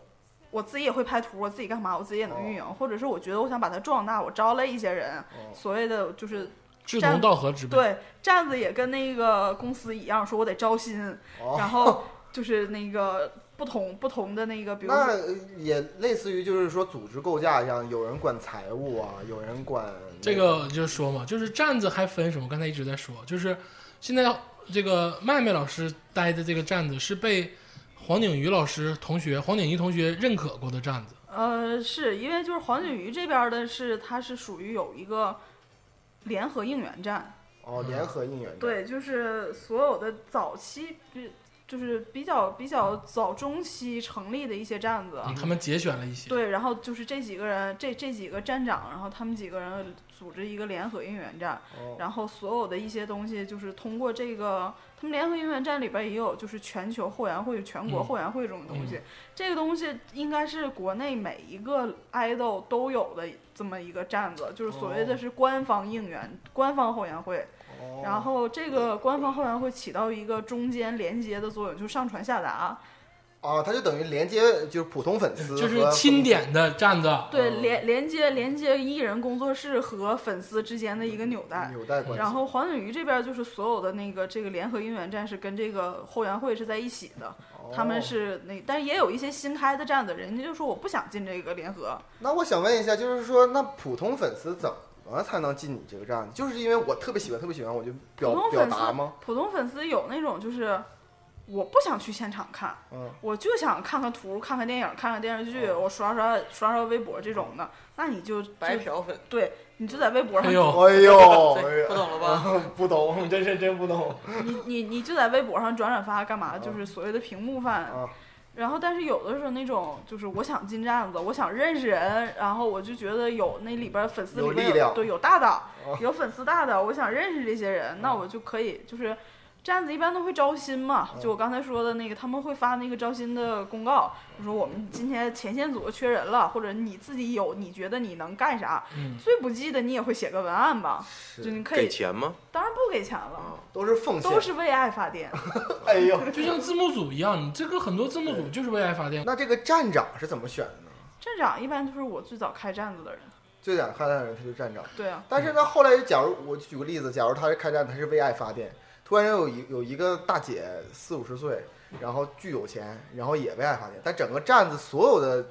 我自己也会拍图，我自己干嘛，我自己也能运营，或者是我觉得我想把它壮大，我招来一些人，哦所谓的就是志站同道合之辈。对，站子也跟那个公司一样，说我得招新，哦然后就是那个不同不同的那个，比如那说呃也类似于就是说组织构架一样，有人管财务啊，有人管这个就说嘛，就是站子还分什么？刚才一直在说，就是现在这个麦麦老师待的这个站子是被黄景瑜老师同学、黄景瑜同学认可过的站子。呃，是因为就是黄景瑜这边的是，它是属于有一个联合应援站，哦联合应援站，对，就是所有的早期比就是比较比较早中期成立的一些站子，嗯，他们节选了一些。啊对，然后就是这几个人，这这几个站长，然后他们几个人组织一个联合应援站，哦然后所有的一些东西就是通过这个，他们联合应援站里边也有就是全球后援会、全国嗯后援会这种东西，这个东西应该是国内每一个 idol 都有的这么一个站子，就是所哦谓的是官方应援、官方后援会，哦然后这个官方后援会起到一个中间连接的作用，就上传下达。啊，它就等于连接就是普通粉丝，就是钦。点的站子，对，连连接连接艺人工作室和粉丝之间的一个纽哦带。纽带关系，然后黄景瑜这边就是所有的那个这个联合应援站是跟这个后援会是在一起的，他们哦是那，但是也有一些新开的站子，人家就说我不想进这个联合，那我想问一下，就是说，那普通粉丝怎么才能进你这个站？就是因为我特别喜欢，特别喜欢，我就普表通表粉达丝吗？普通粉丝有那种就是我不想去现场看，嗯我就想看看图、看看电影、看看电视剧，哦我刷刷刷刷微博这种的，那你就白就嫖粉，对，你就在微博上哎呦，哎呦，哎对，不呀懂了吧？ 不懂，真是真不懂。你你你就在微博上转转发干嘛？就是所谓的屏幕饭。啊然后，但是有的时候那种就是我想进站子，我想认识人，然后我就觉得有那里边粉丝有里边力量啊对有大大，有粉丝大大，我想认识这些人，那我就可以就是。站子一般都会招新嘛，啊就我刚才说的那个，他们会发那个招新的公告，就说我们今天前线组缺人了，或者你自己有你觉得你能干啥，嗯最不济的你也会写个文案吧，就你可给以，钱吗？当然不给钱了，都是奉献，都是为爱发电。哎呦。 就像字幕组一样，你这个很多字幕组就是为爱发电。那这个站长是怎么选的呢？站长一般都是我最早开站子的人。最想看的人他就站长，对啊，但是呢，后来假如我举个例子，假如他是开站，他是为爱发电，突然有一有一个大姐四五十岁，然后巨有钱，然后也为爱发电，但整个站子所有的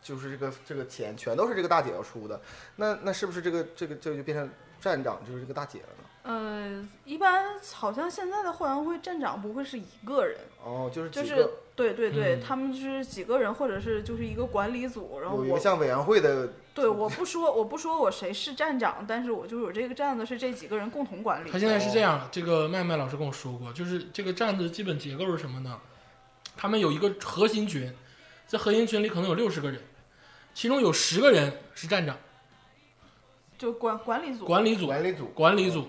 就是这个这个钱全都是这个大姐要出的，那那是不是这个这个这个就变成站长就是这个大姐了呢？呃，一般好像现在的后援会站长不会是一个人，哦，就是就几是个对对对，嗯他们是几个人，或者是就是一个管理组，然后有一个我像委员会的对我不说我不说我谁是站长，但是我就有这个站子是这几个人共同管理他。现在是这样，这个麦麦老师跟我说过，就是这个站子基本结构是什么呢？他们有一个核心群，这核心群里可能有六十个人，其中有十个人是站长、就管管理组，管理组、管理组，管理组，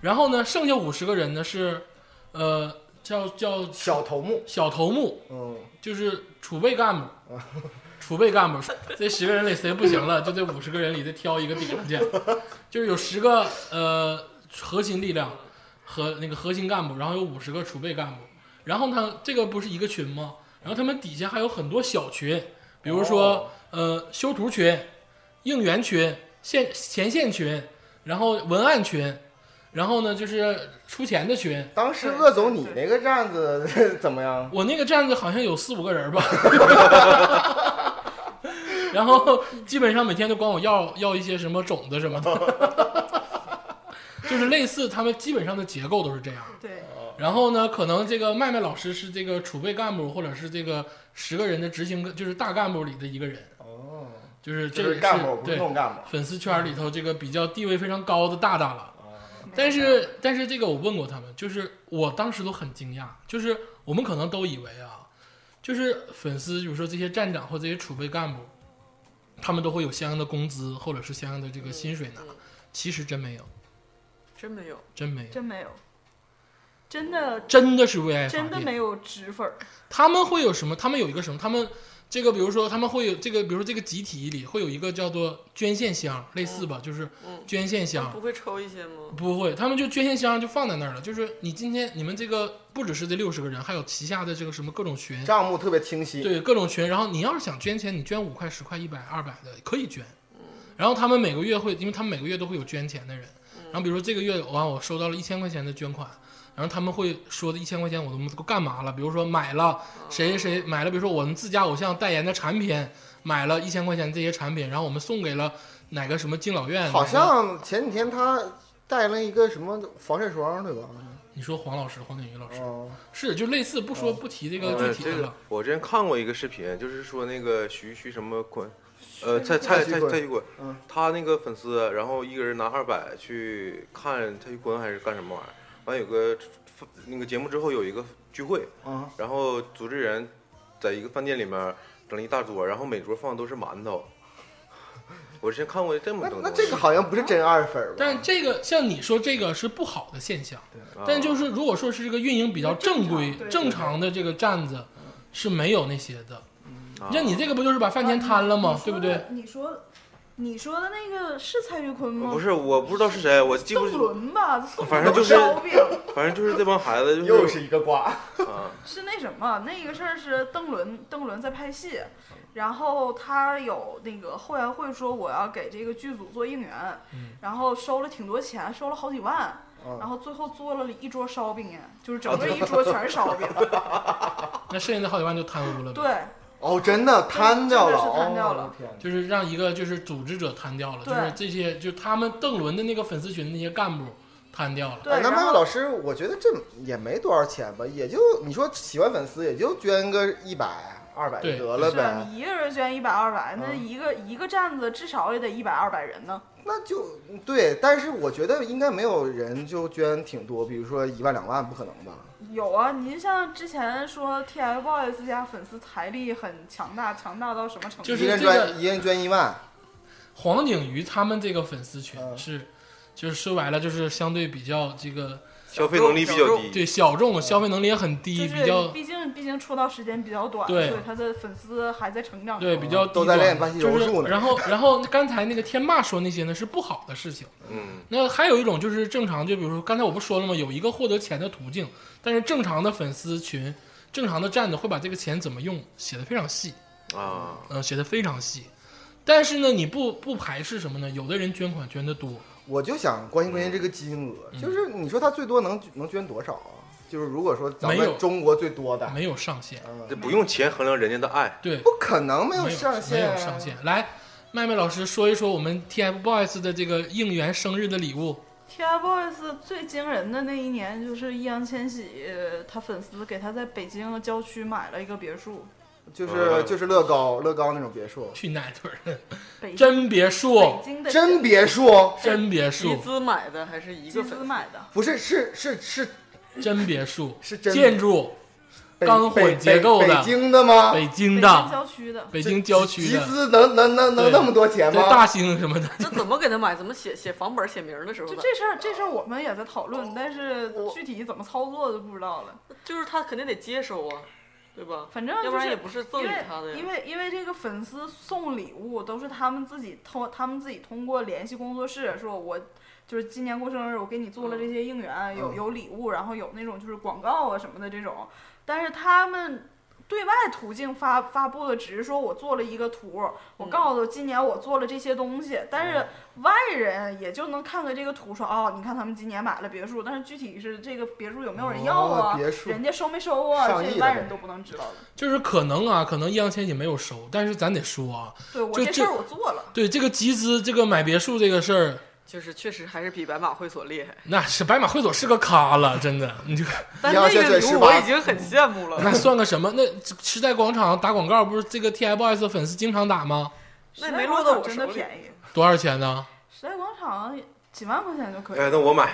然后呢，剩下五十个人呢是，呃，叫叫小头目，小头目，嗯，就是储备干部，储备干部， 这十个人里谁不行了，就 这五十个人里再挑一个顶上去， 就是有十个呃核心力量和那个核心干部，然后有五十个储备干部，然后他这个不是一个群吗？然后他们底下还有很多小群，比如说、哦呃修图群、应援群、线前线群，然后文案群，然后呢就是出钱的群，当时对鄂总，你对那个站子 怎么样？我那个站子好像有四五个人吧， 然后基本上每天都管我要要一些什么种子什么的， 就是类似他们基本上的结构都是这样。对哦然后呢，可能这个麦麦老师是这个储备干部，或者是这个十个人的执行，就是大干部里的一个人，哦，就是这就个是干部，不是对弄干部。粉丝圈里头这个比较地位非常高的大大了。哦但是但是这个我问过他们，就是我当时都很惊讶，就是我们可能都以为啊，就是粉丝，比如说这些站长或这些储备干部，他们都会有相应的工资或者是相应的这个嗯薪水拿，其实真没有，嗯真没有，真没有，真没有，真的真的是为爱发真的电。没有脂粉儿，他们会有什么？他们有一个什么？他们这个，比如说他们会有这个，比如说这个集体里会有一个叫做捐献箱，类似吧，就是嗯捐献箱。不会抽一些吗？不会，他们就捐献箱就放在那儿了。就是你今天你们这个不只是这六十个人，还有旗下的这个什么各种群，账目特别清晰。对各种群。然后你要是想捐钱，你捐五块、十块、一百、二百的可以捐。然后他们每个月会，因为他们每个月都会有捐钱的人。嗯然后比如说这个月完，我收到了一千块钱的捐款，然后他们会说的一千块钱我都都干嘛了？比如说买了嗯谁谁谁买了，比如说我们自家偶像代言的产品，买了一千块钱这些产品，然后我们送给了哪个什么敬老院？好像前几天他带了一个什么防晒霜，对吧？你说黄老师、黄景瑜老师。哦，是，就类似不说不提这个具呃，体的这个了。我之前看过一个视频，就是说那个徐徐什么滚，呃，蔡蔡徐蔡坤蔡徐坤嗯，他那个粉丝，然后一个人拿二百去看蔡徐坤还是干什么玩意儿，完有个那个节目之后有一个聚会，啊，然后组织人在一个饭店里面整了一大桌，然后每桌放的都是馒头。我之前看过这么那多那东西，这个好像不是真二粉儿吧？但这个像你说这个是不好的现象，啊但就是如果说是这个运营比较正规、正常对正常的这个站子，是没有那些的。啊像你这个不就是把饭钱摊了吗？对不对？啊你说你说的那个是蔡徐坤吗？不是，我不知道是谁，我记不邓住，伦吧？送反正就是烧饼。反正就是这帮孩子就是又是一个瓜。啊，是那什么，那个事儿是邓伦，邓伦在拍戏，嗯然后他有那个后援会说我要给这个剧组做应援，嗯然后收了挺多钱，收了好几万，哦然后最后做了一桌烧饼呀，就是整个一桌全是烧 饼，那剩下的好几万就贪污了呗，对 哦，真的摊掉了，真的是摊掉了哦天哪就是让一个就是组织者贪掉了，就对是这些就他们邓伦的那个粉丝群的那些干部贪掉了。对，那然麦克后老师，我觉得这也没多少钱吧，也就你说喜欢粉丝也就捐个一百、二百对就得了是啊呗，你一个人捐一百二百，那嗯一个一个站子至少也得一百二百人呢，那就对。但是我觉得应该没有人就捐挺多，比如说一万两万，不可能吧？有啊，您像之前说 TFBOYS 家粉丝财力很强大，强大到什么程度？就是一人这个捐一人捐一万，黄景瑜他们这个粉丝群嗯是，就是说白了就是相对比较这个消费能力比较低，对小众，消费能力也很低，就比较是毕竟毕竟出道时间比较短，对所以他的粉丝还在成长。对，比较低都在端练巴西柔术呢就是然后，然后刚才那个天霸说那些呢是不好的事情。嗯，那还有一种就是正常，就比如说刚才我不说了吗？有一个获得钱的途径，但是正常的粉丝群、正常的站子会把这个钱怎么用写的非常细，啊，嗯、写的非常细。但是呢，你不不排斥什么呢？有的人捐款捐的多，嗯我就想关心关心这个金额，就是你说他最多能能捐多少啊？就是如果说咱没有们中国最多的，没有上限，嗯这不用钱衡量人家的爱，对，不可能没没有上没限，有上。限。来，麦麦老师说一说我们 TFBOYS 的这个应援生日的礼物， TFBOYS 最惊人的那一年，就是易烊千玺，呃他粉丝给他在北京郊区买了一个别墅，就是就是乐高乐高那种别墅，去奶腿儿，北 京真别北墅，京的真别墅真别集墅，资买的还是一集个粉资丝？买的，不是是是是真别墅， 是真建筑，北钢北混结构的北北京的吗？北京北京的，郊区的，北京郊区集的，资能能能能对那么多钱在吗？大兴什么的， 这怎么给他买？怎么写写房本写名的时候就呢？这事儿，这事儿我们也在讨论，但是具体怎么操作就不知道了。就是他肯定得接收啊，对吧？反啊正、就是、要不然也不是赠因予为他的呀因。为因为这个粉丝送礼物都是他们自己通，他们自己通过联系工作室说我。就是今年过生日，我给你做了这些应援，有有礼物，然后有那种就是广告啊什么的这种。但是他们对外途径发发布的只是说我做了一个图，我嗯告诉今年我做了这些东西，但是外人也就能看个这个图说哦，你看他们今年买了别墅，但是具体是这个别墅有没有人要哦啊，别墅人家收没收啊，上亿了这外呗人都不能知道的。就是可能啊，可能易烊千玺没有收，但是咱得说啊，对我就这这事儿我做了，对这个集资，这个买别墅这个事儿，就是确实还是比白马会所厉害，那是白马会所是个咖了， 真的，你就 但你要那先个嘴礼是物吧我已经嗯很羡慕了。那算个什么？那时代广场打广告不是这个 TFBOYS 粉丝经常打吗？那时没代落广到场我真手的里便宜，多少钱呢？时代广场几万块钱就可以。呃哎，那我买，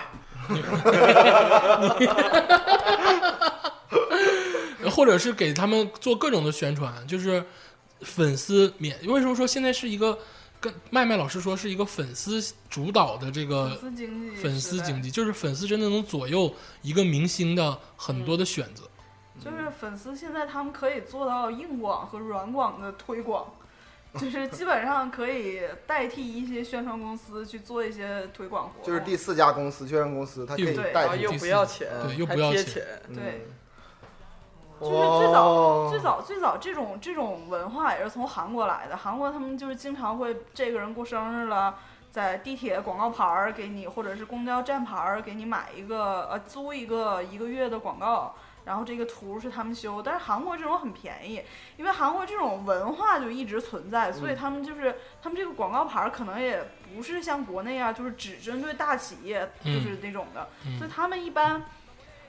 或者是给他们做各种的宣传，就是粉丝免。为什么说现在是一个跟麦麦老师说是一个粉丝主导的这粉个丝经济，粉丝经济济？就是粉丝真的能左右一个明星的很多的选择。就是粉丝现在他们可以做到硬广和软广的推广，就是基本上可以代替一些宣传公司去做一些推广活动。就是第四家公司，确认公司，它可以对然后代替啊又第不四要季钱，对又还不要贴钱钱，对，就就是最早、哦最哦早最早这种这种文化也是从韩国来的，韩国他们就是经常会这个人过生日了。在地铁广告牌儿给你，或者是公交站牌儿给你买一个，呃，租一个一个月的广告，然后这个图是他们修。但是韩国这种很便宜，因为韩国这种文化就一直存在，所嗯以他们就是他们这个广告牌儿可能也不是像国内啊，就是只针对大企业，嗯就是那种的，嗯所以他们一般。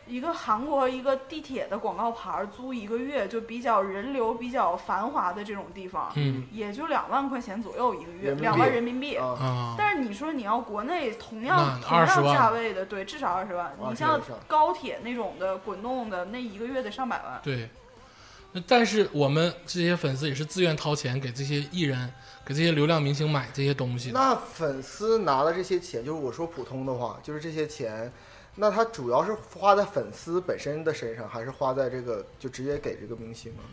一个韩国一个地铁的广告牌儿租一个月，就比较人流比较繁华的这种地方，嗯也就两万块钱左右一个月，人民币两万人民币。啊，啊，但是你说你要国内同样那同20样万价位的，对，至少二十万。 20你像以上高铁那种的滚动的，那一个月得上百万。对。那但是我们这些粉丝也是自愿掏钱给这些艺人、给这些流量明星买这些东西的。那粉丝拿了这些钱，就是我说普通的话，就是这些钱，那他主要是花在粉丝本身的身上，还是花在这个就直接给这个明星啊？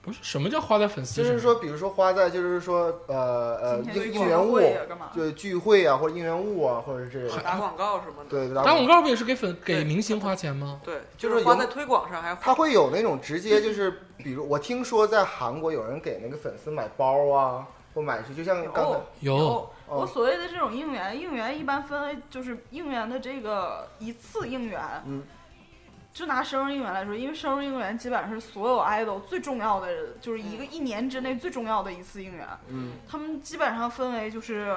不是什么叫花在粉丝就身上？是说，比如说花在就是说呃呃今应天应援物，会啊干嘛？对聚会啊，或者应援物啊，或者是打广告什么的。对打广告不也是给粉给明星花钱吗？对，就就是是花有在推广上，还是他会有那种直接就是，比如我听说在韩国有人给那个粉丝买包啊，或买去，就像刚才有有，哦我所谓的这种应援，应援一般分为就是应援的这个一次应援，嗯就拿生日应援来说，因为生日应援基本上是所有 idol 最重要的，就是一个一年之内最重要的一次应援。嗯，他们基本上分为就是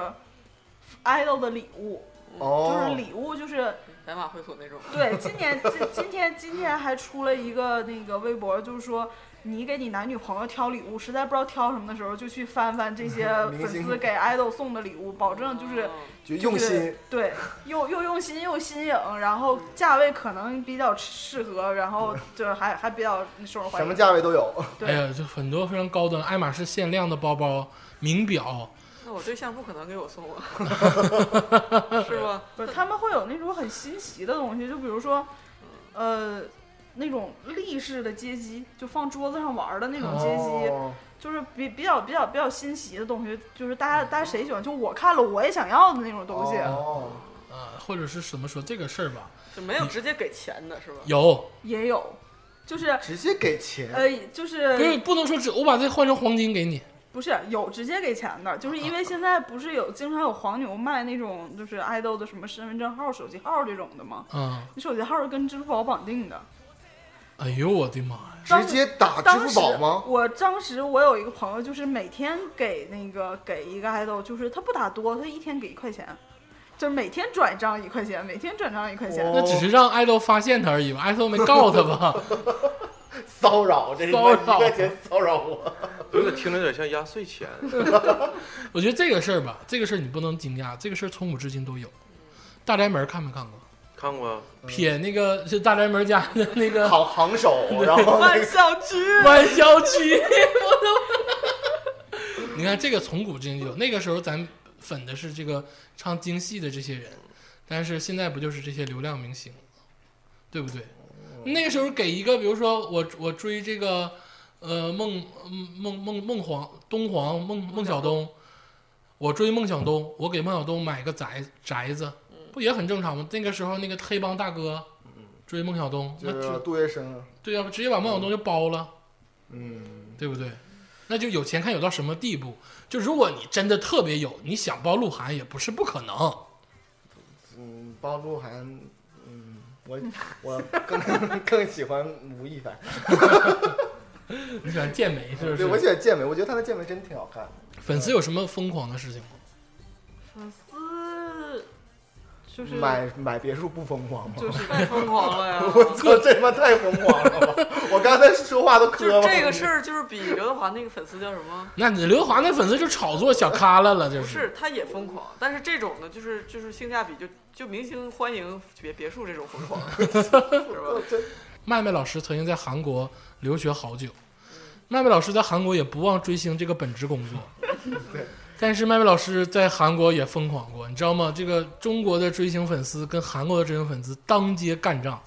idol 的礼物，就是哦，礼物就是白马会所那种。对，今年今今天今天还出了一个那个微博，就是说你给你男女朋友挑礼物，实在不知道挑什么的时候，就去翻翻这些 明粉星丝给 idol 送的礼物，保证就是哦就用就是心，对，又又用心又新颖，然后价位可能比较适合，然后就是还还比较受人欢什么迎。价位都有。对哎呀，就很多非常高端，爱马仕限量的包包、名表，那我对象不可能给我送啊， 是吧？不是，他们会有那种很新奇的东西，就比如说，呃，那种立式的街机，就放桌子上玩儿的那种街机，哦就是比比较比较比较新奇的东西，就是大家大家谁喜欢，就我看了我也想要的那种东西，嗯哦，啊，或者是什么说这个事儿吧，就没有直接给钱的是吧？有，也有，就是直接给钱，呃，就是不是不能说只我把这换成黄金给你，不是有直接给钱的，就是哦因为现在不是有经常有黄牛卖那种就是爱豆的什么身份证号、手机号这种的吗？嗯，你手机号是跟支付宝绑定的，哎呦我的妈呀！直接打啊支当付时宝吗？我当时我有一个朋友，就是每天给那个给一个爱豆，就是他不打多，他一天给一块钱，就是每天转账一块钱，每天转账一块钱。哦那只是让爱豆发现他而已嘛，爱豆没告他吧？骚扰这骚扰一块钱骚扰 我，有点听着有点像压岁钱。我觉得这个事儿吧，这个事儿你不能惊讶，这个事儿从古至今都有。大宅门看没看过？看过啊，撇那个是大宅门家的那个行行手，然后那万个象居，弯小曲，我 都。你看这个从古至今就有，那个时候咱粉的是这个唱京戏的这些人，但是现在不就是这些流量明星，对不对？那个时候给一个，比如说我我追这个，呃孟孟孟孟皇东皇孟孟小冬，我追孟小冬，我给孟小冬买个宅宅子，不也很正常吗？那个时候那个黑帮大哥追孟小冬，那嗯 就是直杜月笙，啊对呀、直接把孟小冬就包了。嗯，对不对？那就有钱看有到什么地步。就如果你真的特别有，你想包鹿晗也不是不可能。嗯，包鹿晗，嗯， 我我更更喜欢吴亦凡，你喜欢健美是对我不喜是？欢健美，我觉得他的健美真挺好看的。粉丝有什么疯狂的事情吗？粉丝就是买买别墅不疯狂吗？就是太疯狂了呀！ 我操，这他妈太疯狂了 吧！ 我刚才说话都磕就巴。这个事儿，就是比刘德华那个粉丝叫什么？那你刘德华那粉丝就炒作小咖了了，就不是。是，他也疯狂，但是这种呢，就是就是性价比就就明星欢迎别别墅这种疯狂， 是吧？真麦麦老师曾经在韩国留学好久，麦麦老师在韩国也不忘追星这个本职工 作。但是麦麦老师在韩国也疯狂过，你知道吗？这个中国的追星粉丝跟韩国的追星粉丝当街干仗。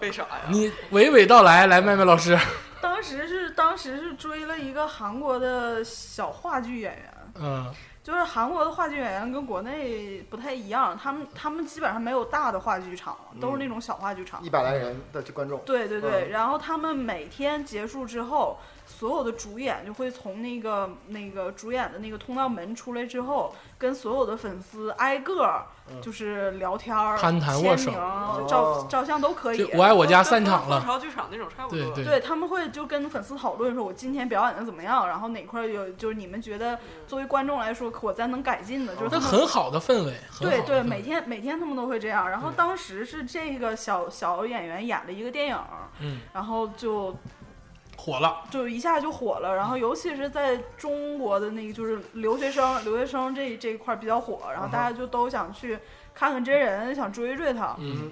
为啥呀？你娓娓道来，来，麦麦老师，当时是当时是追了一个韩国的小话剧演员，嗯、就是韩国的话剧演员跟国内不太一样，他们他们基本上没有大的话剧场，都是那种小话剧场。一百来人的观众，对对对，嗯然后他们每天结束之后，所有的主演就会从那个那个主演的那个通道门出来之后，跟所有的粉丝挨个儿就是聊天儿、攀谈握手签名、哦照照相都可以呃就。我爱我家跟散场蜂了，巢剧场那种差不多。对对他们会就跟粉丝讨论说，我今天表演的怎么样，然后哪块儿有就是你们觉得作为观众来说，我咱能改进的，就是他那们哦很好的氛围，很好对的对，氛围每天每天他们都会这样。然后当时是这个小小演员演了一个电影，嗯，然后就火了，就一下就火了。然后尤其是在中国的那个就是留学生留学生这这一块比较火，然后大家就都想去看看真人，想追追他。嗯，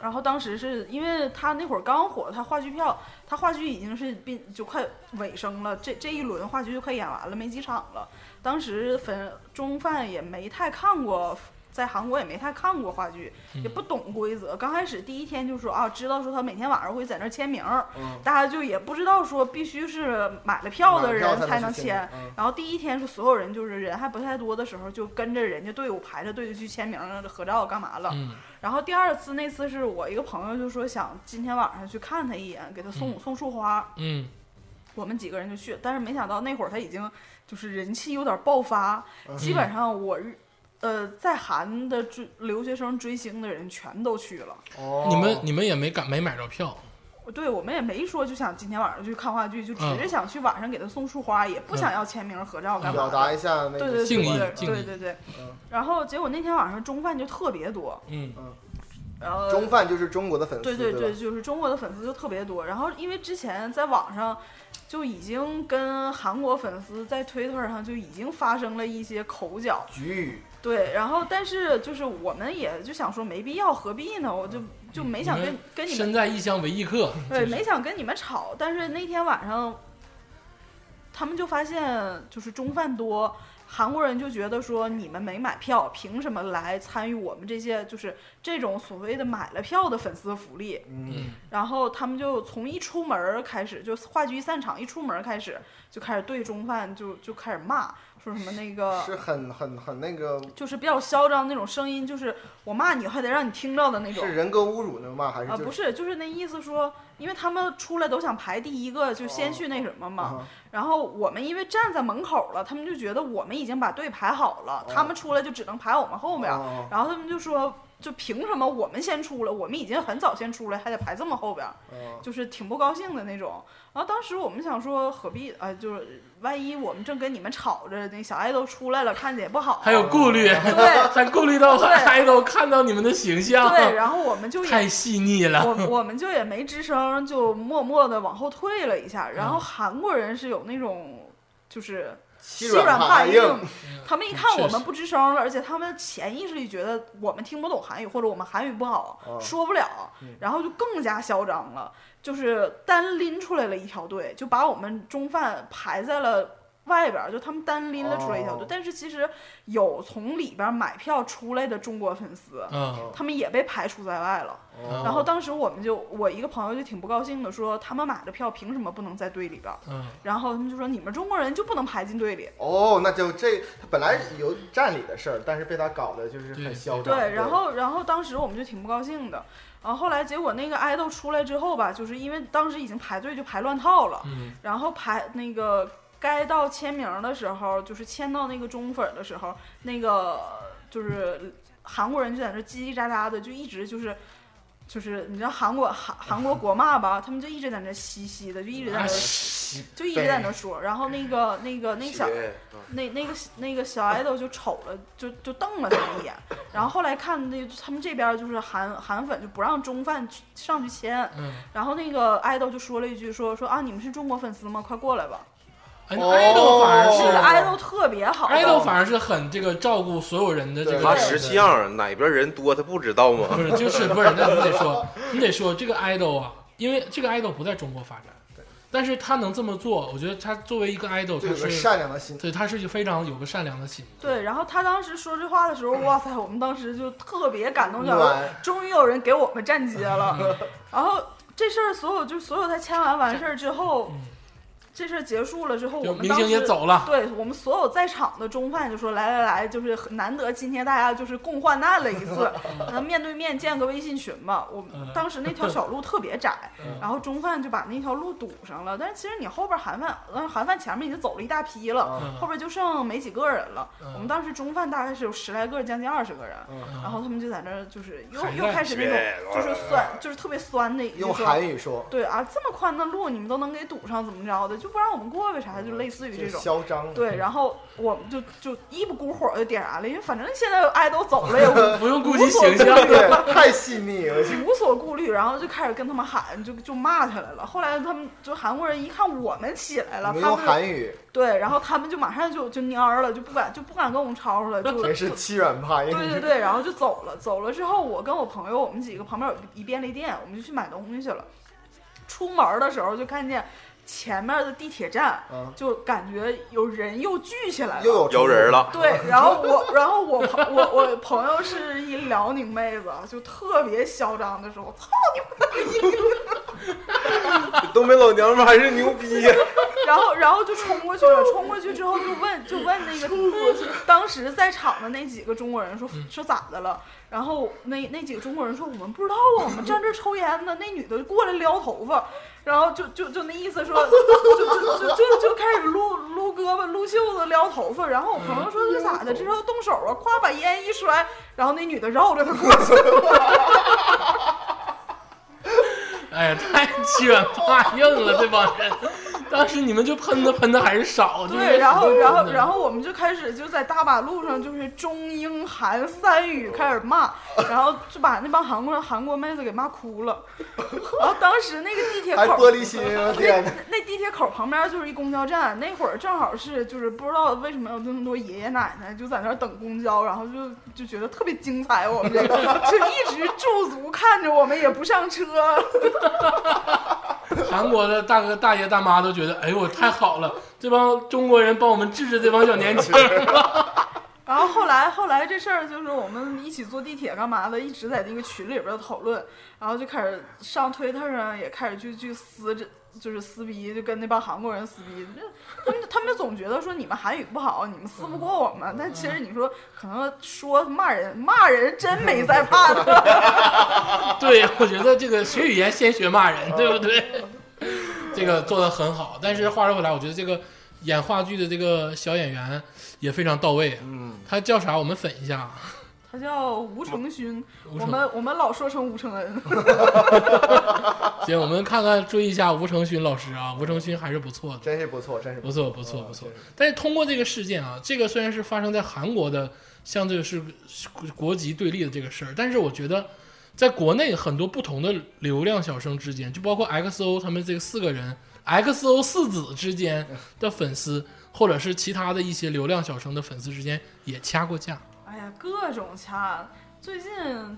然后当时是因为他那会儿刚火，他话剧票，他话剧已经是并就快尾声了，这这一轮话剧就快演完了，没几场了。当时粉中饭也没太看过，在韩国也没太看过话剧，也不懂规则。刚开始第一天就说啊，知道说他每天晚上会在那儿签名儿，嗯，大家就也不知道说必须是买了票的人才能签。嗯然后第一天是所有人就是人还不太多的时候，就跟着人家队伍排着队去签名儿、合照干嘛了。嗯然后第二次那次是我一个朋友就说想今天晚上去看他一眼，给他送、送束花，嗯，我们几个人就去，但是没想到那会儿他已经就是人气有点爆发，嗯基本上我日。呃，在韩的追留学生追星的人全都去了，哦，你们你们也没敢没买着票，对我们也没说就想今天晚上去看话剧，就只嗯是想去晚上给他送束花，也不想要签名合照干嘛表的。达一下那对个对敬意对敬对意对对对嗯。然后结果那天晚上中饭就特别多，嗯然后中饭就是中国的粉丝，对对吧对，就是中国的粉丝就特别多。然后因为之前在网上就已经跟韩国粉丝在 Twitter 上就已经发生了一些口角，局语，对。然后但是就是我们也就想说没必要，何必呢？我就嗯就没想你跟们跟你身们在异乡为异客，对就是没想跟你们吵。但是那天晚上他们就发现就是中饭多，韩国人就觉得说你们没买票，凭什么来参与我们这些就是这种所谓的买了票的粉丝福利？嗯，然后他们就从一出门儿开始，就话剧一散场，一出门儿开始就开始对中饭就就开始骂，说什么那个是很很很那个，就是比较嚣张那种声音，就是我骂你还得让你听到的那种是。人格侮辱的吗？还是啊，就不是，就是那意思说，因为他们出来都想排第一个，就哦先去那什么嘛。啊然后我们因为站在门口了，他们就觉得我们已经把队排好了，他们出来就只能排我们后面。哦然后他们就说，就凭什么我们先出来？我们已经很早先出来，还得排这么后边儿，哦就是挺不高兴的那种。然后当时我们想说，何必啊、就是万一我们正跟你们吵着，那小爱都出来了，看着也不好。还有顾虑，对 还顾虑到对还都看到你们的形象，对，然后我们就也太细腻了。我我们就也没吱声，就默默的往后退了一下。然后韩国人是有那种就是欺欺软软怕怕硬硬，他们一看我们不吱声了，而且他们潜意识里觉得我们听不懂韩语或者我们韩语不好，哦说不了，然后就更加嚣张了，就是单拎出来了一条队，就把我们中饭排在了。外边儿就他们单拎了出来一条队，哦但是其实有从里边儿买票出来的中国粉丝，嗯，他们也被排除在外了。哦然后当时我们就，我一个朋友就挺不高兴的，说他们买的票凭什么不能在队里边儿？嗯，然后他们就说你们中国人就不能排进队里。哦，那就这他本来有占理的事儿，但是被他搞的就是很嚣张。对，然后然后当时我们就挺不高兴的。然后后来结果那个爱豆出来之后吧，就是因为当时已经排队就排乱套了，嗯然后排那个该到签名的时候，就是签到那个中粉的时候，那个就是韩国人就在那叽叽喳喳的，就一直就是。就是你知道韩国韩韩国国骂吧，他们就一直在那嘻嘻的，就一直啊哎在那就一直在那说，然后那个那个那小喜悦啊那那个那个小爱豆就瞅了，就就瞪了他们一眼，然后后来看那他们这边就是韩韩粉就不让中饭去上去签，嗯，然后那个爱豆就说了一句说说啊你们是中国粉丝吗？快过来吧！哎哦爱豆反而哦那是个爱豆特别好，爱豆反而是很这个照顾所有人的这对个，他对十七样，哪边人多他不知道不吗？是就是不是，那你得说你得说这个爱豆啊，因为这个爱豆不在中国发展，但是他能这么做，我觉得他作为一个爱豆，他就有个是善良的心，对他是非常有个善良的心，对，然后他当时说这话的时候，哇塞，我们当时就特别感动，想说暖终于有人给我们站街了。然后这事儿所有就所有他签完完事儿之后，这事儿结束了之后，嗯我就们明当星也时走了，对我们所有在场的中饭就说来来来，就是很难得今天大家就是共患难了一次，咱面对面建个微信群吧。我嗯们当时那条小路特别窄，然后中饭就把那条路堵上了。但是其实你后边韩饭，呃韩饭前面已经走了一大批了，啊，后边就剩没几个人了。嗯我们当时中饭大概是有十来个，将近二十个人。嗯然后他们就在那儿，就是又还在又开始那种，就是酸，就是特别酸的一用种韩语说，对啊，这么宽的路你们都能给堵上，怎么着的？就不让我们过呗，啥就类似于就这是种。嚣张。对， 然后我们就就一不顾火就点燃了，因为反正现在爱都走了，也无不用顾及形象，对，太细腻了。无所顾虑，然后就开始跟他们喊，就就骂起来了。后来他们就韩国人一看我们起来我了，们他用们韩语对，然后他们就马上就就蔫儿了，就不敢就不敢跟我们吵吵了， 就真是欺软怕硬。 对对对，然后就走了。走了之后，我跟我朋友，我们几个旁边有一便利店，我们就去买东西去了。出门的时候就看见前面的地铁站，嗯就感觉有人又聚起来了，又有摇人 了，对，然后我，然后我朋我我朋友是一辽宁妹子，就特别嚣张的说：“操你妈东北老娘们还是牛逼 呀！！”然后然后就冲过去了，冲过去之后就问就问那个当时在场的那几个中国人说说咋的了？然后那那几个中国人说我们不知道啊，我们站这儿抽烟呢。那女的过来撩头发，然后就就就那意思说就就就就就就开始撸撸胳膊、撸袖子、撩头发。然后我朋友说这咋的？这要动手啊！夸把烟一摔，然后那女的绕着他过去。哎，太欺软怕硬了，这帮人。当时你们就喷的喷的还是啊少，就是对，然后然后然后我们就开始就在大马路上就是中英韩三哦语开始骂，然后就把那帮韩国韩国妹子给骂哭了。然后当时那个地铁还口玻璃心，我天哪！那地铁口旁边就是一公交站，那会儿正好是就是不知道为什么有那么多爷爷奶奶就在那儿等公交，然后就就觉得特别精彩，我们 这个就一直驻足看着我们也不上车，韩国的大哥大爷大妈都觉得，哎呦，太好了，这帮中国人帮我们治治这帮小年轻儿。然后后来后来这事儿就是我们一起坐地铁干嘛的，一直在那个群里边儿讨论，然后就开始上推特上也开始去去撕这。就是撕逼，就跟那帮韩国人撕逼，那他们他们总觉得说你们韩语不好，你们撕不过我们。嗯但其实你说可能说骂人骂人真没在怕的， 对，我觉得这个学语言先学骂人，对不对？这个做的很好。但是话说回来，我觉得这个演话剧的这个小演员也非常到位。嗯，他叫啥？我们粉一下。啊他叫吴承勋，吴我承们我们老说成吴承恩。行，我们看看追一下吴承勋老师啊，吴承勋还是不错的。真是不错，真是不错，不错，嗯不错真是。但是通过这个事件啊，这个虽然是发生在韩国的，相对是国籍对立的这个事儿，但是我觉得在国内很多不同的流量小生之间，就包括 XO 他们这四个人，XO 四子之间的粉丝，或者是其他的一些流量小生的粉丝之间也掐过架。哎呀，各种掐。最近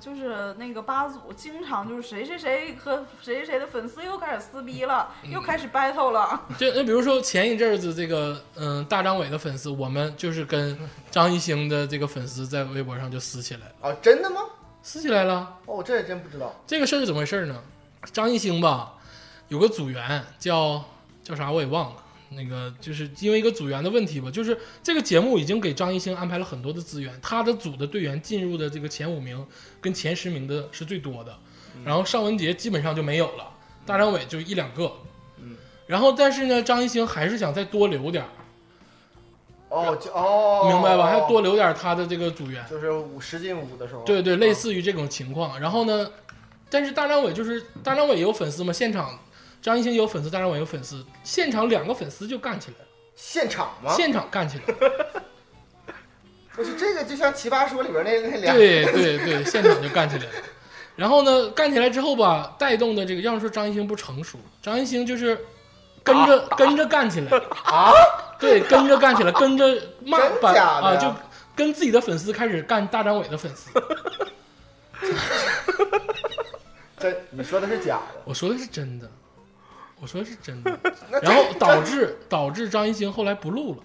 就是那个八组，经常就是谁谁谁和谁谁谁的粉丝又开始撕逼了，又开始 battle 了。就那比如说前一阵子这个嗯大张伟的粉丝，我们就是跟张艺兴的这个粉丝在微博上就撕起来了，啊，真的吗？撕起来了。哦，这还真不知道。这个事儿是怎么回事呢？张艺兴吧，有个组员叫叫啥我也忘了，那个就是因为一个组员的问题吧，就是这个节目已经给张艺兴安排了很多的资源，他的组的队员进入的这个前五名跟前十名的是最多的，然后尚雯婕基本上就没有了，大张伟就一两个，嗯，然后但是呢，张艺兴还是想再多留点儿，哦，就哦，明白吧？还多哦留点儿他的这个组员，就是五十进五的时候，对对，类啊似于这种情况。然后呢，但是大张伟就是大张伟也有粉丝嘛，现场张艺兴也有粉丝，大张伟有粉丝，现场两个粉丝就干起来了，现场吗？现场干起来 了，不是这个，就像《奇葩说》里边那那俩，对对对，现场就干起来了。然后呢，干起来之后吧，带动的这个，要是说张艺兴不成熟，张艺兴就是跟着跟着干起来啊， 对，跟着干起来，跟着骂真把假的啊，呀就跟自己的粉丝开始干大张伟的粉丝。这你说的是假的。我说的是真的，我说的是真 的。那然后这导致导致张艺兴后来不录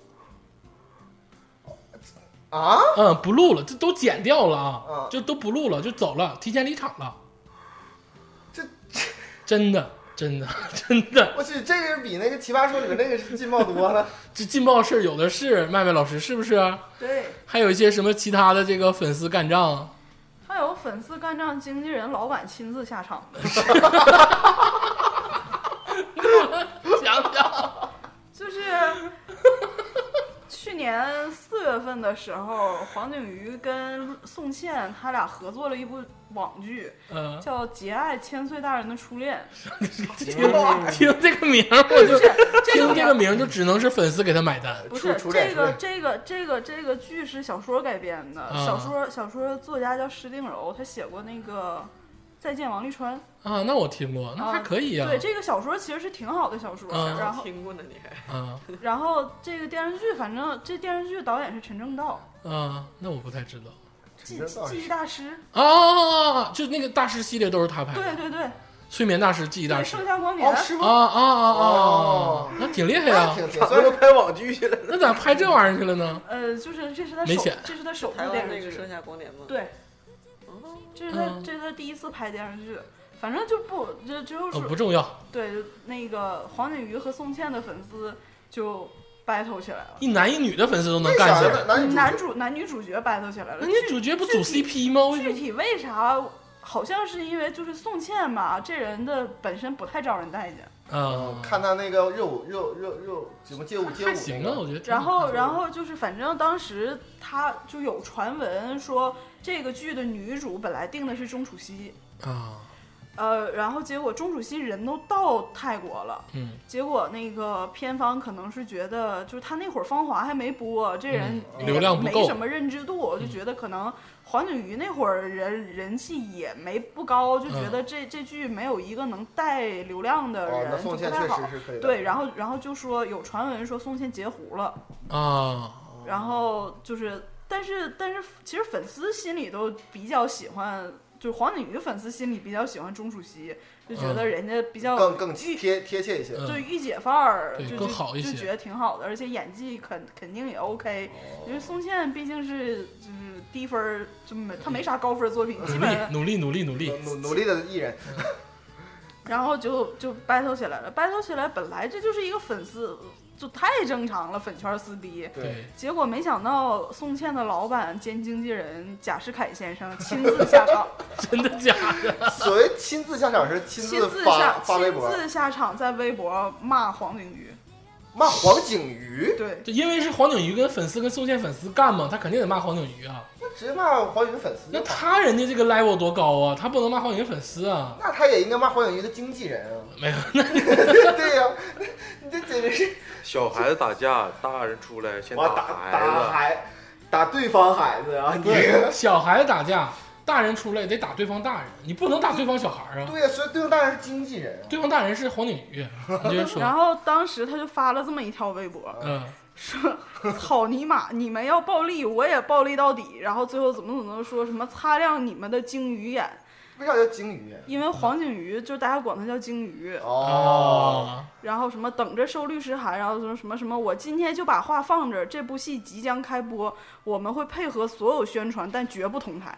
了，啊，嗯，不录了，这都剪掉了啊嗯，就都不录了，就走了，提前离场了。这真的真的真的，我去，这个比那个《奇葩说》里边那个是劲爆多 了。这劲爆事儿有的是，麦麦老师是不是？对，还有一些什么其他的这个粉丝干 仗，还有粉丝干仗，经纪人老板亲自下场的。想 想，就是去年四月份的时候，黄景瑜跟宋茜他俩合作了一部网剧，嗯、叫《节爱千岁大人的初恋》。听听啊这个名儿，我就听这个名儿就只能是粉丝给他买单。不出是出点这个出这个这个这个剧是小说改编的，啊小说小说作家叫施定柔，他写过那个《再见王沥川》啊，那我听过，那还可以哎啊呀、啊对，这个小说其实是挺好的小说。啊然后听过呢，你还啊然后这个电视剧，反正这电视剧导演是陈正道，啊，那我不太知道陈记正道记忆大师。啊，就那个大师系列都是他拍的，对对对，催眠大师、嗯记忆大对师。盛夏光年。哦，是啊吗？啊啊啊哦！那挺厉害那啊！挺挺咋算都是拍网剧去了？那咋拍这玩意儿去了呢？呃，就是这是他没首钱，这是他首部台湾电那视个《盛剧，夏光年》吗？，对，哦，这是他、嗯这是他第一次拍电视剧，反正就不就就是、哦，不重要，对那个黄景瑜和宋茜的粉丝就 battle 起来了，一男一女的粉丝都能为干啥起呢？来。男女男主主男女主角 battle 起来了那，你主角不组 CP 吗？为什具么？体为啥？好像是因为就是宋茜吧，这人的本身不太招人待见。啊，看他那个热舞热舞热舞热舞什么街舞街舞还行那啊，个我觉得挺然好看后，的。然后就是，反正当时他就有传闻说，这个剧的女主本来定的是钟楚曦，啊，呃，然后结果钟楚曦人都到泰国了，嗯，结果那个片方可能是觉得，就是他那会儿《芳华》还没播，这人嗯那个流量不没够什么认知度，就觉得可能黄景瑜那会儿人人气也没不高，就嗯觉得这这剧没有一个能带流量的哦，那人，就宋不茜确太好实。是可以的。对，然后然后就说有传闻说宋茜截胡了，啊，哦然后就是，但是但是其实粉丝心里都比较喜欢。就黄景瑜的粉丝心里比较喜欢钟楚曦，就觉得人家比较更更御贴贴切一些。嗯就御姐范儿，对就更就好一些就觉得挺好的，而且演技肯肯定也 OK。因为宋茜毕竟是就是低分儿，就没她没啥高分儿作品，基努本力努力努力努力努，努努力的艺人，然后就就 battle 起来了，battle 起来本来这就是一个粉丝，就太正常了，粉圈撕逼。对， 结果没想到宋茜的老板兼经纪人贾世凯先生亲自下场，真的假的？所谓亲自下场是亲亲自发下发微博亲，自下场在微博骂黄景瑜，骂黄景瑜，对，就因为是黄景瑜跟粉丝跟宋茜粉丝干嘛，他肯定得骂黄景瑜啊。直接骂黄景瑜粉丝。那他人家这个 level 多高啊，他不能骂黄景瑜粉丝啊。那他也应该骂黄景瑜的经纪人啊。 没有，那对呀、你这简直是小孩子打架，大人出来先哇打打孩孩打对方孩子啊！你对小孩子打架，大人出来得打对方大人，你不能打对方小孩啊。对呀、所以对方当然是经纪人啊。对方大人是黄景 瑜，你接着说，然后当时他就发了这么一条微博，嗯，说 草泥马，你们要暴力，我也暴力到底。然后最后怎么怎么说什么擦亮你们的鲸鱼眼，为啥叫鲸鱼？因为黄景瑜就大家管他叫鲸鱼，啊哦，然后什么等着收律师函，然后什么什么什么，我今天就把话放这儿，这部戏即将开播，我们会配合所有宣传，但绝不同台。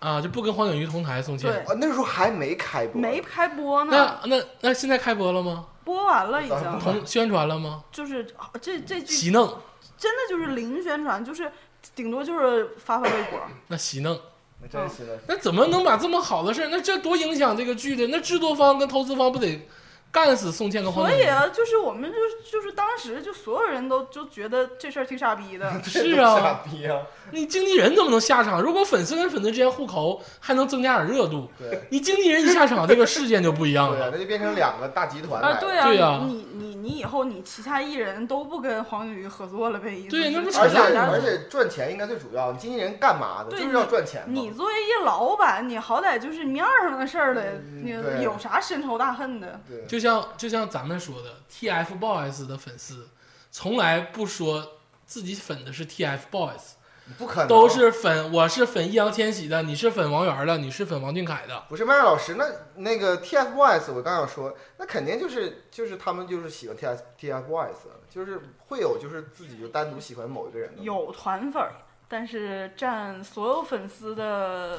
啊，就不跟黄景瑜同台，宋茜对。啊，那时候还没开播，没开播呢那，那那现在开播了吗？播完了已咱经，同宣传了吗？就是啊这这剧席弄，真的就是零宣传，就是顶多就是发发微博。那席弄，那真是的。，那怎么能把这么好的事儿？那这多影响这个剧的？那制作方跟投资方不得干死宋茜跟黄所景瑜？以啊，就是我们就是就是当时就所有人都就觉得这事儿挺傻逼的是 这都傻啊，逼啊！你经纪人怎么能下场？如果粉丝跟粉丝之间互口，还能增加点热度。对你经纪人一下场，这个事件就不一样对啊，了。那就变成两个大集团来啊，了。对啊，对啊你你你以后你旗下艺人都不跟黄景瑜合作了呗？意思对那不就是而扯且淡大家而且赚钱应该最主要，你经纪人干嘛的？对就是要赚钱嘛。你作为一老板，你好歹就是面儿上的事儿了，嗯你对有啥深仇大恨的？对就像就像咱们说的，TFBOYS 的粉丝从来不说自己粉的是 TFBOYS，你不可能都是粉，我是粉易烊千玺的，你是粉王源的，你是粉王俊凯的。不是麦麦老师？那那个 TFBOYS，我刚想说，那肯定就是就是他们就是喜欢 TF TFBOYS，就是会有就是自己就单独喜欢某一个人的。有团粉儿，但是占所有粉丝的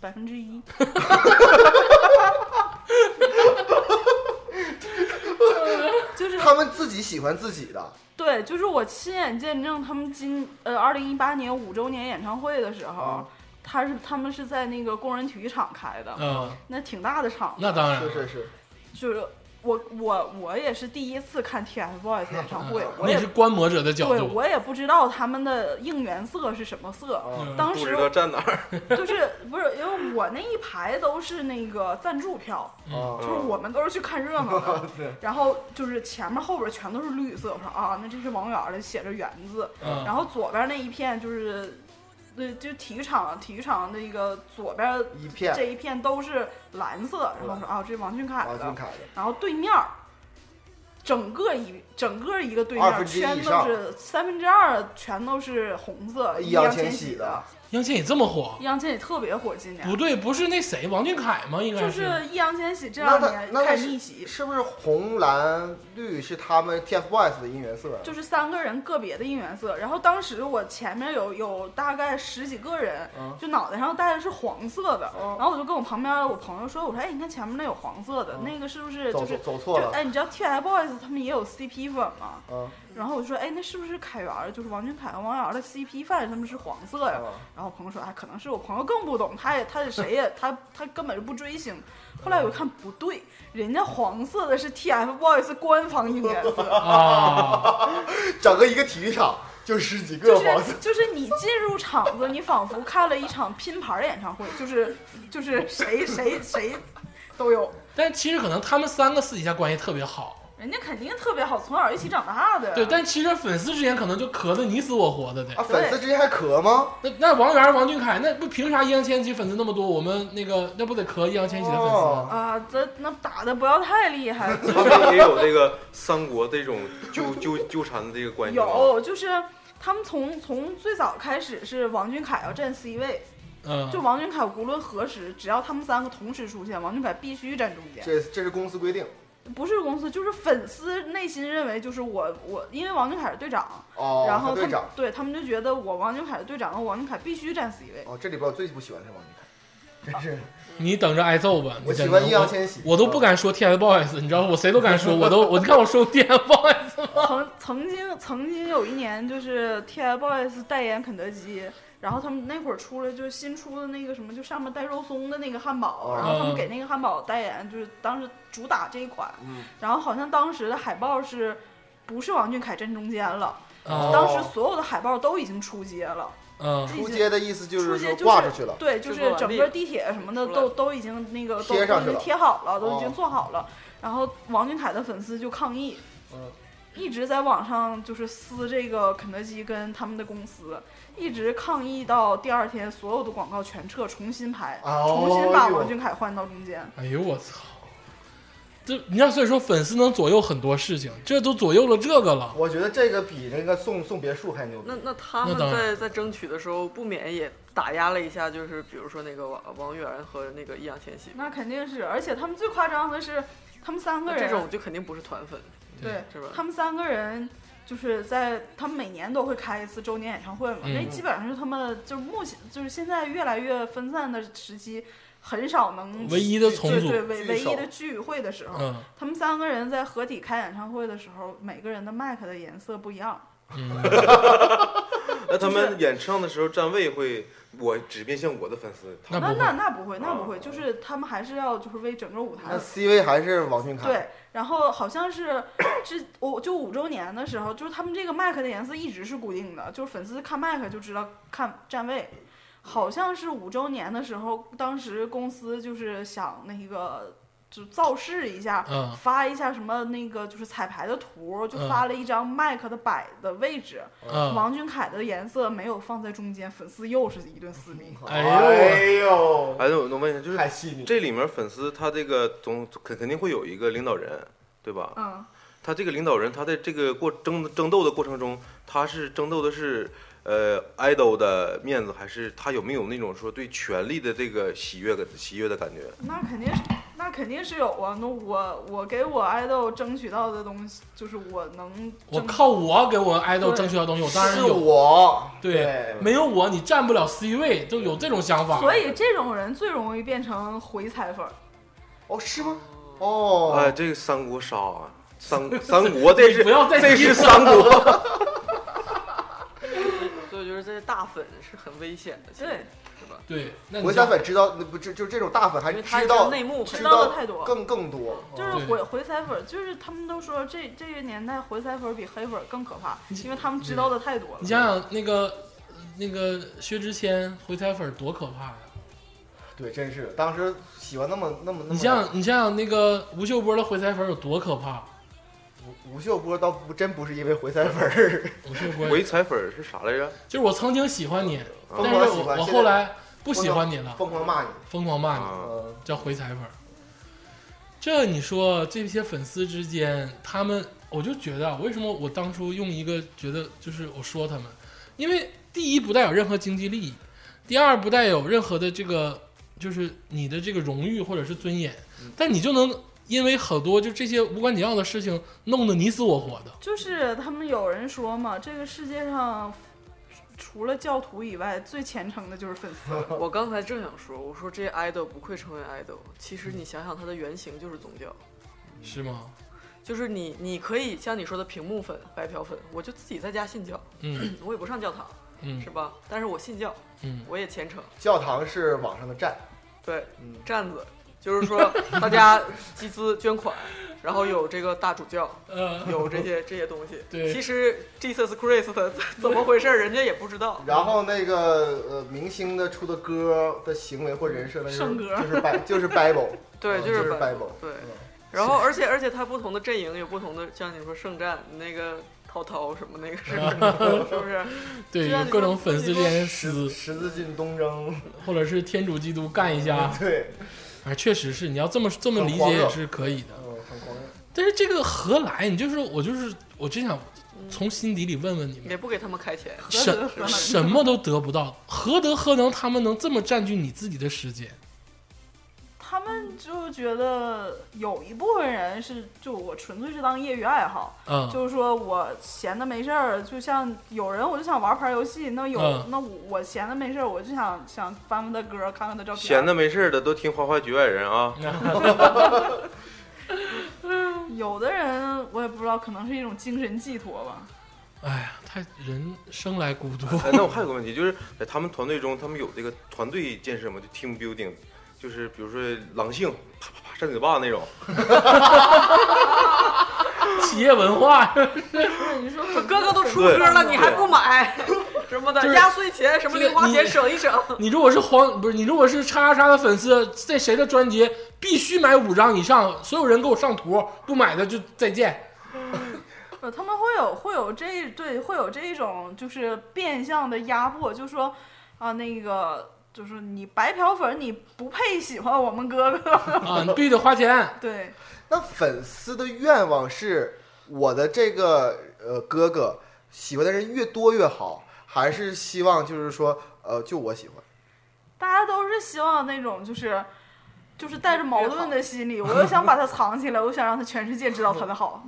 百分之 一。 就是他们自己喜欢自己的，对，就是我亲眼见证他们今呃二零一八年五周年演唱会的时候嗯，他是他们是在那个工人体育场开的，嗯，那挺大的场子，那当然是了，是是，就是我我我也是第一次看 TFBOYS 演唱会，我你也嗯是观摩者的角对度。我也不知道他们的应援色是什么色，嗯当子，不时知道站哪儿。就是 不是因为我那一排都是那个赞助票，啊就是我们都是去看热闹的，然后就是前面后边全都是绿色，我说啊，那这是王源的，写着“源”字，嗯然后左边那一片就是，对，就体育场体育场那个左边一片这一片都是蓝色，然后说啊，这是王俊凯王俊的，凯的，然后对面儿，整个一整个一个对二面分之一全以都上是三分之二全都是红色，易易烊烊千玺玺的，易烊千玺这么火，易烊千玺特别火，今年不对，不是那谁王俊凯吗？应该就是易烊千玺这那两他年那他开始是逆袭，是不是红蓝绿是他们 TFBOYS 的应援色啊？就是三个人个别的应援色。然后当时我前面有有大概十几个人，嗯就脑袋上戴的是黄色的，嗯然后我就跟我旁边我朋友说，我说哎，你看前面那有黄色的，嗯那个是不是走就是？走就错了，哎，你知道 TFBOYS 他们也有 CP 粉吗？嗯然后我就说，哎，那是不是凯源就是王俊凯和王源的 CP 范他们是黄色呀？嗯然后我朋友说，哎，可能是我朋友更不懂，他也他也谁也他他根本就不追星。后来我一看不对，人家黄色的是 TFBOYS 官方应援色，啊，整个一个体育场就十几个就黄色是， 就是你进入场子，你仿佛看了一场拼盘演唱会，就是就是谁谁谁都有，但其实可能他们三个私底下关系特别好，人家肯定特别好，从小一起长大的。对，但其实粉丝之间可能就磕的你死我活的啊，的。粉丝之间还磕吗？那那王源、王俊凯，那不凭啥易烊千玺粉丝那么多？我们那个那不得磕易烊千玺的粉丝吗？哦啊，这那打的不要太厉害， 就是他们也有这个三国这 种纠纠纠缠的这个关系吗？有，就是他们从从最早开始是王俊凯要占 C 位，嗯，就王俊凯无论何时，只要他们三个同时出现，王俊凯必须站中间。这这是公司规定不是公司，就是粉丝内心认为，就是我我，因为王俊凯是队长，哦。然他后他队们长对他们就觉得我王俊凯是队长，我王俊凯必须站 C 位。哦，这里边我最不喜欢的是王俊凯，真是你等着挨揍吧！我你等着喜欢易烊千玺，我都不敢说 TFBOYS，你知道我谁都敢说，我都我你看我说 TFBOYS，曾曾经曾经有一年，就是 TFBOYS 代言肯德基，然后他们那会儿出了就是新出的那个什么，就上面带肉松的那个汉堡，哦然后他们给那个汉堡代言，就是当时主打这一款。嗯然后好像当时的海报是，不是王俊凯站中间了？啊当时所有的海报都已经出街了，嗯哦出街的意思就出是街说就是挂出去了，对，就制作是完整毕个地铁什么的出来都都已经那个都贴上都已去了经贴好了，都已哦经做好了。然后王俊凯的粉丝就抗议，嗯一直在网上就是撕这个肯德基跟他们的公司，一直抗议到第二天，所有的广告全撤，重新拍，哦重新把哎呦王俊凯换到中间。哎呦我操！这你看，所以说粉丝能左右很多事情，这都左右了这个了。我觉得这个比那个送送别墅还牛逼那。那他那们当然在在争取的时候，不免也打压了一下，就是比如说那个王王源和那个易烊千玺，那肯定是，而且他们最夸张的是，他们三个啊那人这种就肯定不是团粉，对是吧他们三个人就是在他们每年都会开一次周年演唱会嘛，嗯那、基本上是他们就是目前就是现在越来越分散的时期，很少能唯一的重对组对唯聚唯首一的聚会的时候，嗯他们三个人在合体开演唱会的时候，每个人的麦克的颜色不一样。嗯，那他们演唱的时候站位会，我只面向我的粉丝。他那们不那那会，哦那不会，那不会，啊就是他们还是要就是为整个舞台那 C 位还是王俊凯，对，然后好像是这我就五周年的时候，就是他们这个麦克的颜色一直是固定的，就是粉丝看麦克就知道看站位。好像是五周年的时候，当时公司就是想那个就造势一下，嗯发一下什么那个就是彩排的图，就嗯发了一张麦克的摆的位置。嗯，王俊凯的颜色没有放在中间，粉丝又是一顿撕逼。哎哎呦呦，哎，那我能问一下，就是太细腻。这里面粉丝他这个总肯肯定会有一个领导人，对吧？嗯，他这个领导人，他在这个过争争斗的过程中，他是争斗的是呃 idol 的面子，还是他有没有那种说对权力的这个喜悦感喜悦的感觉？那肯定是，那肯定是有啊。那我我给我爱豆争取到的东西，就是我能我争靠，我给我 idol 对争取到东西，我当然是有。我，对，没有我你站不了 C 位，就有这种想法。所以这种人最容易变成回踩粉儿。哦，是吗？哎、哦，这个三国杀啊， 三三国这是不要再这提是了三国， 所以就是这些大粉是很危险的，其实对，是吧？对，那国你家像粉知道不就就这种大粉还因为他知道内幕知知很道道的太多更更多，就是对回回踩粉儿，就是他们都说这这个年代回踩粉儿比黑粉儿更可怕，因为他们知道的太多你了。想想那个那个薛之谦回踩粉多可怕呀！对，真是当时喜欢那么那么那么。你想想，你想想那个吴秀波的回踩粉有多可怕？吴吴秀波倒不真不是因为回踩粉儿，吴秀波回踩粉儿是啥来着？就是我曾经喜欢你，但疯是狂喜我欢，我现后在来不喜欢你了，疯狂骂你。疯狂骂你，啊，嗯，叫回踩粉。这你说这些粉丝之间，他们我就觉得啊，为什么我当初用一个觉得就是我说他们，因为第一不带有任何经济利益，第二不带有任何的这个就是你的这个荣誉或者是尊严，但你就能因为很多就这些无关紧要的事情弄得你死我活的。就是他们有人说嘛，这个世界上除了教徒以外，最虔诚的就是粉丝。 我刚才正想说，我说这 idol 不愧成为 idol，其实你想想，它的原型就是宗教。是吗？就是你，你可以像你说的屏幕粉、白嫖粉，我就自己在家信教，嗯我也不上教堂，嗯是吧？但是我信教，嗯，我也虔诚。教堂是网上的站，对，嗯站子就是说大家集资捐款，然后有这个大主教，呃，有这些这些东西。对其实 Jesus Christ 怎怎么回事儿，人家也不知道。然后那个呃明星的出的歌的行为或人设呢，就是圣歌就是拜 就是 Bible，对，嗯就是就是百 Bible 对，嗯然后而且而且它不同的阵营有不同的，像你说圣战那个涛涛什么那个是不是是不是？对，就像有你各说种粉丝之间十撕，十字军东征，或者是天主基督干一嗯下，对，啊，确实是，你要这么这么理解也是可以的。嗯，很狂热。但是这个何来？你就是我就是我真想，从心底里问问你们，也不给他们开钱，何什德 何能？什么都得不到，何德何能他们能这么占据你自己的时间？他们就觉得有一部分人是，就我纯粹是当业余爱好，嗯，就是说我闲的没事儿，就像有人我就想玩盘游戏，那有、嗯那我我闲的没事儿，我就想想翻翻他歌，看看他照片。闲的没事儿的都听《花花局外人》啊，有的人我也不知道，可能是一种精神寄托吧。哎呀，他人生来孤独，哎，那我还有个问题，就是在他们团队中，他们有这个团队建设吗？就 team building，就是比如说狼性，啪啪啪扇嘴巴那种。企业文化， 对，你说可哥哥都出歌了，你还不买 什么就的，是压岁钱什么零花这个钱你省一省。你如果是黄不是你如果是叉叉叉的粉丝，在谁的专辑必须买五张以上，所有人给我上图，不买的就再见。呃，他们会有会有这对会有这种就是变相的压迫，就说啊那个就是你白嫖粉儿你不配喜欢我们哥哥， 啊，你必须得花钱。对，那粉丝的愿望是我的这个呃哥哥喜欢的人越多越好，还是希望就是说呃就我喜欢？大家都是希望那种就是。就是带着矛盾的心理，我又想把它藏起来，我想让他全世界知道他的好。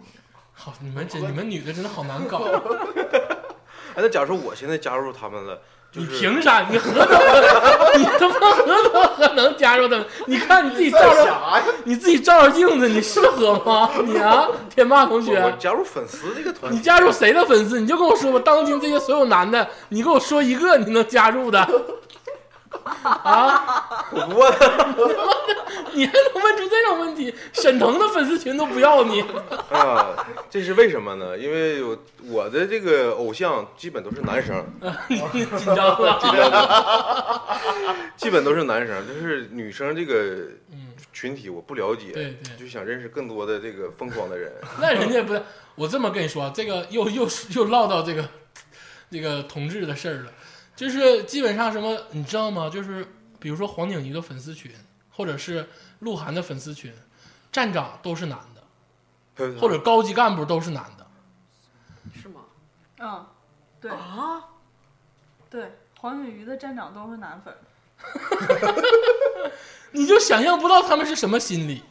好，你们真你们女的真的好难搞，哎，那假如说我现在加入他们了，就你是凭啥？你何德 你他妈何德何能加入他们？你看你自己照干照，啥呀？你自己照照镜子，你适合吗？你啊，天霸同我我学，加入粉丝这个啊团你，加入谁的粉丝？你就跟我说吧，当今这些所有男的，你给我说一个你能加入的。啊！我不问。你还能问出这种问题？沈腾的粉丝群都不要你。啊，这是为什么呢？因为有我的这个偶像基本都是男生，嗯你紧张了？基本都是男生，就是女生这个嗯群体我不了解，对对就想认识更多的这个疯狂的人。 那人家不是我这么跟你说，啊这个又又又唠到这个这个同志的事儿了，就是基本上什么你知道吗？就是比如说黄景瑜的粉丝群，或者是鹿晗的粉丝群，站长都是男的，或者高级干部都是男的。是吗？嗯，对啊，对，黄景瑜的站长都是男粉儿，你就想象不到他们是什么心理，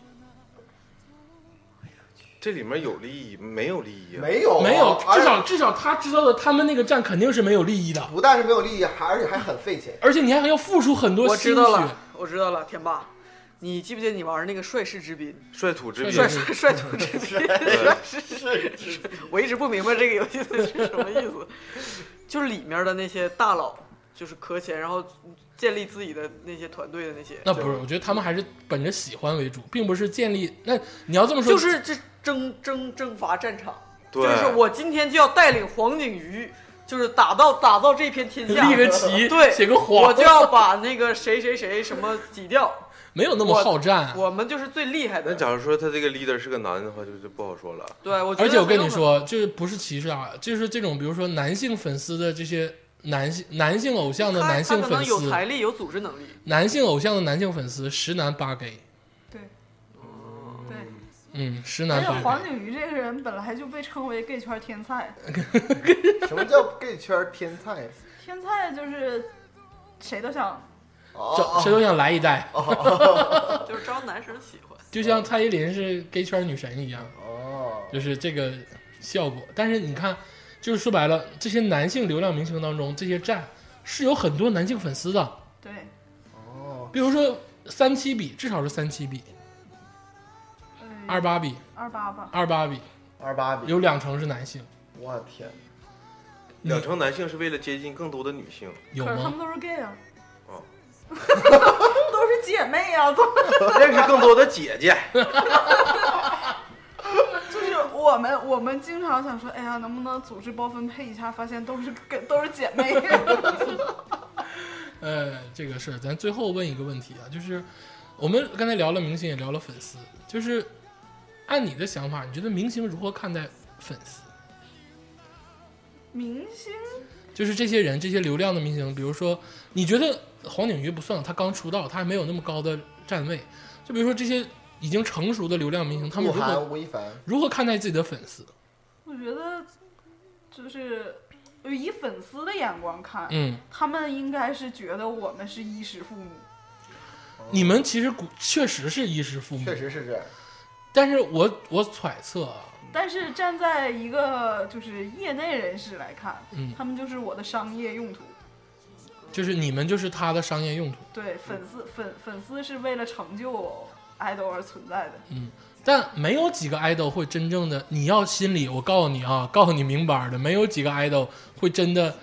这里面有利益没有利益啊？没有啊，没有，而至少至少他知道的，他们那个站肯定是没有利益的，不但是没有利益，还而且还很费钱。而且你还要付出很多我心血知道。了，我知道了，天霸，你记不记得你玩那个帅士之滨？率土之滨，率帅土帅帅土之 滨，我一直不明白这个游戏的是什么意思，就是里面的那些大佬，就是磕钱，然后建立自己的那些团队的那些，那不是，我觉得他们还是本着喜欢为主，并不是建立。那你要这么说，就是这征征征伐战场，对就是我今天就要带领黄景瑜，就是打造打造这片天下，立个旗对，写个谎我就要把那个谁谁谁什么挤掉，没有那么好战。啊我们就是最厉害那的。假如说他这个 leader 是个男的话，就就不好说了。对，我觉得而且我跟你很有说，就是不是歧视啊，就是这种比如说男性粉丝的这些男性男性偶像可的能，男性他他可粉能有丝，财力，有组织能力，男性偶像的男性粉丝十男八 gay，对，对。嗯，十而男且八黄 gay。景瑜这个人本来就被称为 gay 圈天才，什么 叫 gay 圈天菜？天菜就是谁都想这哦，谁都想来一代，就是招男生喜欢。就像蔡依林是 gay 圈女神一样，哦，就是这个效果。但是你看，就是说白了，这些男性流量明星当中，这些站是有很多男性粉丝的，对，比如说三七比，至少是三七比、呃二八比、二八吧，二八比，二八比，有两成是男性，我天，两成男性是为了接近更多的女 性，有可是他吗们？都是 gay 啊，哦 都是姐妹啊，怎么认识更多的姐 姐。就是我们我们经常想说，哎呀，能不能组织包分配一下？发现都是 gay，都是姐妹， 呃，这个事儿，咱最后问一个问题啊，就是我们刚才聊了明星，也聊了粉丝，就是按你的想法，你觉得明星如何看待粉丝？明星就是这些人，这些流量的明星，比如说，你觉得黄景瑜不算，他刚出道，他还没有那么高的站位。就比如说这些已经成熟的流量明星，他们鹿如何晗、吴亦凡，如何看待自己的粉丝？我觉得就是以粉丝的眼光看，嗯，他们应该是觉得我们是衣食父母。你们其实古确实是衣食父母，确实是这样。但是我我揣测啊，但是站在一个就是业内人士来看，嗯他们就是我的商业用途。就是你们就是他的商业用途，对，粉丝粉粉丝是为了成就 idol 而存在的。但没有几个 idol 会真正的，你要心里，我告诉你啊，告诉你明白儿的，没有几个 idol 会真的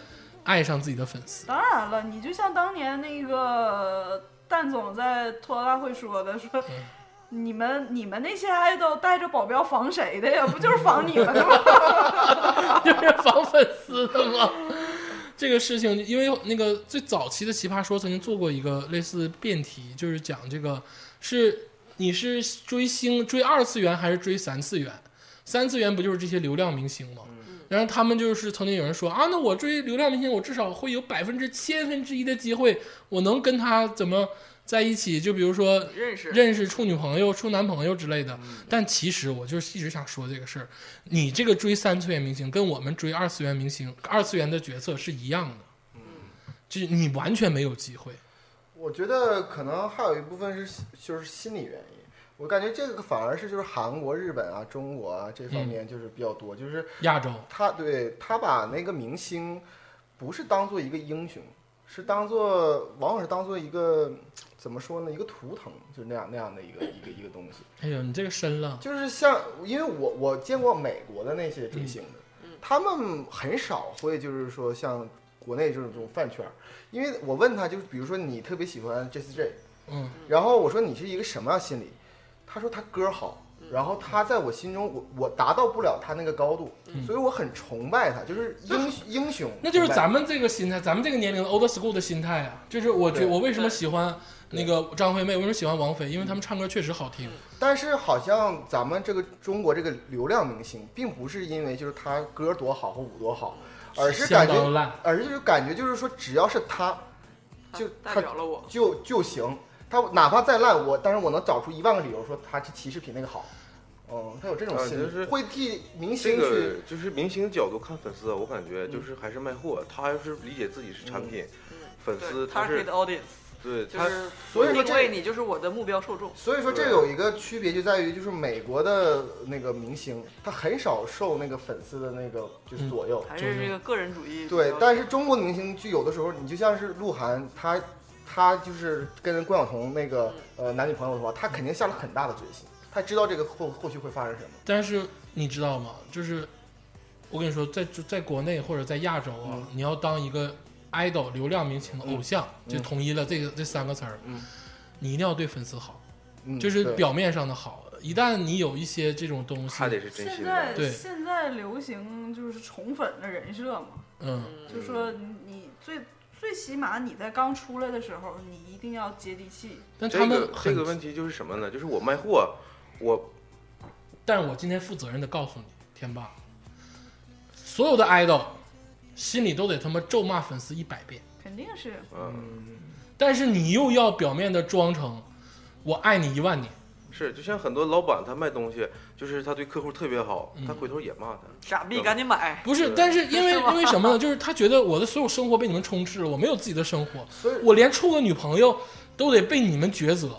爱上自己的粉 丝。当然了，你就像当年那个蛋总在吐槽大会说的，说。你们你们那些 idol 带着保镖防谁的呀？不就是防你们的吗？就是防粉丝的吗？这个事情，因为那个最早期的《奇葩说》曾经做过一个类似辩题，就是讲这个是你是追星追二次元还是追三次元？三次元不就是这些流量明星吗？嗯然后他们就是曾经有人说啊，那我追流量明星，我至少会有百分之千分之一的机会，我能跟他怎么在一起？就比如说认识嗯认识处女朋友、处男朋友之类的。但其实我就是一直想说这个事儿，你这个追三次元明星跟我们追二次元明星、二次元的角色是一样的，嗯就是你完全没有机会。我觉得可能还有一部分是心就是心理原因，我感觉这个反而是就是韩国、日本啊、中国啊这方面就是比较多，就是亚洲，他对他把那个明星不是当做一个英雄，是当做往往是当做一个怎么说呢，一个图腾，就那样那样的一个一个一个东西。哎呦，你这个深了，就是像，因为我我见过美国的那些追星的，他们很少会就是说像国内这种这种饭圈儿，因为我问他就是比如说你特别喜欢 J C J，嗯，然后我说你是一个什么样心理，他说他歌好，然后他在我心中我我达到不了他那个高度，所以我很崇拜他，就是英英雄，那就是崇拜咱们这个心态，咱们这个年龄的 old school 的心态啊，就是我觉对我为什么喜欢那个张惠妹，为什么喜欢王菲，嗯因为他们唱歌确实好听。但是好像咱们这个中国这个流量明星，并不是因为就是他歌多好或舞多好，而是感相当觉烂，而是就是感觉就是说，只要是他，就代他表了我。就就行。他哪怕再烂，我但是我能找出一万个理由说他这其实比那个好。嗯，他有这种啊心就理，是会替明这星个去。就是明星角度看粉丝啊，我感觉就是还是卖货，他是理解自己是产品，粉丝嗯对，他是是 audience，对就他是所以说定这位你就是我的目标受众。所以说，这有一个区别就在于，就是美国的那个明星，他很少受那个粉丝的那个嗯就是左右。还是这个个人主义比较。对，但是中国的明星剧有的时候，你就像是鹿晗，他他就是跟关晓彤那个嗯呃男女朋友的话，他肯定下了很大的决心，他知道这个后后续会发生什么。但是你知道吗？就是我跟你说，在就在国内或者在亚洲嗯啊，你要当一个 idol 流量明星的偶像，嗯就统一了这个这三个词儿，嗯你一定要对粉丝好，嗯，就是对表面上的好。一旦你有一些这种东西还，得是真现心在的。对现在流行就是宠粉的人设嘛，嗯，就说你最最起码你在刚出来的时候，你一定要接地气。但这他们个很，这个问题就是什么呢？就是我卖货，我但是我今天负责任的告诉你，天霸，所有的 idol 心里都得他妈咒骂粉丝一百遍，肯定是，嗯，但是你又要表面的装成我爱你一万年，是就像很多老板他卖东西，就是他对客户特别好，嗯他回头也骂他。傻逼，赶紧买。不是，对但是因为因为什么呢？就是他觉得我的所有生活被你们充斥，我没有自己的生活，所以我连处个女朋友都得被你们抉择。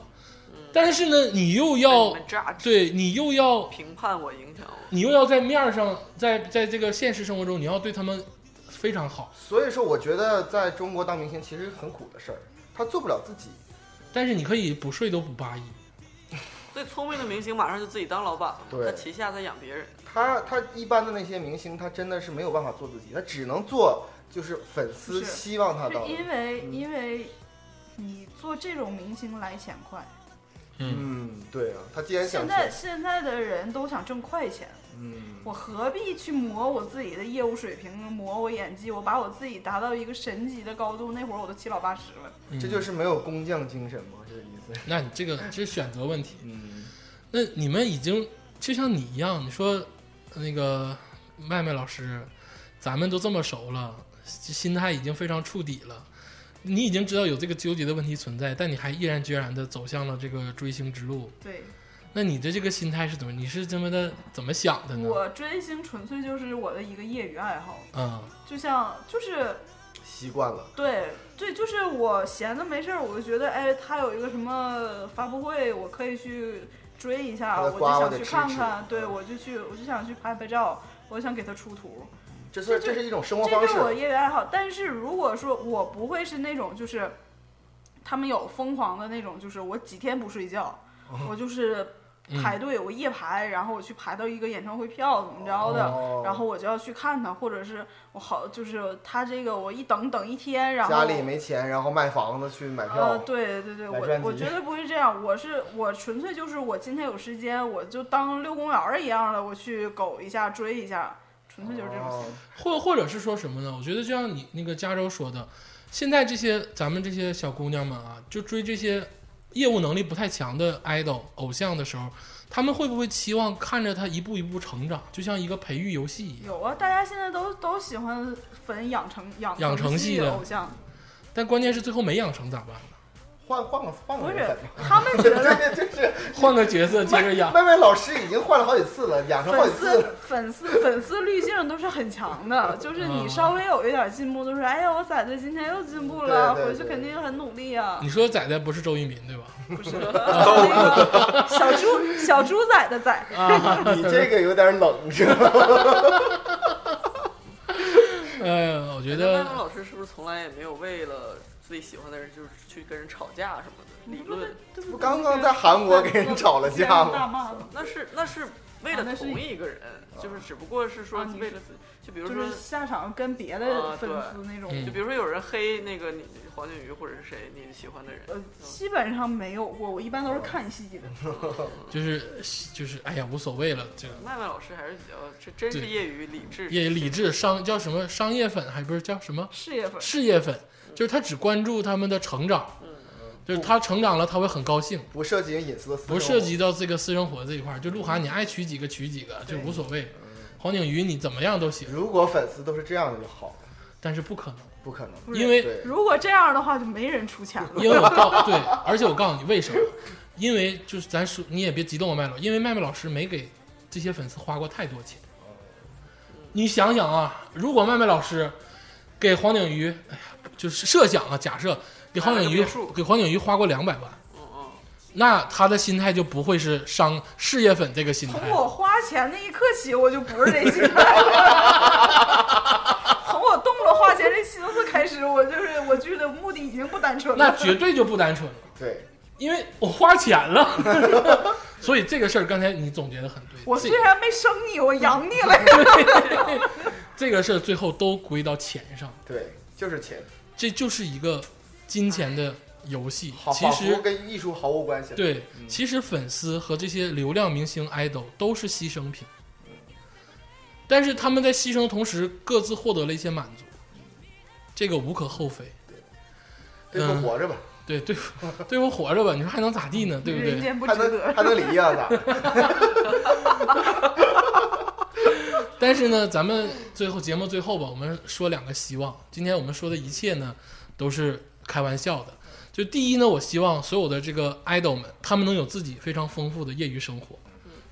但是呢，你又要被你们榨汁对你又要评判我，影响我。你又要在面儿上，在在这个现实生活中，你要对他们非常好。所以说，我觉得在中国当明星其实很苦的事儿，他做不了自己。但是你可以不睡都不八一，最聪明的明星马上就自己当老板了嘛，对他旗下在养 别人。他他一般的那些明星，他真的是没有办法做自己，他只能做就是粉丝是希望他到的。是因为因为你做这种明星来钱快，嗯，对啊，他既然想现在钱，现在的人都想挣快钱，嗯，我何必去磨我自己的业务水平，啊磨我演技？我把我自己达到一个神级的高度，那会儿我都七老八十了。这就是没有工匠精神嘛，这个意思。那你这个这是选择问题。嗯，那你们已经就像你一样，你说那个麦麦老师，咱们都这么熟了，心态已经非常触底了，你已经知道有这个纠结的问题存在，但你还毅然决然的走向了这个追星之路。对，那你的这个心态是怎么？你是怎么的？怎么想的嗯呢？我追星纯粹就是我的一个业余爱好，嗯就像就是习惯了，对对，就是我闲的没事儿，我就觉得哎，他有一个什么发布会，我可以去追一下，他的嗯我就瓜我想得去吃看吃看，对我就去，我就想去拍拍照，我想给他出图，这算这这就是一种生活这方是我式。业余爱好。但是如果说我不会是那种就是，他们有疯狂的那种，就是我几天不睡觉，哦我就是排队，我夜排，然后我去排到一个演唱会票怎么着的，哦然后我就要去看他，或者是我好就是他这个我一等等一天，然后家里没钱，然后卖房子去买呃，票，对对对，买专我辑我绝对不会这样，我是我纯粹就是我今天有时间，我就当遛公园儿一样的，我去狗一下追一下，纯粹就是这种心哦态。或或者是说什么呢？我觉得就像你那个加州说的，现在这些咱们这些小姑娘们啊，就追这些业务能力不太强的 idol 偶像的时候，他们会不会期望看着他一步一步成长，就像一个培育游戏一样？有啊，大家现在都都喜欢粉养成养养成系的的偶像，哦但关键是最后没养成咋办呢？换换个换不个是 人。他们觉 这得这这是换个角色接着养。麦麦老师已经换了好几次了，养成好粉几次了丝。粉丝粉丝滤镜都是很强的，就是你稍微有一点进步，都是哎呀，我崽子今天又进步了，对对对回去肯定很努力啊，你说仔仔不是周渝民对吧？不是那个小猪小猪仔的仔，你这个有点冷，是吧？ 呃，我觉那麦麦得老师是不是从来也没有为了自己喜欢的人，就是去跟人吵架什么的理论？这不不刚刚在韩国给人吵了架大吗？骂吗？那是那是为了同一个人，就是只不过是说啊你是为了自己，就比如就说是下场跟别的啊粉对丝那种，嗯就比如说有人黑那个你黄景瑜或者是谁你喜欢的人，呃，基本上没有过，我一般都是看戏的。就是就是，哎呀，无所谓了，这个麦麦老师还是比较这真是对业余理智，也理智商叫什么商业粉，还不是叫什么事业粉，事业粉，就是他只关注他们的成长，嗯就是他成长了，他会很高兴，不涉及隐私的私生活不哦涉及到这个私生活这一块儿。就鹿晗，你爱娶几个娶几个，就对无所谓。黄景瑜你怎么样都行，如果粉丝都是这样的就好了，但是不可能，不可能。不是因为对，如果这样的话，就没人出钱了。 因为我告对，而且我告诉你为什么，因为就是咱说你也别激动啊，麦老，因为麦麦老师没给这些粉丝花过太多钱。你想想啊，如果麦麦老师给黄景瑜，哎呀，就是设想啊，假设给黄景买了瑜个别墅给黄景瑜花过两百万，嗯嗯，那他的心态就不会是商事业粉这个心态从。我花钱那一刻起，我就不是这心态了。从我动了花钱这心思开始，我就是我去的目的已经不单纯了。那绝对就不单纯了，对，因为我花钱了。 所以这个事儿，刚才你总结的很对。我这虽然没生你，我养你了呀。这个事儿最后都归到钱上，对，就是钱，这就是一个金钱的游戏哎好，。嗯其仿佛实跟艺术毫无关系。，对，其实粉丝和这些流量明星 idol 都是牺牲品，嗯但是他们在牺牲的同时，各自获得了一些满足，这个无可厚非。对，嗯就活着吧，对 对，对我活着吧，你说还能咋地呢？对不对？人间 不值还能得。还能离呀？咋的？但是呢，咱们最后节目最后吧，我们说两个希望。今天我们说的一切呢，都是开玩笑的。就第一呢，我希望所有的这个 idol 们，他们能有自己非常丰富的业余生活。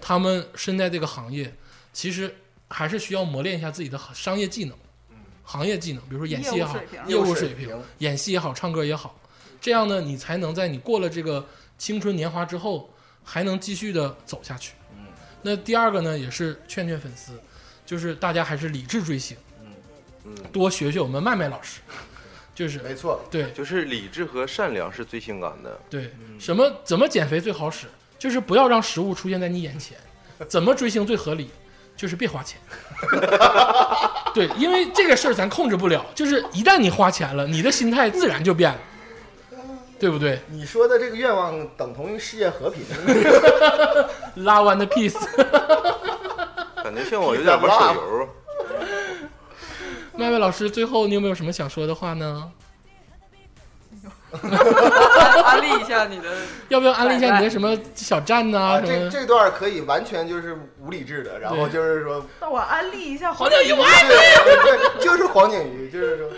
他们身在这个行业，其实还是需要磨练一下自己的商业技能、行业技能，比如说演戏也好业务业务水业水、平务水平平、演戏也好、唱歌也好，这样呢，你才能在你过了这个青春年华之后，还能继续的走下去。那第二个呢，也是劝劝粉丝，就是大家还是理智追星，嗯嗯多学学我们麦麦老师，就是 没错，对就是理智和善良是最性感 的。对，什么怎么减肥最好使，就是不要让食物出现在你眼前，怎么追星最合理，就是别花钱。 对，因为这个事儿咱控制不了，就是一旦你花钱了，你的心态自然就变了，对不对你说的这个愿望等同于世界 和平，拉完的 piece，感觉像我有点玩手游， 麦麦老师，最后你有没有什么想说的话呢？安利一下你的，要不要安利一下你的什么小站呐、啊，什这么？这段可以完全就是无理智的，然后对就是说，那我安利一下黄黄景景瑜瑜，我爱对，就是黄景瑜，就是说，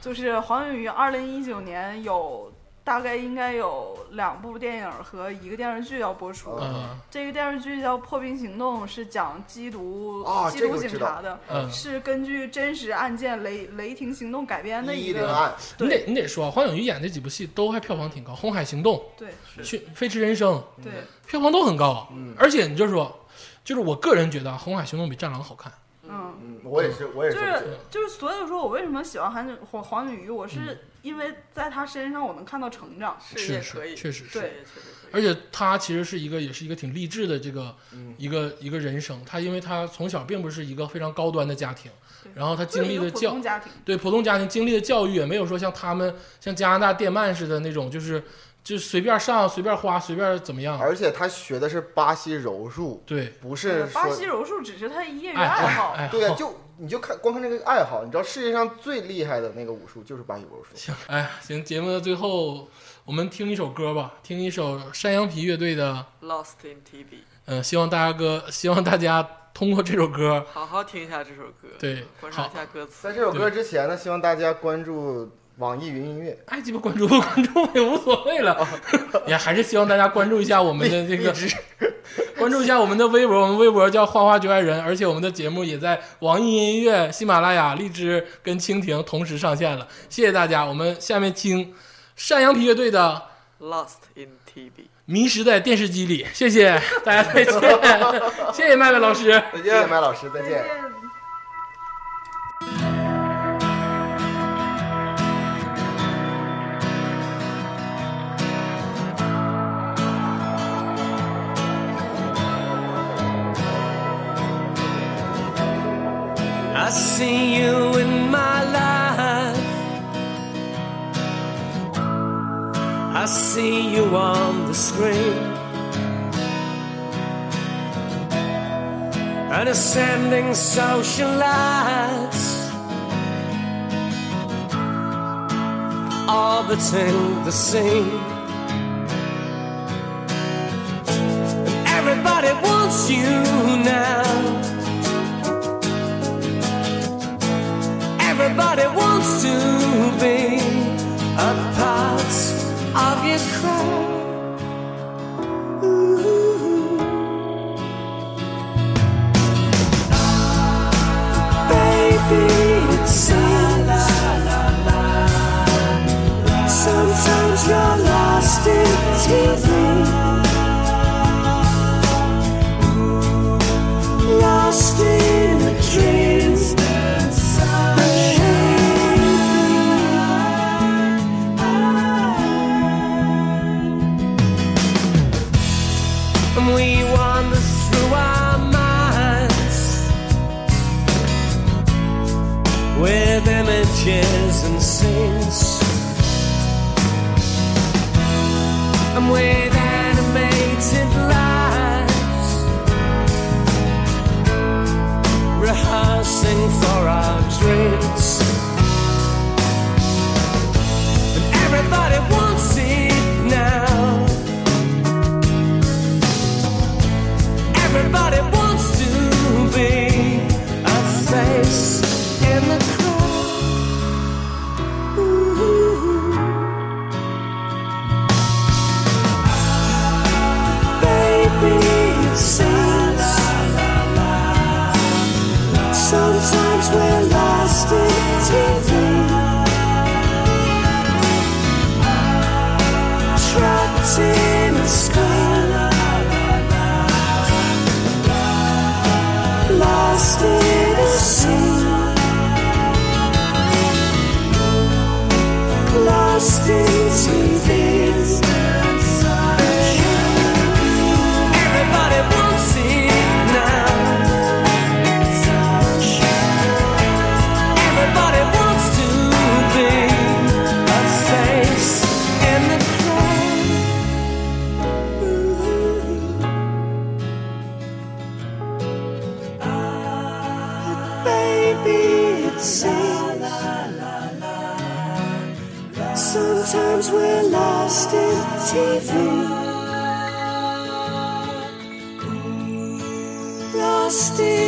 就是黄景瑜，二零一九年有大概应该有两部电影和一个电视剧要播出。嗯这个电视剧叫《破冰行动》，是讲缉毒、啊缉这个毒我知警道察的，嗯，是根据真实案件雷《雷霆行动》改编的一一零个。案，你对得你得说，啊黄景瑜演这几部戏都还票房挺高，《红海行动对》 《去飞驰人生》对，票房都很高，啊嗯而且你就说，就是我个人觉得啊《红海行动》比《战狼》好看，嗯，嗯，我也是，我也就是这么觉是得，就是，所以说我为什么喜欢韩景黄黄景瑜，我是因为在他身上我能看到成长。事是业可以，是确实是对。事业确实可以。而且他其实是一个，也是一个挺励志的这个、嗯一个一个人生。他因为他从小并不是一个非常高端的家庭，对然后他经就是历一的个普教通家庭，对普通家庭经历的教育也没有说像他们像加拿大电鳗似的那种，就是就随便上随便花随便怎么样。而且他学的是巴西柔术，对，哎不是说巴西柔术只是他业余爱爱好好。啊爱对呀、好就你就看光看这个爱好，你知道世界上最厉害的那个武术就是巴西柔术，哎，行，节目的最后我们听一首歌吧，听一首山羊皮乐队的， Lost in TV，呃，希望大家歌，希望大家通过这首歌，好好听一下这首歌，对观察好一下歌词。在这首歌之前呢，希望大家关注网易云音乐、爱哎鸡巴关注不 关注也无所谓了， 也还是希望大家关注一下我们的这个，关注一下我们的微博，我们微博叫花花局外人，而且我们的节目也在网易音乐、喜马拉雅、荔枝跟蜻蜓同时上线了，谢谢大家，我们下面听山羊皮乐队的 Lost in《TV。迷失在电视机里》，谢谢大家再见，谢谢麦麦老师。再谢谢见。麦老师，再再见。见。 I see you in my life. I see you on the screen. And ascending social lights orbiting the scene. Everybody wants you now. Everybody wants to be a part of your crowd. Ooh. Baby, it seems sometimes you're lost in TV. Lost in a dream. And we wander through our minds with images and scenes. And with animated lives rehearsing for our dreams. And everybody wants it now. Everybody wants to be a face in the crowd. Ooh. Baby, it seems Sometimes we're lost in TV. Trapped in a sky. Lost in a sea. Lost in TV. Everybody wants it now. Everybody wants to be a face in the crowd. But baby, it seems sometimes we're lost in TV. Lost in